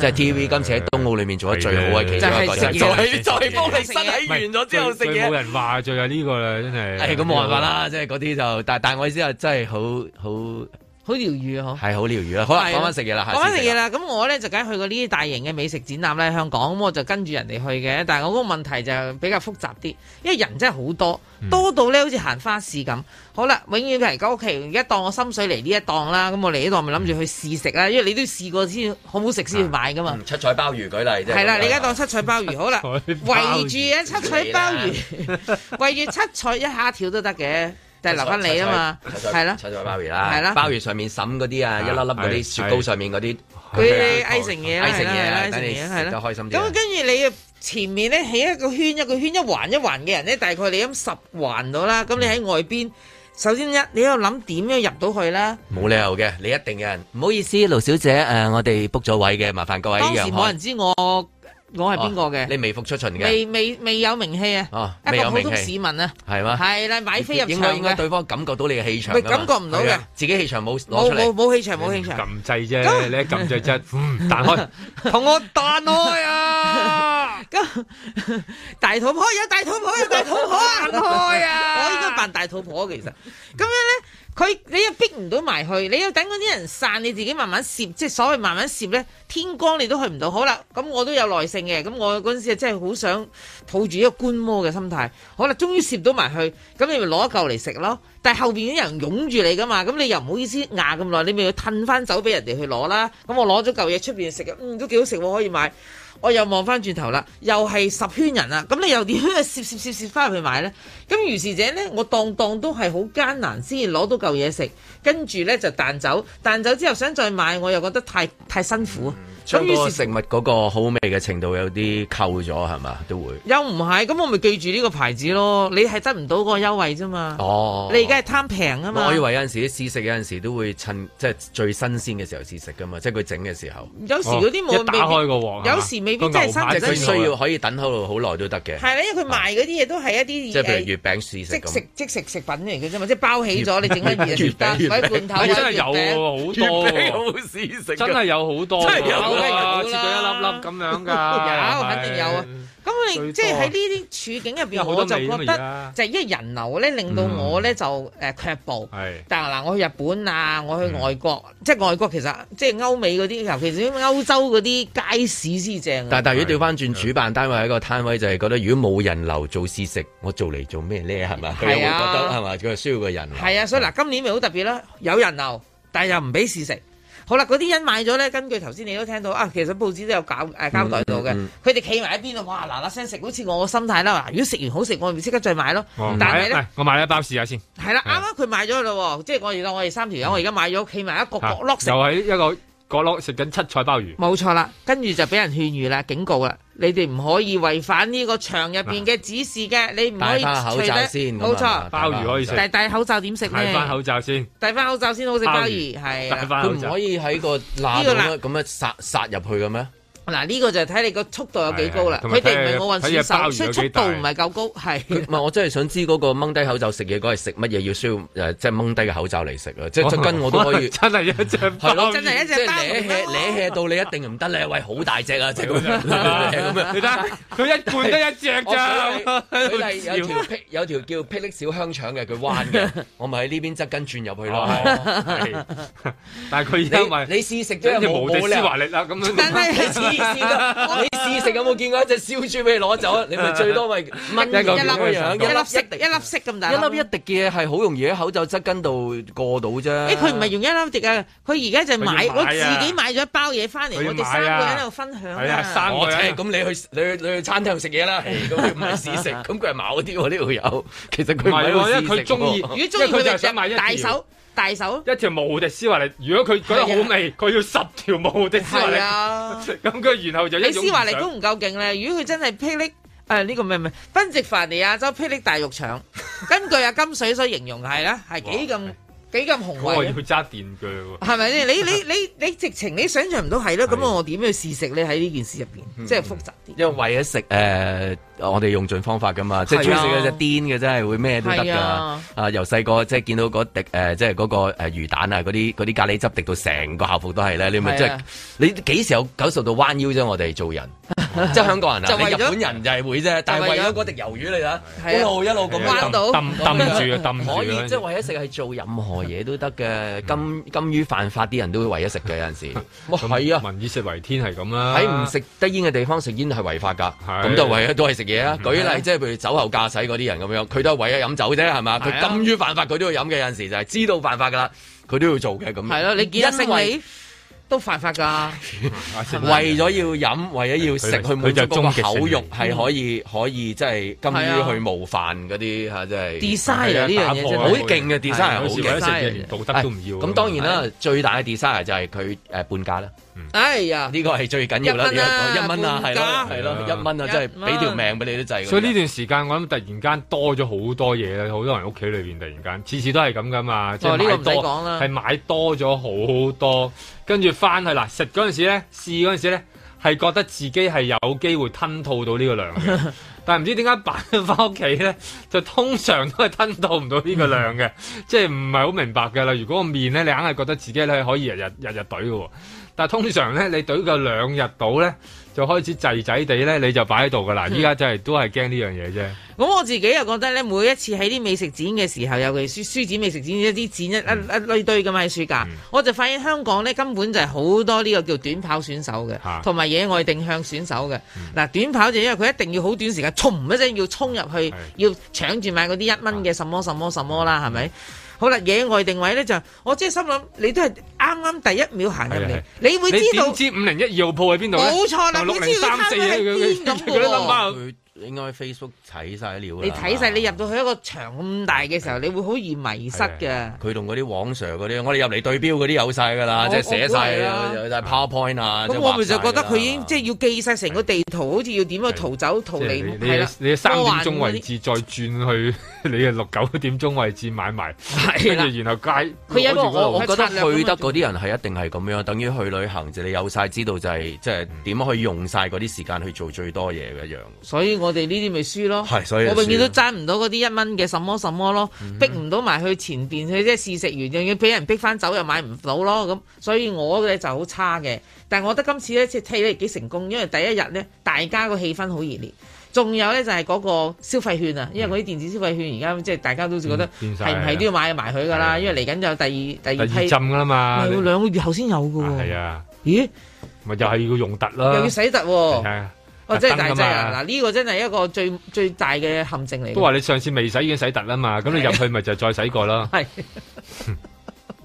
[SPEAKER 2] 即係 TV 今次喺東奧裏面做得最好嘅其中一個，
[SPEAKER 3] 係嘅
[SPEAKER 2] 就係
[SPEAKER 3] 就
[SPEAKER 2] 就
[SPEAKER 3] 係食嘢
[SPEAKER 2] 係方力申喺完咗之後食
[SPEAKER 3] 最最冇
[SPEAKER 2] 嘢。
[SPEAKER 3] 人話最係呢個啦，真係。
[SPEAKER 2] 係咁冇辦法啦，即係嗰啲就，但但我意思係真係好好
[SPEAKER 4] 好療愈啊！
[SPEAKER 2] 係好療愈啦。好啦，講翻食嘢啦，下次
[SPEAKER 4] 講翻食嘢啦。咁我咧就梗係去過呢啲大型嘅美食展覽咧，香港咁我就跟住人哋去嘅。但係我嗰個問題就比較複雜啲，因為人真係好多，
[SPEAKER 2] 嗯
[SPEAKER 4] 多到咧好似行花市咁。好啦，永遠嚟講屋企而家當我心水嚟呢一檔啦，咁我嚟呢檔咪諗住去試食啦，因為你都要試過先好唔好食先去買噶嘛。
[SPEAKER 2] 七彩鮑魚舉例啫。
[SPEAKER 4] 係啦，你而家當七彩鮑魚好啦，圍住啊七彩鮑魚，圍住七彩一下跳都得嘅，但係留翻你啊嘛，係啦，
[SPEAKER 2] 七彩鮑魚啦，
[SPEAKER 4] 係啦
[SPEAKER 2] 鮑魚上面沈嗰啲啊，一粒粒嗰啲雪糕上面嗰啲，
[SPEAKER 4] 佢哋嗌成嘢啦，
[SPEAKER 2] 嗌成嘢啦等你
[SPEAKER 4] 係啦，嗌成嘢啦係
[SPEAKER 2] 食得
[SPEAKER 4] 啦。
[SPEAKER 2] 開心啲
[SPEAKER 4] 咁
[SPEAKER 2] 啊
[SPEAKER 4] 跟住你前面咧起一個圈一個圈一環一環嘅人咧，大概你咁十環到啦。咁你喺外邊，首先一你喺度諗點樣入到去啦。
[SPEAKER 2] 冇理由嘅，你一定有人。唔好意思，盧小姐，誒、我哋 book 咗位嘅，麻煩各位
[SPEAKER 4] 當時
[SPEAKER 2] 讓
[SPEAKER 4] 冇
[SPEAKER 2] 開
[SPEAKER 4] 人知我我係邊個嘅，
[SPEAKER 2] 哦你微服出巡嘅，
[SPEAKER 4] 未未未有名氣
[SPEAKER 2] 哦
[SPEAKER 4] 啊，
[SPEAKER 2] 未
[SPEAKER 4] 一
[SPEAKER 2] 有
[SPEAKER 4] 個普
[SPEAKER 2] 名氣
[SPEAKER 4] 通市民啊，
[SPEAKER 2] 係嘛？
[SPEAKER 4] 係啦，買飛入
[SPEAKER 2] 應該
[SPEAKER 4] 場
[SPEAKER 2] 應該
[SPEAKER 4] 嘅。
[SPEAKER 2] 對方感覺到你嘅氣場㗎
[SPEAKER 4] 喂
[SPEAKER 2] 嘛。
[SPEAKER 4] 感覺唔到嘅
[SPEAKER 2] 係啊，自己氣場冇攞
[SPEAKER 4] 冇
[SPEAKER 2] 出嚟
[SPEAKER 4] 冇。冇氣場，冇氣場，
[SPEAKER 3] 撳掣啫，你一撳掣啫，嗯， 彈開。
[SPEAKER 4] 同我彈開啊！ 咁大肚婆有大肚婆有大肚婆啊！
[SPEAKER 10] 彈開 啊
[SPEAKER 4] 我應該扮大肚婆其實，咁樣咧，佢你又逼唔到埋去，你又等嗰啲人散，你自己慢慢攝，即係所謂慢慢攝咧，天光你都去唔到。好啦，咁我都有耐性嘅，咁我嗰陣時真係好想抱住一個觀摩嘅心態。好啦，終於攝到埋去，咁你咪攞一嚿嚟食咯。但係後邊啲人擁住你噶嘛，咁你又唔好意思壓咁耐，你咪要褪翻走俾人哋去攞啦。咁我攞咗嚿嘢出邊食嘅，嗯都幾好食喎，可以買。我又望翻轉頭啦，又係十圈人啦，咁你又點樣攝攝攝攝翻入去買呢？咁如是者呢，我檔檔都係好艱難先至攞到嚿嘢食，跟住呢就彈走，彈走之後想再買，我又覺得太太辛苦。咁
[SPEAKER 2] 將嗰
[SPEAKER 4] 於
[SPEAKER 2] 個
[SPEAKER 4] 是
[SPEAKER 2] 食物嗰個好味嘅程度有啲扣咗係嘛？都會。
[SPEAKER 4] 又唔係，咁我咪記住呢個牌子咯。你係得唔到個優惠啫嘛。
[SPEAKER 2] 哦，
[SPEAKER 4] 你而家係貪平啊嘛。
[SPEAKER 2] 我以為有陣時啲試食有陣時都會趁即係最新鮮嘅時候試食㗎嘛，即係佢整嘅時候。
[SPEAKER 4] 有時嗰啲冇
[SPEAKER 2] 哦一打開個鑊
[SPEAKER 4] 未必有時未必真係
[SPEAKER 2] 即
[SPEAKER 4] 新
[SPEAKER 2] 係佢需要可以等好耐好耐都得嘅。
[SPEAKER 4] 係啦，因為佢賣嗰啲嘢都係一啲
[SPEAKER 2] 即係譬
[SPEAKER 4] 誒
[SPEAKER 2] 如月餅試食
[SPEAKER 4] 即
[SPEAKER 2] 咁
[SPEAKER 4] 食。即食食品嚟嘅啫嘛，即係包起咗，你整緊嘢食單
[SPEAKER 3] 月
[SPEAKER 4] 水
[SPEAKER 3] 餅
[SPEAKER 4] 罐頭啊，
[SPEAKER 3] 月餅哎真係有
[SPEAKER 4] 月餅
[SPEAKER 3] 喎，好多
[SPEAKER 2] 月
[SPEAKER 3] 喎，
[SPEAKER 2] 餅好試食㗎
[SPEAKER 3] 真係有好多㗎，
[SPEAKER 2] 真係有
[SPEAKER 3] 啊
[SPEAKER 2] 啦
[SPEAKER 3] 切到一粒粒咁樣㗎，
[SPEAKER 4] 有肯定有啊。咁你
[SPEAKER 3] 最多
[SPEAKER 4] 即係喺呢啲處境入
[SPEAKER 3] 有
[SPEAKER 4] 邊，
[SPEAKER 3] 好多
[SPEAKER 4] 我就
[SPEAKER 3] 味㗎嘛
[SPEAKER 4] 覺
[SPEAKER 3] 而家嗯
[SPEAKER 4] 得就係因為人流咧，令到我咧就誒卻步。
[SPEAKER 3] 係嗯
[SPEAKER 4] 但係嗱，我去日本啊，我去外國，即係外國其實即係歐美嗰啲，尤其是歐洲嗰啲街市先正啊。
[SPEAKER 2] 嗯但但如果調翻轉主辦單位一個攤位就係覺得，如果冇人流做試食，我做嚟做咩咧？係嘛？佢又會覺
[SPEAKER 4] 係啊
[SPEAKER 2] 得係嘛？佢係需要個人流。
[SPEAKER 4] 係啊，所以嗱，今年咪好特別啦，有人流，但係又唔俾試食。好啦，嗰啲人買咗咧，根據頭先你都聽到啊，其實報紙都有搞誒交代到嘅
[SPEAKER 2] 嗯嗯，
[SPEAKER 4] 佢哋企埋一邊啊，哇嗱嗱聲食，好似我個心態啦。嗱，如果食完好食，我咪即刻再買咯。
[SPEAKER 2] 哦
[SPEAKER 3] 我
[SPEAKER 4] 但
[SPEAKER 2] 啊
[SPEAKER 3] 買
[SPEAKER 4] 係
[SPEAKER 3] 一，
[SPEAKER 4] 咧
[SPEAKER 3] 喂。我買一包試下先。
[SPEAKER 4] 係啦，啱啱佢買咗咯喎，即係我哋當我哋三條
[SPEAKER 2] 嗯
[SPEAKER 4] 友，我而家買咗企埋一個
[SPEAKER 2] 啊
[SPEAKER 4] 角落食
[SPEAKER 3] 又，喺一個角落食緊七彩鮑魚。
[SPEAKER 4] 冇錯啦。跟住就俾人勸喻啦，警告啦，你哋唔可以違反呢個場入邊嘅指示嘅，你唔可以
[SPEAKER 2] 啊戴返口罩
[SPEAKER 4] 除低
[SPEAKER 2] 先咁
[SPEAKER 4] 冇
[SPEAKER 2] 啊
[SPEAKER 4] 錯，
[SPEAKER 3] 鮑魚可以食
[SPEAKER 4] 但係戴口罩點食咧？
[SPEAKER 3] 戴翻口罩先，
[SPEAKER 4] 戴翻口罩先好食鮑魚，係啊啦
[SPEAKER 2] 佢唔可以喺個罅度咁樣咁樣殺殺入去嘅咩？
[SPEAKER 4] 嗱，呢個就睇你個速度有幾高啦。
[SPEAKER 2] 係係
[SPEAKER 4] 佢哋唔係我運輸
[SPEAKER 2] 同埋睇
[SPEAKER 4] 手，
[SPEAKER 2] 睇
[SPEAKER 4] 所
[SPEAKER 2] 隻鮑魚有
[SPEAKER 4] 以速
[SPEAKER 2] 幾
[SPEAKER 4] 度
[SPEAKER 2] 大
[SPEAKER 4] 唔係夠高，係
[SPEAKER 2] 佢唔係，我真係想知嗰個掹低口罩食嘢嗰係食乜嘢，要需要誒即係掹低個口罩嚟食啊！即係即係跟我都 可以，
[SPEAKER 3] 真係一隻
[SPEAKER 2] 係咯，
[SPEAKER 4] 哦真係一隻
[SPEAKER 2] 即係
[SPEAKER 4] 鮑
[SPEAKER 2] 舐
[SPEAKER 4] 魚
[SPEAKER 2] 氣舐氣到你一定唔得咧，喂，好大隻啊！即係咁樣舐咁樣，
[SPEAKER 3] 你睇哦佢一罐得一隻咋
[SPEAKER 2] 我舉例舉例有條霹有條叫霹靂小香腸嘅，佢彎嘅，我咪喺呢邊側跟轉入去咯。
[SPEAKER 3] 哦但係佢因為
[SPEAKER 2] 你你試食咗有冇
[SPEAKER 3] 無敵
[SPEAKER 2] 冇
[SPEAKER 3] 施華力啦，咁樣
[SPEAKER 4] 但係
[SPEAKER 2] 你試食有冇見過一隻燒豬俾你攞走啊？你咪最多咪掹
[SPEAKER 4] 一個
[SPEAKER 2] 咁樣
[SPEAKER 4] 一粒色一粒色咁大
[SPEAKER 2] 一粒一滴嘅嘢係好容易喺口罩側跟度過到啫。
[SPEAKER 4] 誒佢唔係用一粒滴啊，佢而家就買，
[SPEAKER 2] 佢要買
[SPEAKER 4] 我
[SPEAKER 2] 啊
[SPEAKER 4] 自己買咗一包嘢翻嚟，
[SPEAKER 2] 佢要
[SPEAKER 4] 我哋三個人喺度分享
[SPEAKER 2] 係啊，
[SPEAKER 4] 啊。
[SPEAKER 2] 我知咁你去你去你去餐廳度食嘢啦，唉咁佢唔係試食，咁佢係某啲喎呢度有，其實佢
[SPEAKER 1] 唔係
[SPEAKER 2] 係
[SPEAKER 1] 喎
[SPEAKER 2] 喺
[SPEAKER 1] 因
[SPEAKER 2] 度試
[SPEAKER 1] 為佢
[SPEAKER 2] 食
[SPEAKER 1] 鍾
[SPEAKER 2] 喎
[SPEAKER 1] 意
[SPEAKER 4] 如果中意佢
[SPEAKER 1] 因為佢就
[SPEAKER 4] 哋
[SPEAKER 1] 係想買一條
[SPEAKER 4] 大手大手，
[SPEAKER 1] 一條無敵斯華利，如果佢覺得好味，佢要十條無敵斯華利。
[SPEAKER 4] 係啊
[SPEAKER 1] 咁佢然後就一
[SPEAKER 4] 你
[SPEAKER 1] 種
[SPEAKER 4] 斯華利
[SPEAKER 1] 唔想
[SPEAKER 4] 都唔夠勁咧。如果佢真係霹靂誒呢個咩咩賓夕凡尼亞州霹靂大肉腸，根據阿金水所形容係啦，係幾咁幾咁
[SPEAKER 1] 嗰
[SPEAKER 4] 宏
[SPEAKER 1] 個
[SPEAKER 4] 偉
[SPEAKER 1] 要
[SPEAKER 4] 啊。
[SPEAKER 1] 揸電鋸喎。
[SPEAKER 4] 係咪先？你你你你直情你想象唔到係啦，咁我點去試食咧？喺呢件事入邊，即係複雜。
[SPEAKER 2] 嗯因為為咗食誒，我哋用盡方法噶嘛，即係
[SPEAKER 4] 係
[SPEAKER 2] 中
[SPEAKER 4] 啊
[SPEAKER 2] 意食嗰只癲嘅真係會咩都得
[SPEAKER 4] 係
[SPEAKER 2] 㗎。
[SPEAKER 4] 啊
[SPEAKER 2] 啊，由細個即係見到嗰滴誒，即係嗰個誒魚蛋啊，嗰啲嗰啲咖喱汁滴到成個校服都係咧，你咪即
[SPEAKER 4] 係
[SPEAKER 2] 係
[SPEAKER 4] 啊
[SPEAKER 2] 你幾時有九十度彎腰啫？我哋做 人，即係香港人
[SPEAKER 4] 就
[SPEAKER 2] 啊，
[SPEAKER 4] 為
[SPEAKER 2] 你
[SPEAKER 4] 咗
[SPEAKER 2] 日本人就係會啫，但係為咗嗰滴魷魚你啊，
[SPEAKER 4] 係啊
[SPEAKER 2] 一路一路咁樣
[SPEAKER 4] 彎到
[SPEAKER 2] 揼
[SPEAKER 4] 揼
[SPEAKER 1] 揼住啊揼住啊
[SPEAKER 2] 可以即係為咗食係做任何嘢都得嘅，金金於犯法啲人都會為咗食嘅有陣時。哇，係啊，
[SPEAKER 3] 民以食為天係咁啦，
[SPEAKER 2] 喺唔食得煙嘅地方食煙係違法㗎，咁就為咗都係食嘢啊！舉例即係譬如酒後駕駛嗰啲人咁樣，佢都係為咗飲酒啫，係嘛？
[SPEAKER 4] 係
[SPEAKER 2] 佢
[SPEAKER 4] 啊
[SPEAKER 2] 甘於犯法，佢都要飲嘅。有陣時就係知道犯法㗎啦，佢都要做嘅咁。
[SPEAKER 4] 係咯，你見得
[SPEAKER 2] 因
[SPEAKER 4] 勝
[SPEAKER 2] 為
[SPEAKER 4] 利都犯法㗎。
[SPEAKER 2] 為咗要飲，為咗要食，
[SPEAKER 3] 佢
[SPEAKER 2] 去滿足
[SPEAKER 3] 佢就
[SPEAKER 2] 嗰
[SPEAKER 3] 終極
[SPEAKER 2] 個
[SPEAKER 3] 勝利
[SPEAKER 2] 口欲係可以可以即係甘於去冒犯嗰啲嚇，即係
[SPEAKER 4] Desire 呢樣嘢真係
[SPEAKER 2] 好勁嘅 desire，好
[SPEAKER 3] 有時為咗食嘢
[SPEAKER 2] 勁。
[SPEAKER 3] 連道德都唔要啊
[SPEAKER 2] 咁當然啦，最大嘅 desire 就係佢誒半價啦。
[SPEAKER 4] 哎呀，
[SPEAKER 2] 呢個係最緊要啦，
[SPEAKER 4] 一蚊啊
[SPEAKER 2] 一蚊啊，
[SPEAKER 4] 半
[SPEAKER 2] 係
[SPEAKER 4] 價
[SPEAKER 2] 咯，係咯，一蚊啊，真係俾條命俾你都滯。
[SPEAKER 3] 所以呢段時間我諗突然間多咗好多嘢啦，好多人屋企裏邊突然間次次都係咁噶嘛，即係
[SPEAKER 4] 哦呢個
[SPEAKER 3] 買
[SPEAKER 4] 唔使
[SPEAKER 3] 多，
[SPEAKER 4] 講啦
[SPEAKER 3] 係買多咗好多，跟住翻去嗱食嗰陣時咧，試嗰陣時咧係覺得自己係有機會吞吐到呢個量 嘅，但係唔知點解擺翻屋企咧， 就通常都係吞吐唔到呢個量嘅， 即係唔係好明白㗎啦。如果個面咧，你硬係覺得自己咧可以日日日日懟嘅喎。但係通常咧，你懟個兩日到咧，就開始滯滯地咧，你就擺喺度㗎啦。
[SPEAKER 4] 嗯
[SPEAKER 3] 依家真係都係驚呢樣嘢啫。
[SPEAKER 4] 咁我自己又覺得咧，每一次喺啲美食展嘅時候，尤其書書展、美食展一啲展一
[SPEAKER 3] 嗯
[SPEAKER 4] 一一堆堆咁喺暑假，我就發現香港咧根本就係好多呢個叫短跑選手嘅，同埋野外定向選手嘅。
[SPEAKER 3] 嗯
[SPEAKER 4] 嗱，短跑就因為佢一定要好短時間，衝一聲要衝入去，要搶住買嗰啲一蚊嘅什麼什麼
[SPEAKER 3] 嗯
[SPEAKER 4] 什麼啦，係咪？好啦，野外定位咧就，我即係心諗你都係啱啱第一秒行入
[SPEAKER 3] 係
[SPEAKER 4] 嚟
[SPEAKER 3] 啊，
[SPEAKER 4] 你會知道
[SPEAKER 3] 你點知五零一二號鋪喺邊度咧？
[SPEAKER 4] 冇錯啦
[SPEAKER 3] 六
[SPEAKER 4] 你
[SPEAKER 3] 零
[SPEAKER 4] 知道
[SPEAKER 3] 三四
[SPEAKER 4] 佢攤喺邊咁
[SPEAKER 3] 嗰
[SPEAKER 4] 喎
[SPEAKER 3] 啲 number。
[SPEAKER 2] 佢應該 Facebook 睇晒料啦
[SPEAKER 4] 啊你睇晒，你入到去一個場咁大嘅時候，你會好易迷失嘅。
[SPEAKER 2] 佢同嗰啲往 Sir 嗰啲，我哋入嚟對標嗰啲有晒㗎啦，
[SPEAKER 4] 我
[SPEAKER 2] 即係寫晒
[SPEAKER 4] 我估係啦
[SPEAKER 2] 有有晒 PowerPoint 啊。
[SPEAKER 4] 咁我咪就覺
[SPEAKER 2] 覺
[SPEAKER 4] 得佢已經即係要記晒成個地圖，好似要點去逃走、逃
[SPEAKER 3] 即係
[SPEAKER 4] 離，
[SPEAKER 3] 你
[SPEAKER 4] 係啦。
[SPEAKER 3] 你你三
[SPEAKER 4] 科
[SPEAKER 3] 點
[SPEAKER 4] 幻
[SPEAKER 3] 鐘
[SPEAKER 4] 嗰
[SPEAKER 3] 位
[SPEAKER 4] 啲
[SPEAKER 3] 置再轉去 你嘅六九點鐘位置買埋，
[SPEAKER 4] 係
[SPEAKER 3] 跟
[SPEAKER 4] 啦
[SPEAKER 3] 住然後街
[SPEAKER 4] 佢有一個
[SPEAKER 3] 攞住嗰度
[SPEAKER 2] 我覺得去得嗰啲人係一定係咁樣，等於去旅行就你有晒知道就係即係點樣去用晒嗰啲時間去做最多嘢嘅一樣。
[SPEAKER 4] 所以我哋呢啲咪輸咯。
[SPEAKER 2] 係所以就
[SPEAKER 4] 我永遠
[SPEAKER 2] 輸
[SPEAKER 4] 都
[SPEAKER 2] 咯
[SPEAKER 4] 爭唔到嗰啲一蚊嘅什麼什麼咯，
[SPEAKER 3] 嗯
[SPEAKER 4] 逼唔到埋去前邊去，即係試食完又要俾人逼翻走，又買唔到咯咁。所以我嘅就好差嘅。但係我覺得今次咧，即係睇你幾成功，因為第一日咧，大家個氣氛好熱烈。仲有咧就係嗰個消費券啊，因為嗰啲電子消費券而家即係大家都覺得
[SPEAKER 3] 嗯變晒
[SPEAKER 4] 係唔係都要買埋佢㗎啦，因為嚟緊有第二
[SPEAKER 3] 第
[SPEAKER 4] 第二
[SPEAKER 3] 二
[SPEAKER 4] 批
[SPEAKER 3] 浸㗎啦
[SPEAKER 4] 係
[SPEAKER 3] 嘛，
[SPEAKER 4] 喎
[SPEAKER 3] 啊你
[SPEAKER 4] 兩個月後先有㗎喎。
[SPEAKER 3] 係啊，
[SPEAKER 4] 咦，
[SPEAKER 3] 咪又係要用突啦，
[SPEAKER 4] 又要洗突喎
[SPEAKER 3] 係啊，
[SPEAKER 4] 哇！真係大
[SPEAKER 3] 特登㗎
[SPEAKER 4] 劑
[SPEAKER 3] 嘛
[SPEAKER 4] 啊！嗱，呢個真係一個最最大嘅陷阱嚟嘅。
[SPEAKER 3] 都話你上次未洗已經洗突啦嘛，咁你入去咪就再洗過啦，
[SPEAKER 4] 係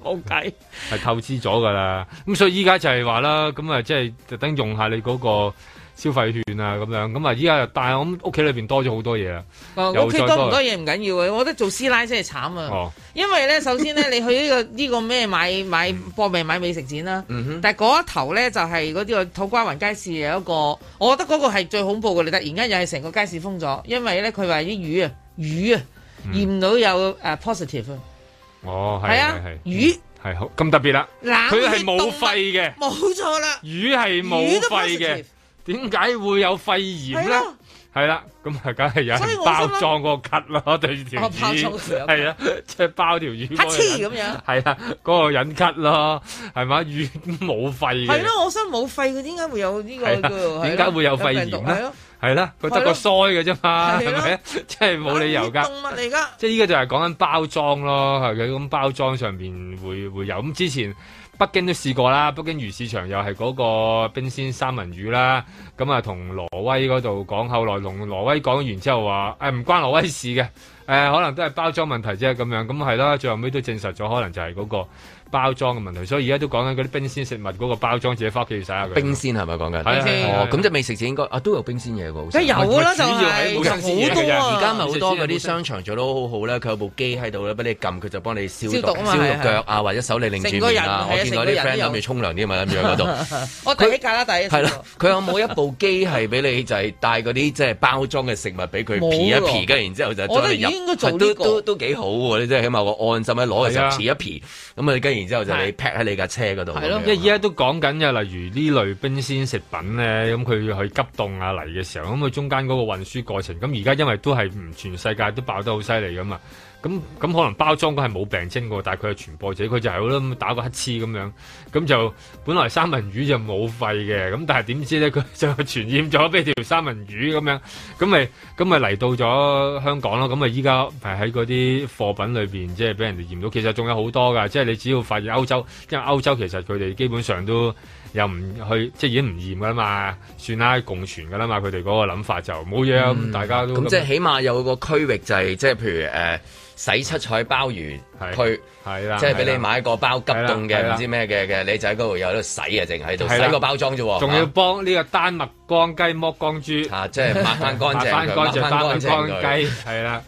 [SPEAKER 4] 冇計，
[SPEAKER 3] 係透支咗噶啦。咁所以依家就係話啦，咁啊即係特登用下你嗰個消費券啊咁樣。咁啊依家但係我諗屋企裏邊多咗好多嘢啦，
[SPEAKER 4] 啊我
[SPEAKER 3] 又
[SPEAKER 4] 屋企
[SPEAKER 3] 再
[SPEAKER 4] 多唔多嘢唔緊要嘅，我覺得做師奶真係慘啊！
[SPEAKER 3] 哦，
[SPEAKER 4] 因為咧，首先咧，你去呢、個呢、個咩買買搏命買美食展啦，
[SPEAKER 3] 嗯哼
[SPEAKER 4] 但係嗰一頭咧就係嗰啲個土瓜灣街市有一個，我覺得嗰個係最恐怖嘅，你突然間又係成個街市封咗，因為咧佢話啲魚啊魚啊驗到有誒 positive 啊，
[SPEAKER 3] 哦嗯係
[SPEAKER 4] 係啊
[SPEAKER 3] 係
[SPEAKER 4] 魚
[SPEAKER 3] 係好咁特別啦，
[SPEAKER 4] 冷
[SPEAKER 3] 佢係
[SPEAKER 4] 血
[SPEAKER 3] 冇
[SPEAKER 4] 動物
[SPEAKER 3] 肺嘅，
[SPEAKER 4] 冇錯啦，
[SPEAKER 3] 魚係冇
[SPEAKER 4] 魚都
[SPEAKER 3] 肺嘅
[SPEAKER 4] positive，
[SPEAKER 3] 點解會有肺炎
[SPEAKER 4] 係
[SPEAKER 3] 咧？
[SPEAKER 4] 咯。
[SPEAKER 3] 係啦，咁啊，梗係有
[SPEAKER 4] 所以
[SPEAKER 3] 人
[SPEAKER 4] 我
[SPEAKER 3] 包
[SPEAKER 4] 心諗
[SPEAKER 3] 裝嗰個咳咯， 對條
[SPEAKER 4] 哦包裝
[SPEAKER 3] 魚，
[SPEAKER 4] 佢
[SPEAKER 3] 係啊，即係包條魚嗰個人。
[SPEAKER 4] 黑黐咁 樣
[SPEAKER 3] 係啊，嗰個人咳咯，係嘛，魚冇肺嘅。
[SPEAKER 4] 係咯，我心冇肺，佢點解會有呢個
[SPEAKER 2] 啊
[SPEAKER 3] 係啦，
[SPEAKER 4] 叫
[SPEAKER 3] 點解會有肺炎
[SPEAKER 4] 病毒係
[SPEAKER 3] 咧
[SPEAKER 4] 咯？
[SPEAKER 3] 係啦，佢得個腮嘅啫嘛，
[SPEAKER 4] 係
[SPEAKER 3] 係
[SPEAKER 4] 咯
[SPEAKER 3] 咪？即係冇理由㗎。
[SPEAKER 4] 啊動物嚟㗎。
[SPEAKER 3] 即係依家就係講緊包裝咯，係佢咁包裝上邊會會有咁之前。北京都試過啦，北京魚市場又係嗰個冰鮮三文魚啦，咁啊同挪威嗰度講，後來同挪威講完之後話，誒、唔關挪威事嘅，誒、可能都係包裝問題啫咁樣，咁係啦，最後尾都證實咗，可能就係嗰個包裝嘅問題，所以而家都講緊嗰啲冰鮮食物嗰個包裝自己翻屋企要洗下佢。
[SPEAKER 2] 冰鮮係咪講緊？
[SPEAKER 3] 係啊係啊
[SPEAKER 2] 哦，咁即係美食節應該啊都有冰鮮嘢喎，好似
[SPEAKER 4] 梗係有啦
[SPEAKER 2] 唔係主要係
[SPEAKER 4] 就係
[SPEAKER 2] 冇新鮮嘢嘅
[SPEAKER 4] 有好多啊
[SPEAKER 2] 而家咪好多嗰啲商場做得好好咧，佢有部機喺度咧，俾你撳佢就幫你消毒
[SPEAKER 4] 消毒啊嘛
[SPEAKER 2] 消
[SPEAKER 4] 係係
[SPEAKER 2] 毒腳啊，或者手你擰
[SPEAKER 4] 成
[SPEAKER 2] 住
[SPEAKER 4] 個人
[SPEAKER 2] 面啊。
[SPEAKER 4] 係啊
[SPEAKER 2] 我見到啲
[SPEAKER 4] 成個人
[SPEAKER 2] friend
[SPEAKER 4] 都有
[SPEAKER 2] 諗住沖涼添啊，諗住喺嗰度。
[SPEAKER 4] 我第一架啦，第一
[SPEAKER 2] 係啦，佢有冇一部機係俾你就係帶嗰啲即係包裝嘅食物俾佢
[SPEAKER 4] 冇
[SPEAKER 2] 皮一
[SPEAKER 4] 喎
[SPEAKER 2] 皮，跟住然之後就
[SPEAKER 4] 我覺
[SPEAKER 2] 將
[SPEAKER 4] 得
[SPEAKER 2] 你入，
[SPEAKER 4] 應該做呢
[SPEAKER 2] 都
[SPEAKER 4] 個
[SPEAKER 2] 都都幾好喎！你即係起碼個安心喺攞嘅時
[SPEAKER 3] 係
[SPEAKER 2] 候
[SPEAKER 3] 啊
[SPEAKER 2] 皮一皮，咁啊跟住然之後就你 pack 喺你架車嗰度。
[SPEAKER 3] 係咯，因為依家都講緊嘅，例如呢類冰鮮食品咧，咁佢去急凍啊嚟嘅時候，咁佢中間嗰個運輸過程，咁而家因為都係唔全世界都爆得好犀利噶嘛，咁咁可能包裝嗰係冇病徵嘅，但係佢係傳播者，佢就係好啦，咁打個乞嗤咁樣，咁就本來三文魚就冇肺嘅，咁但係點知咧佢就傳染咗俾條三文魚咁樣，咁咪咁咪嚟到咗香港咯，咁咪依家係喺嗰啲貨品裏邊，即係俾人哋驗到，其實仲有好多㗎，即係你只要發現歐洲，因為歐洲其實佢哋基本上都又唔去，即係已經唔驗㗎啦嘛，算啦，共存㗎啦嘛，佢哋嗰個諗法就冇嘢啊，咁、大家都
[SPEAKER 2] 咁即係起碼有個區域就係即係譬如誒洗七彩鮑魚區，
[SPEAKER 3] 係啦
[SPEAKER 2] 即係俾
[SPEAKER 3] 啊係
[SPEAKER 2] 你
[SPEAKER 3] 啦
[SPEAKER 2] 買個包急凍
[SPEAKER 3] 係啦係
[SPEAKER 2] 嘅
[SPEAKER 3] 啦
[SPEAKER 2] 唔知咩嘅嘅，你就喺嗰度有得洗啊，淨喺度
[SPEAKER 3] 係啦
[SPEAKER 2] 洗個包裝啫喎，
[SPEAKER 3] 仲要幫呢個丹麥光雞剝光豬，
[SPEAKER 2] 啊即係抹返乾淨佢
[SPEAKER 3] 抹翻乾淨
[SPEAKER 2] 抹
[SPEAKER 3] 丹
[SPEAKER 2] 返乾
[SPEAKER 3] 麥
[SPEAKER 2] 淨
[SPEAKER 3] 光
[SPEAKER 2] 佢
[SPEAKER 3] 雞，係啦。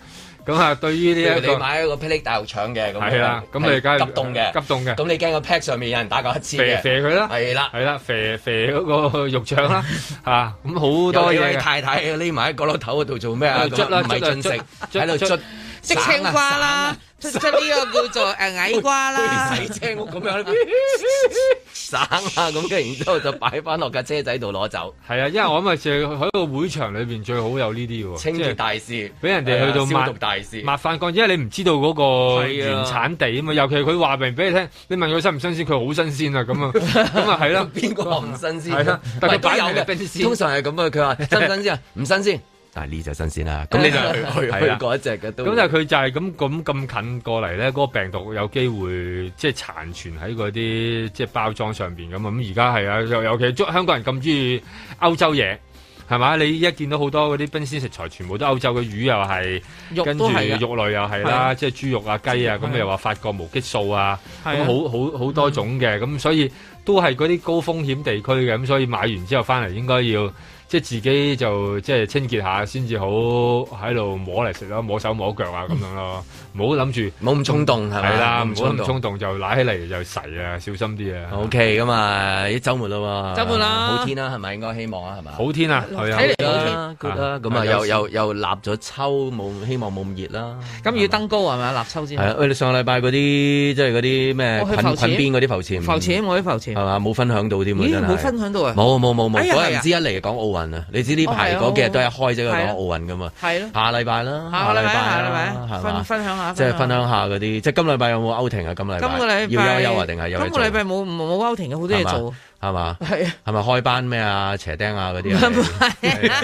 [SPEAKER 3] 咁啊，對於呢一
[SPEAKER 2] 譬如
[SPEAKER 3] 個
[SPEAKER 2] 你買一個霹靂大肉腸嘅咁樣，
[SPEAKER 3] 係啦咁你梗係
[SPEAKER 2] 急凍嘅，
[SPEAKER 3] 急凍嘅
[SPEAKER 2] 咁你驚個 pack 上面有人打個乞嗤
[SPEAKER 3] 肥
[SPEAKER 2] 嘅，
[SPEAKER 3] 肥佢啦，
[SPEAKER 2] 係啦，
[SPEAKER 3] 係啦，肥肥嗰個肉 腸啦，嚇咁好
[SPEAKER 2] 有
[SPEAKER 3] 多
[SPEAKER 2] 你
[SPEAKER 3] 嘢
[SPEAKER 2] 位
[SPEAKER 3] 嘅
[SPEAKER 2] 太太匿埋喺角落頭嗰度做咩啊？
[SPEAKER 3] 喺度捽啦
[SPEAKER 2] 唔係
[SPEAKER 3] 捽啦
[SPEAKER 2] 進食，
[SPEAKER 3] 捽
[SPEAKER 2] 喺度捽
[SPEAKER 3] 捽
[SPEAKER 4] 即青瓜啦，即即呢個叫做誒矮 瓜啦，
[SPEAKER 2] 洗青屋咁樣，省下咁，跟住然之後就擺翻落架車仔度攞走。
[SPEAKER 3] 係啊，因為我咪就係喺個會場裏邊最好有呢啲喎，
[SPEAKER 2] 清
[SPEAKER 3] 即
[SPEAKER 2] 潔
[SPEAKER 3] 係
[SPEAKER 2] 大事，啊
[SPEAKER 3] 俾人哋去
[SPEAKER 2] 消
[SPEAKER 3] 到抹
[SPEAKER 2] 毒大事，
[SPEAKER 3] 抹翻乾，因為你唔知道嗰個
[SPEAKER 2] 係啊
[SPEAKER 3] 原產地啊嘛，尤其佢話明俾你聽，你問佢新唔新鮮，佢好新鮮啊咁啊，咁啊係 啦，
[SPEAKER 2] 邊個話唔新鮮？
[SPEAKER 3] 係啦，啊但
[SPEAKER 2] 唔係
[SPEAKER 3] 佢
[SPEAKER 2] 都
[SPEAKER 3] 擺
[SPEAKER 2] 有
[SPEAKER 3] 明係冰
[SPEAKER 2] 嘅，
[SPEAKER 3] 鮮，
[SPEAKER 2] 通常係咁啊。佢 話新唔新鮮啊？唔新鮮，但係呢就新鮮啦。咁你就去去
[SPEAKER 3] 啊係
[SPEAKER 2] 去
[SPEAKER 3] 啊
[SPEAKER 2] 嗰一隻嘅都。
[SPEAKER 3] 咁但係佢就係咁咁咁近過嚟咧，嗰、個病毒有機會即係殘存喺嗰啲即係包裝上邊咁啊！咁而家係啊，尤尤其中香港人咁中意歐洲嘢。係嘛？你依家見到好多嗰啲冰鮮食材，全部都歐洲嘅魚又係
[SPEAKER 4] 肉，
[SPEAKER 3] 跟住
[SPEAKER 4] 都係㗎
[SPEAKER 3] 肉類又係
[SPEAKER 4] 係
[SPEAKER 3] 啦，
[SPEAKER 4] 啊
[SPEAKER 3] 即係豬肉啊、雞啊，咁又話法國無激素啊，
[SPEAKER 4] 係
[SPEAKER 3] 咁
[SPEAKER 4] 啊
[SPEAKER 3] 好好好多種嘅，咁所以都係嗰啲高風險地區嘅，咁所以買完之後翻嚟應該要即係自己就即係清潔下先至好喺度摸嚟食咯，摸手摸腳啊咁樣咯，唔好諗住
[SPEAKER 2] 冇咁衝動係咪
[SPEAKER 3] 係啦，
[SPEAKER 2] 冇
[SPEAKER 3] 唔
[SPEAKER 2] 咁衝
[SPEAKER 3] 好
[SPEAKER 2] 動
[SPEAKER 3] 咁衝動就攋起嚟就噬啊，小心啲啊。
[SPEAKER 2] O K 咁啊，啲週末啦喎，
[SPEAKER 3] 週末啦
[SPEAKER 2] 好天啦，係咪應該希望啊，係咪？
[SPEAKER 3] 好天啊，係啊，
[SPEAKER 2] 睇嚟
[SPEAKER 3] 好
[SPEAKER 2] 好
[SPEAKER 3] 天
[SPEAKER 2] 天 good 啦，咁啊
[SPEAKER 3] 係
[SPEAKER 2] 又又又立咗秋，冇希望冇咁熱啦。
[SPEAKER 4] 咁要登高係咪啊？立秋先
[SPEAKER 2] 係啊，喂，你上個禮拜嗰啲即係嗰啲咩
[SPEAKER 4] 我去
[SPEAKER 2] 菌
[SPEAKER 4] 浮潛
[SPEAKER 2] 菌邊嗰啲浮潛，
[SPEAKER 4] 浮潛我啲浮
[SPEAKER 2] 係
[SPEAKER 4] 潛，
[SPEAKER 2] 嘛哦冇分享到添喎，
[SPEAKER 4] 咦
[SPEAKER 2] 真係
[SPEAKER 4] 冇分享到啊
[SPEAKER 2] 冇冇冇冇，
[SPEAKER 4] 哎呀
[SPEAKER 2] 嗰
[SPEAKER 4] 係
[SPEAKER 2] 日
[SPEAKER 4] 啊
[SPEAKER 2] 唔知一嚟講奧運啊，你知呢排
[SPEAKER 4] 哦係啊
[SPEAKER 2] 嗰幾日都係開咗
[SPEAKER 4] 係啊
[SPEAKER 2] 講奧運噶嘛，
[SPEAKER 4] 係咯
[SPEAKER 2] 下禮拜啦，
[SPEAKER 4] 下個禮拜
[SPEAKER 2] 啦
[SPEAKER 4] 下個禮拜
[SPEAKER 2] 係嘛
[SPEAKER 4] 分分享下
[SPEAKER 2] 即係分
[SPEAKER 4] 分享
[SPEAKER 2] 享下嗰啲，即係今禮拜有冇歐庭啊？今禮拜
[SPEAKER 4] 今個禮
[SPEAKER 2] 要
[SPEAKER 4] 拜
[SPEAKER 2] 休休啊，定係有嘢
[SPEAKER 4] 今個
[SPEAKER 2] 做
[SPEAKER 4] 禮拜冇冇冇歐庭嘅，好多嘢做。
[SPEAKER 2] 係嘛？
[SPEAKER 4] 係 啊，
[SPEAKER 2] 係咪開班咩啊？斜釘啊嗰啲啊？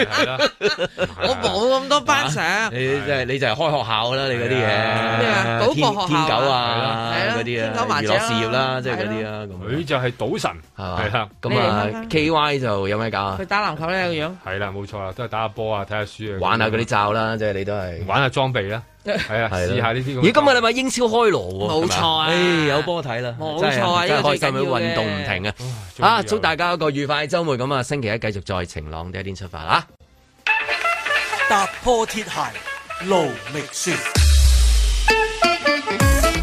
[SPEAKER 4] 我冇咁多班上，
[SPEAKER 2] 啊你即係你就係開學校啦，你嗰啲
[SPEAKER 4] 啊
[SPEAKER 2] 嘢，
[SPEAKER 4] 賭
[SPEAKER 2] 天
[SPEAKER 4] 博學校
[SPEAKER 2] 天
[SPEAKER 4] 啊
[SPEAKER 2] 狗
[SPEAKER 4] 係
[SPEAKER 2] 啊
[SPEAKER 4] 啦，
[SPEAKER 2] 嗰啲
[SPEAKER 4] 天狗
[SPEAKER 2] 啊，
[SPEAKER 4] 麻
[SPEAKER 2] 娛
[SPEAKER 4] 雀啊
[SPEAKER 2] 樂事業啦，即係嗰啲啊，咁
[SPEAKER 3] 佢就係賭神，
[SPEAKER 2] 係
[SPEAKER 3] 係啦
[SPEAKER 2] 嘛？咁
[SPEAKER 4] 你嚟
[SPEAKER 2] 啊
[SPEAKER 4] 睇
[SPEAKER 2] ，K Y 就有咩搞啊
[SPEAKER 4] 佢？打籃球咧個樣。
[SPEAKER 3] 係啦，冇錯啦，都係打下波啊，睇下書啊，
[SPEAKER 2] 玩下嗰啲罩啦，即係你都係
[SPEAKER 3] 玩下 裝備啦，係啊，
[SPEAKER 2] 係啦
[SPEAKER 3] 試下呢啲咁嘅
[SPEAKER 2] 咦，今日你咪英超開鑼喎，
[SPEAKER 3] 冇錯啊
[SPEAKER 2] 係咪唉哎有波睇啦，
[SPEAKER 4] 冇
[SPEAKER 2] 真係
[SPEAKER 4] 錯啊
[SPEAKER 2] 真
[SPEAKER 4] 呢個
[SPEAKER 2] 係開心，
[SPEAKER 4] 最緊要嘅
[SPEAKER 2] 運動唔停啊！
[SPEAKER 3] 哦終於
[SPEAKER 2] 啊，
[SPEAKER 3] 有
[SPEAKER 2] 祝大家一個愉快嘅週末咁啊！星期一繼續在晴朗的一天出發啊！
[SPEAKER 10] 踏破鐵鞋路未雪。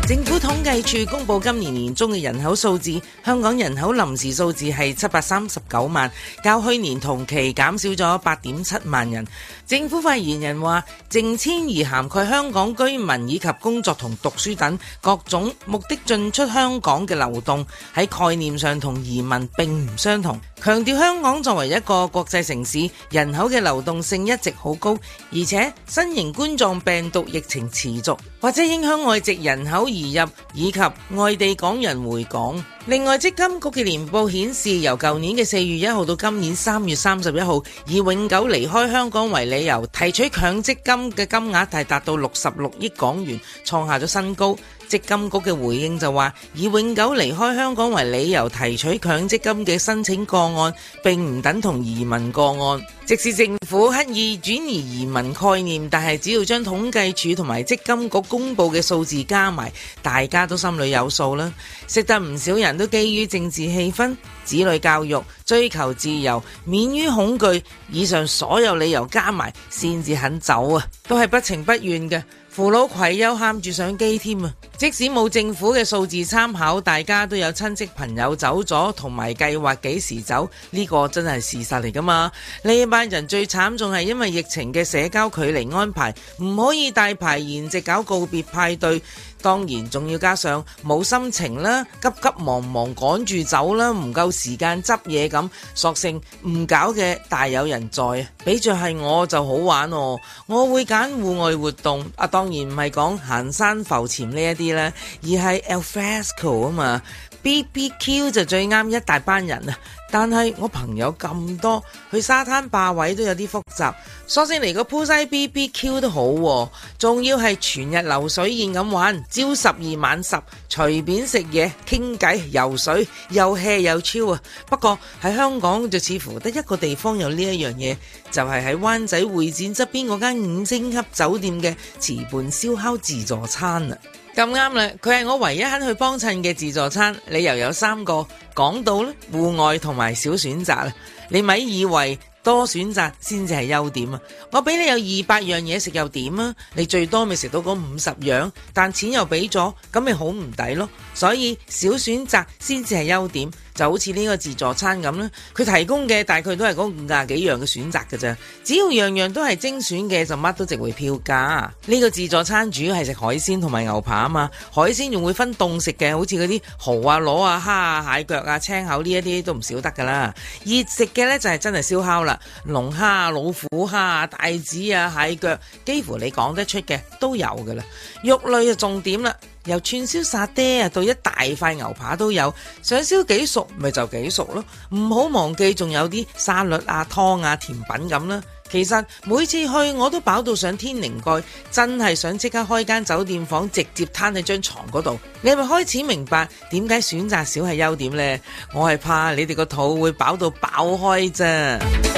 [SPEAKER 4] 政府統計處公布今年年中嘅人口數字，香港人口臨時數字係七百三十九萬，較去年同期減少咗八點七萬人。政府發言人話，淨遷移涵蓋香港居民以及工作同讀書等各種目的進出香港嘅流動，喺概念上同移民並唔相同。強調香港作為一個國際城市，人口嘅流動性一直好高，而且新型冠狀病毒疫情持續，或者影響外籍人口移入以及外地港人回港。另外，積金局嘅年報顯示，由舊年嘅四月一號到今年三月三十一號，以永久離開香港為理由提取強積金嘅金額係達到六十六億港元，創下咗新高。積金局嘅回應就話，以永久離開香港為理由提取強積金嘅申請個案，並唔等同移民個案。即使政府刻意轉移移民概念，但係只要將統計處同埋積金局公佈嘅數字加埋，大家都心裏有數啦。識得唔少人都基於政治氣氛、子女教育、追求自由、免於恐懼，以上所有理由加埋，先至肯走啊，都係不情不願嘅。扶老攜幼喊住上機添啊！即使冇政府嘅數字參考，大家都有親戚朋友走咗，同埋計劃幾時走，呢個真係事實嚟噶嘛？呢班人最慘，仲係因為疫情嘅社交距離安排，唔可以大排筵席搞告別派對。當然，仲要加上冇心情啦，急急忙忙趕住走啦，唔夠時間執嘢咁，索性唔搞嘅大有人在啊！比着係我就好玩喎，我會揀戶外活動啊，當然唔係講行山浮潛呢一啲啦，而係 al fresco 啊嘛，BBQ 就最啱一大班人啊！但係我朋友咁多，去沙灘霸位都有啲複雜，索性嚟個 poolside BBQ 都好喎、仲要係全日流水宴咁玩，朝十二晚十，隨便食嘢、傾偈、游水，又 hea 又超啊！不過喺香港就似乎得一個地方有呢一樣嘢，就係、喺灣仔會展側邊嗰間五星級酒店嘅池畔燒烤自助餐啊！咁啱啦，佢係我唯一肯去幫襯嘅自助餐，理由有三個：港島咧、戶外同埋少選擇啦。你咪以為多選擇先至係優點啊！我俾你有二百樣嘢食又點啊？你最多咪食到嗰五十樣，但錢又俾咗，咁咪好唔抵咯。所以少選擇先至係優點，就好似呢個自助餐咁啦。佢提供嘅大概都係嗰五廿幾樣嘅選擇嘅啫，只要樣樣都係精選嘅，就乜都值回票價。呢個自助餐主要係食海鮮同埋牛扒啊嘛，海鮮仲會分凍食嘅，好似嗰啲蠔啊、螺啊、蝦啊、蟹腳啊、青口呢一啲都唔少得噶啦。熱食嘅呢就係真係燒烤啦，龍蝦啊、老虎蝦啊、帶子啊、蟹腳，幾乎你講得出嘅都有噶啦。肉類就重點啦。由串燒沙爹啊，到一大塊牛扒都有，想燒幾熟咪就幾熟咯。唔好忘記仲有啲沙律啊、湯啊、甜品咁啦。其實每次去我都飽到上天靈蓋，真係想即刻開間酒店房，直接攤喺張床嗰度。你係咪開始明白點解選擇少係優點呢？我係怕你哋個肚會飽到爆開啫。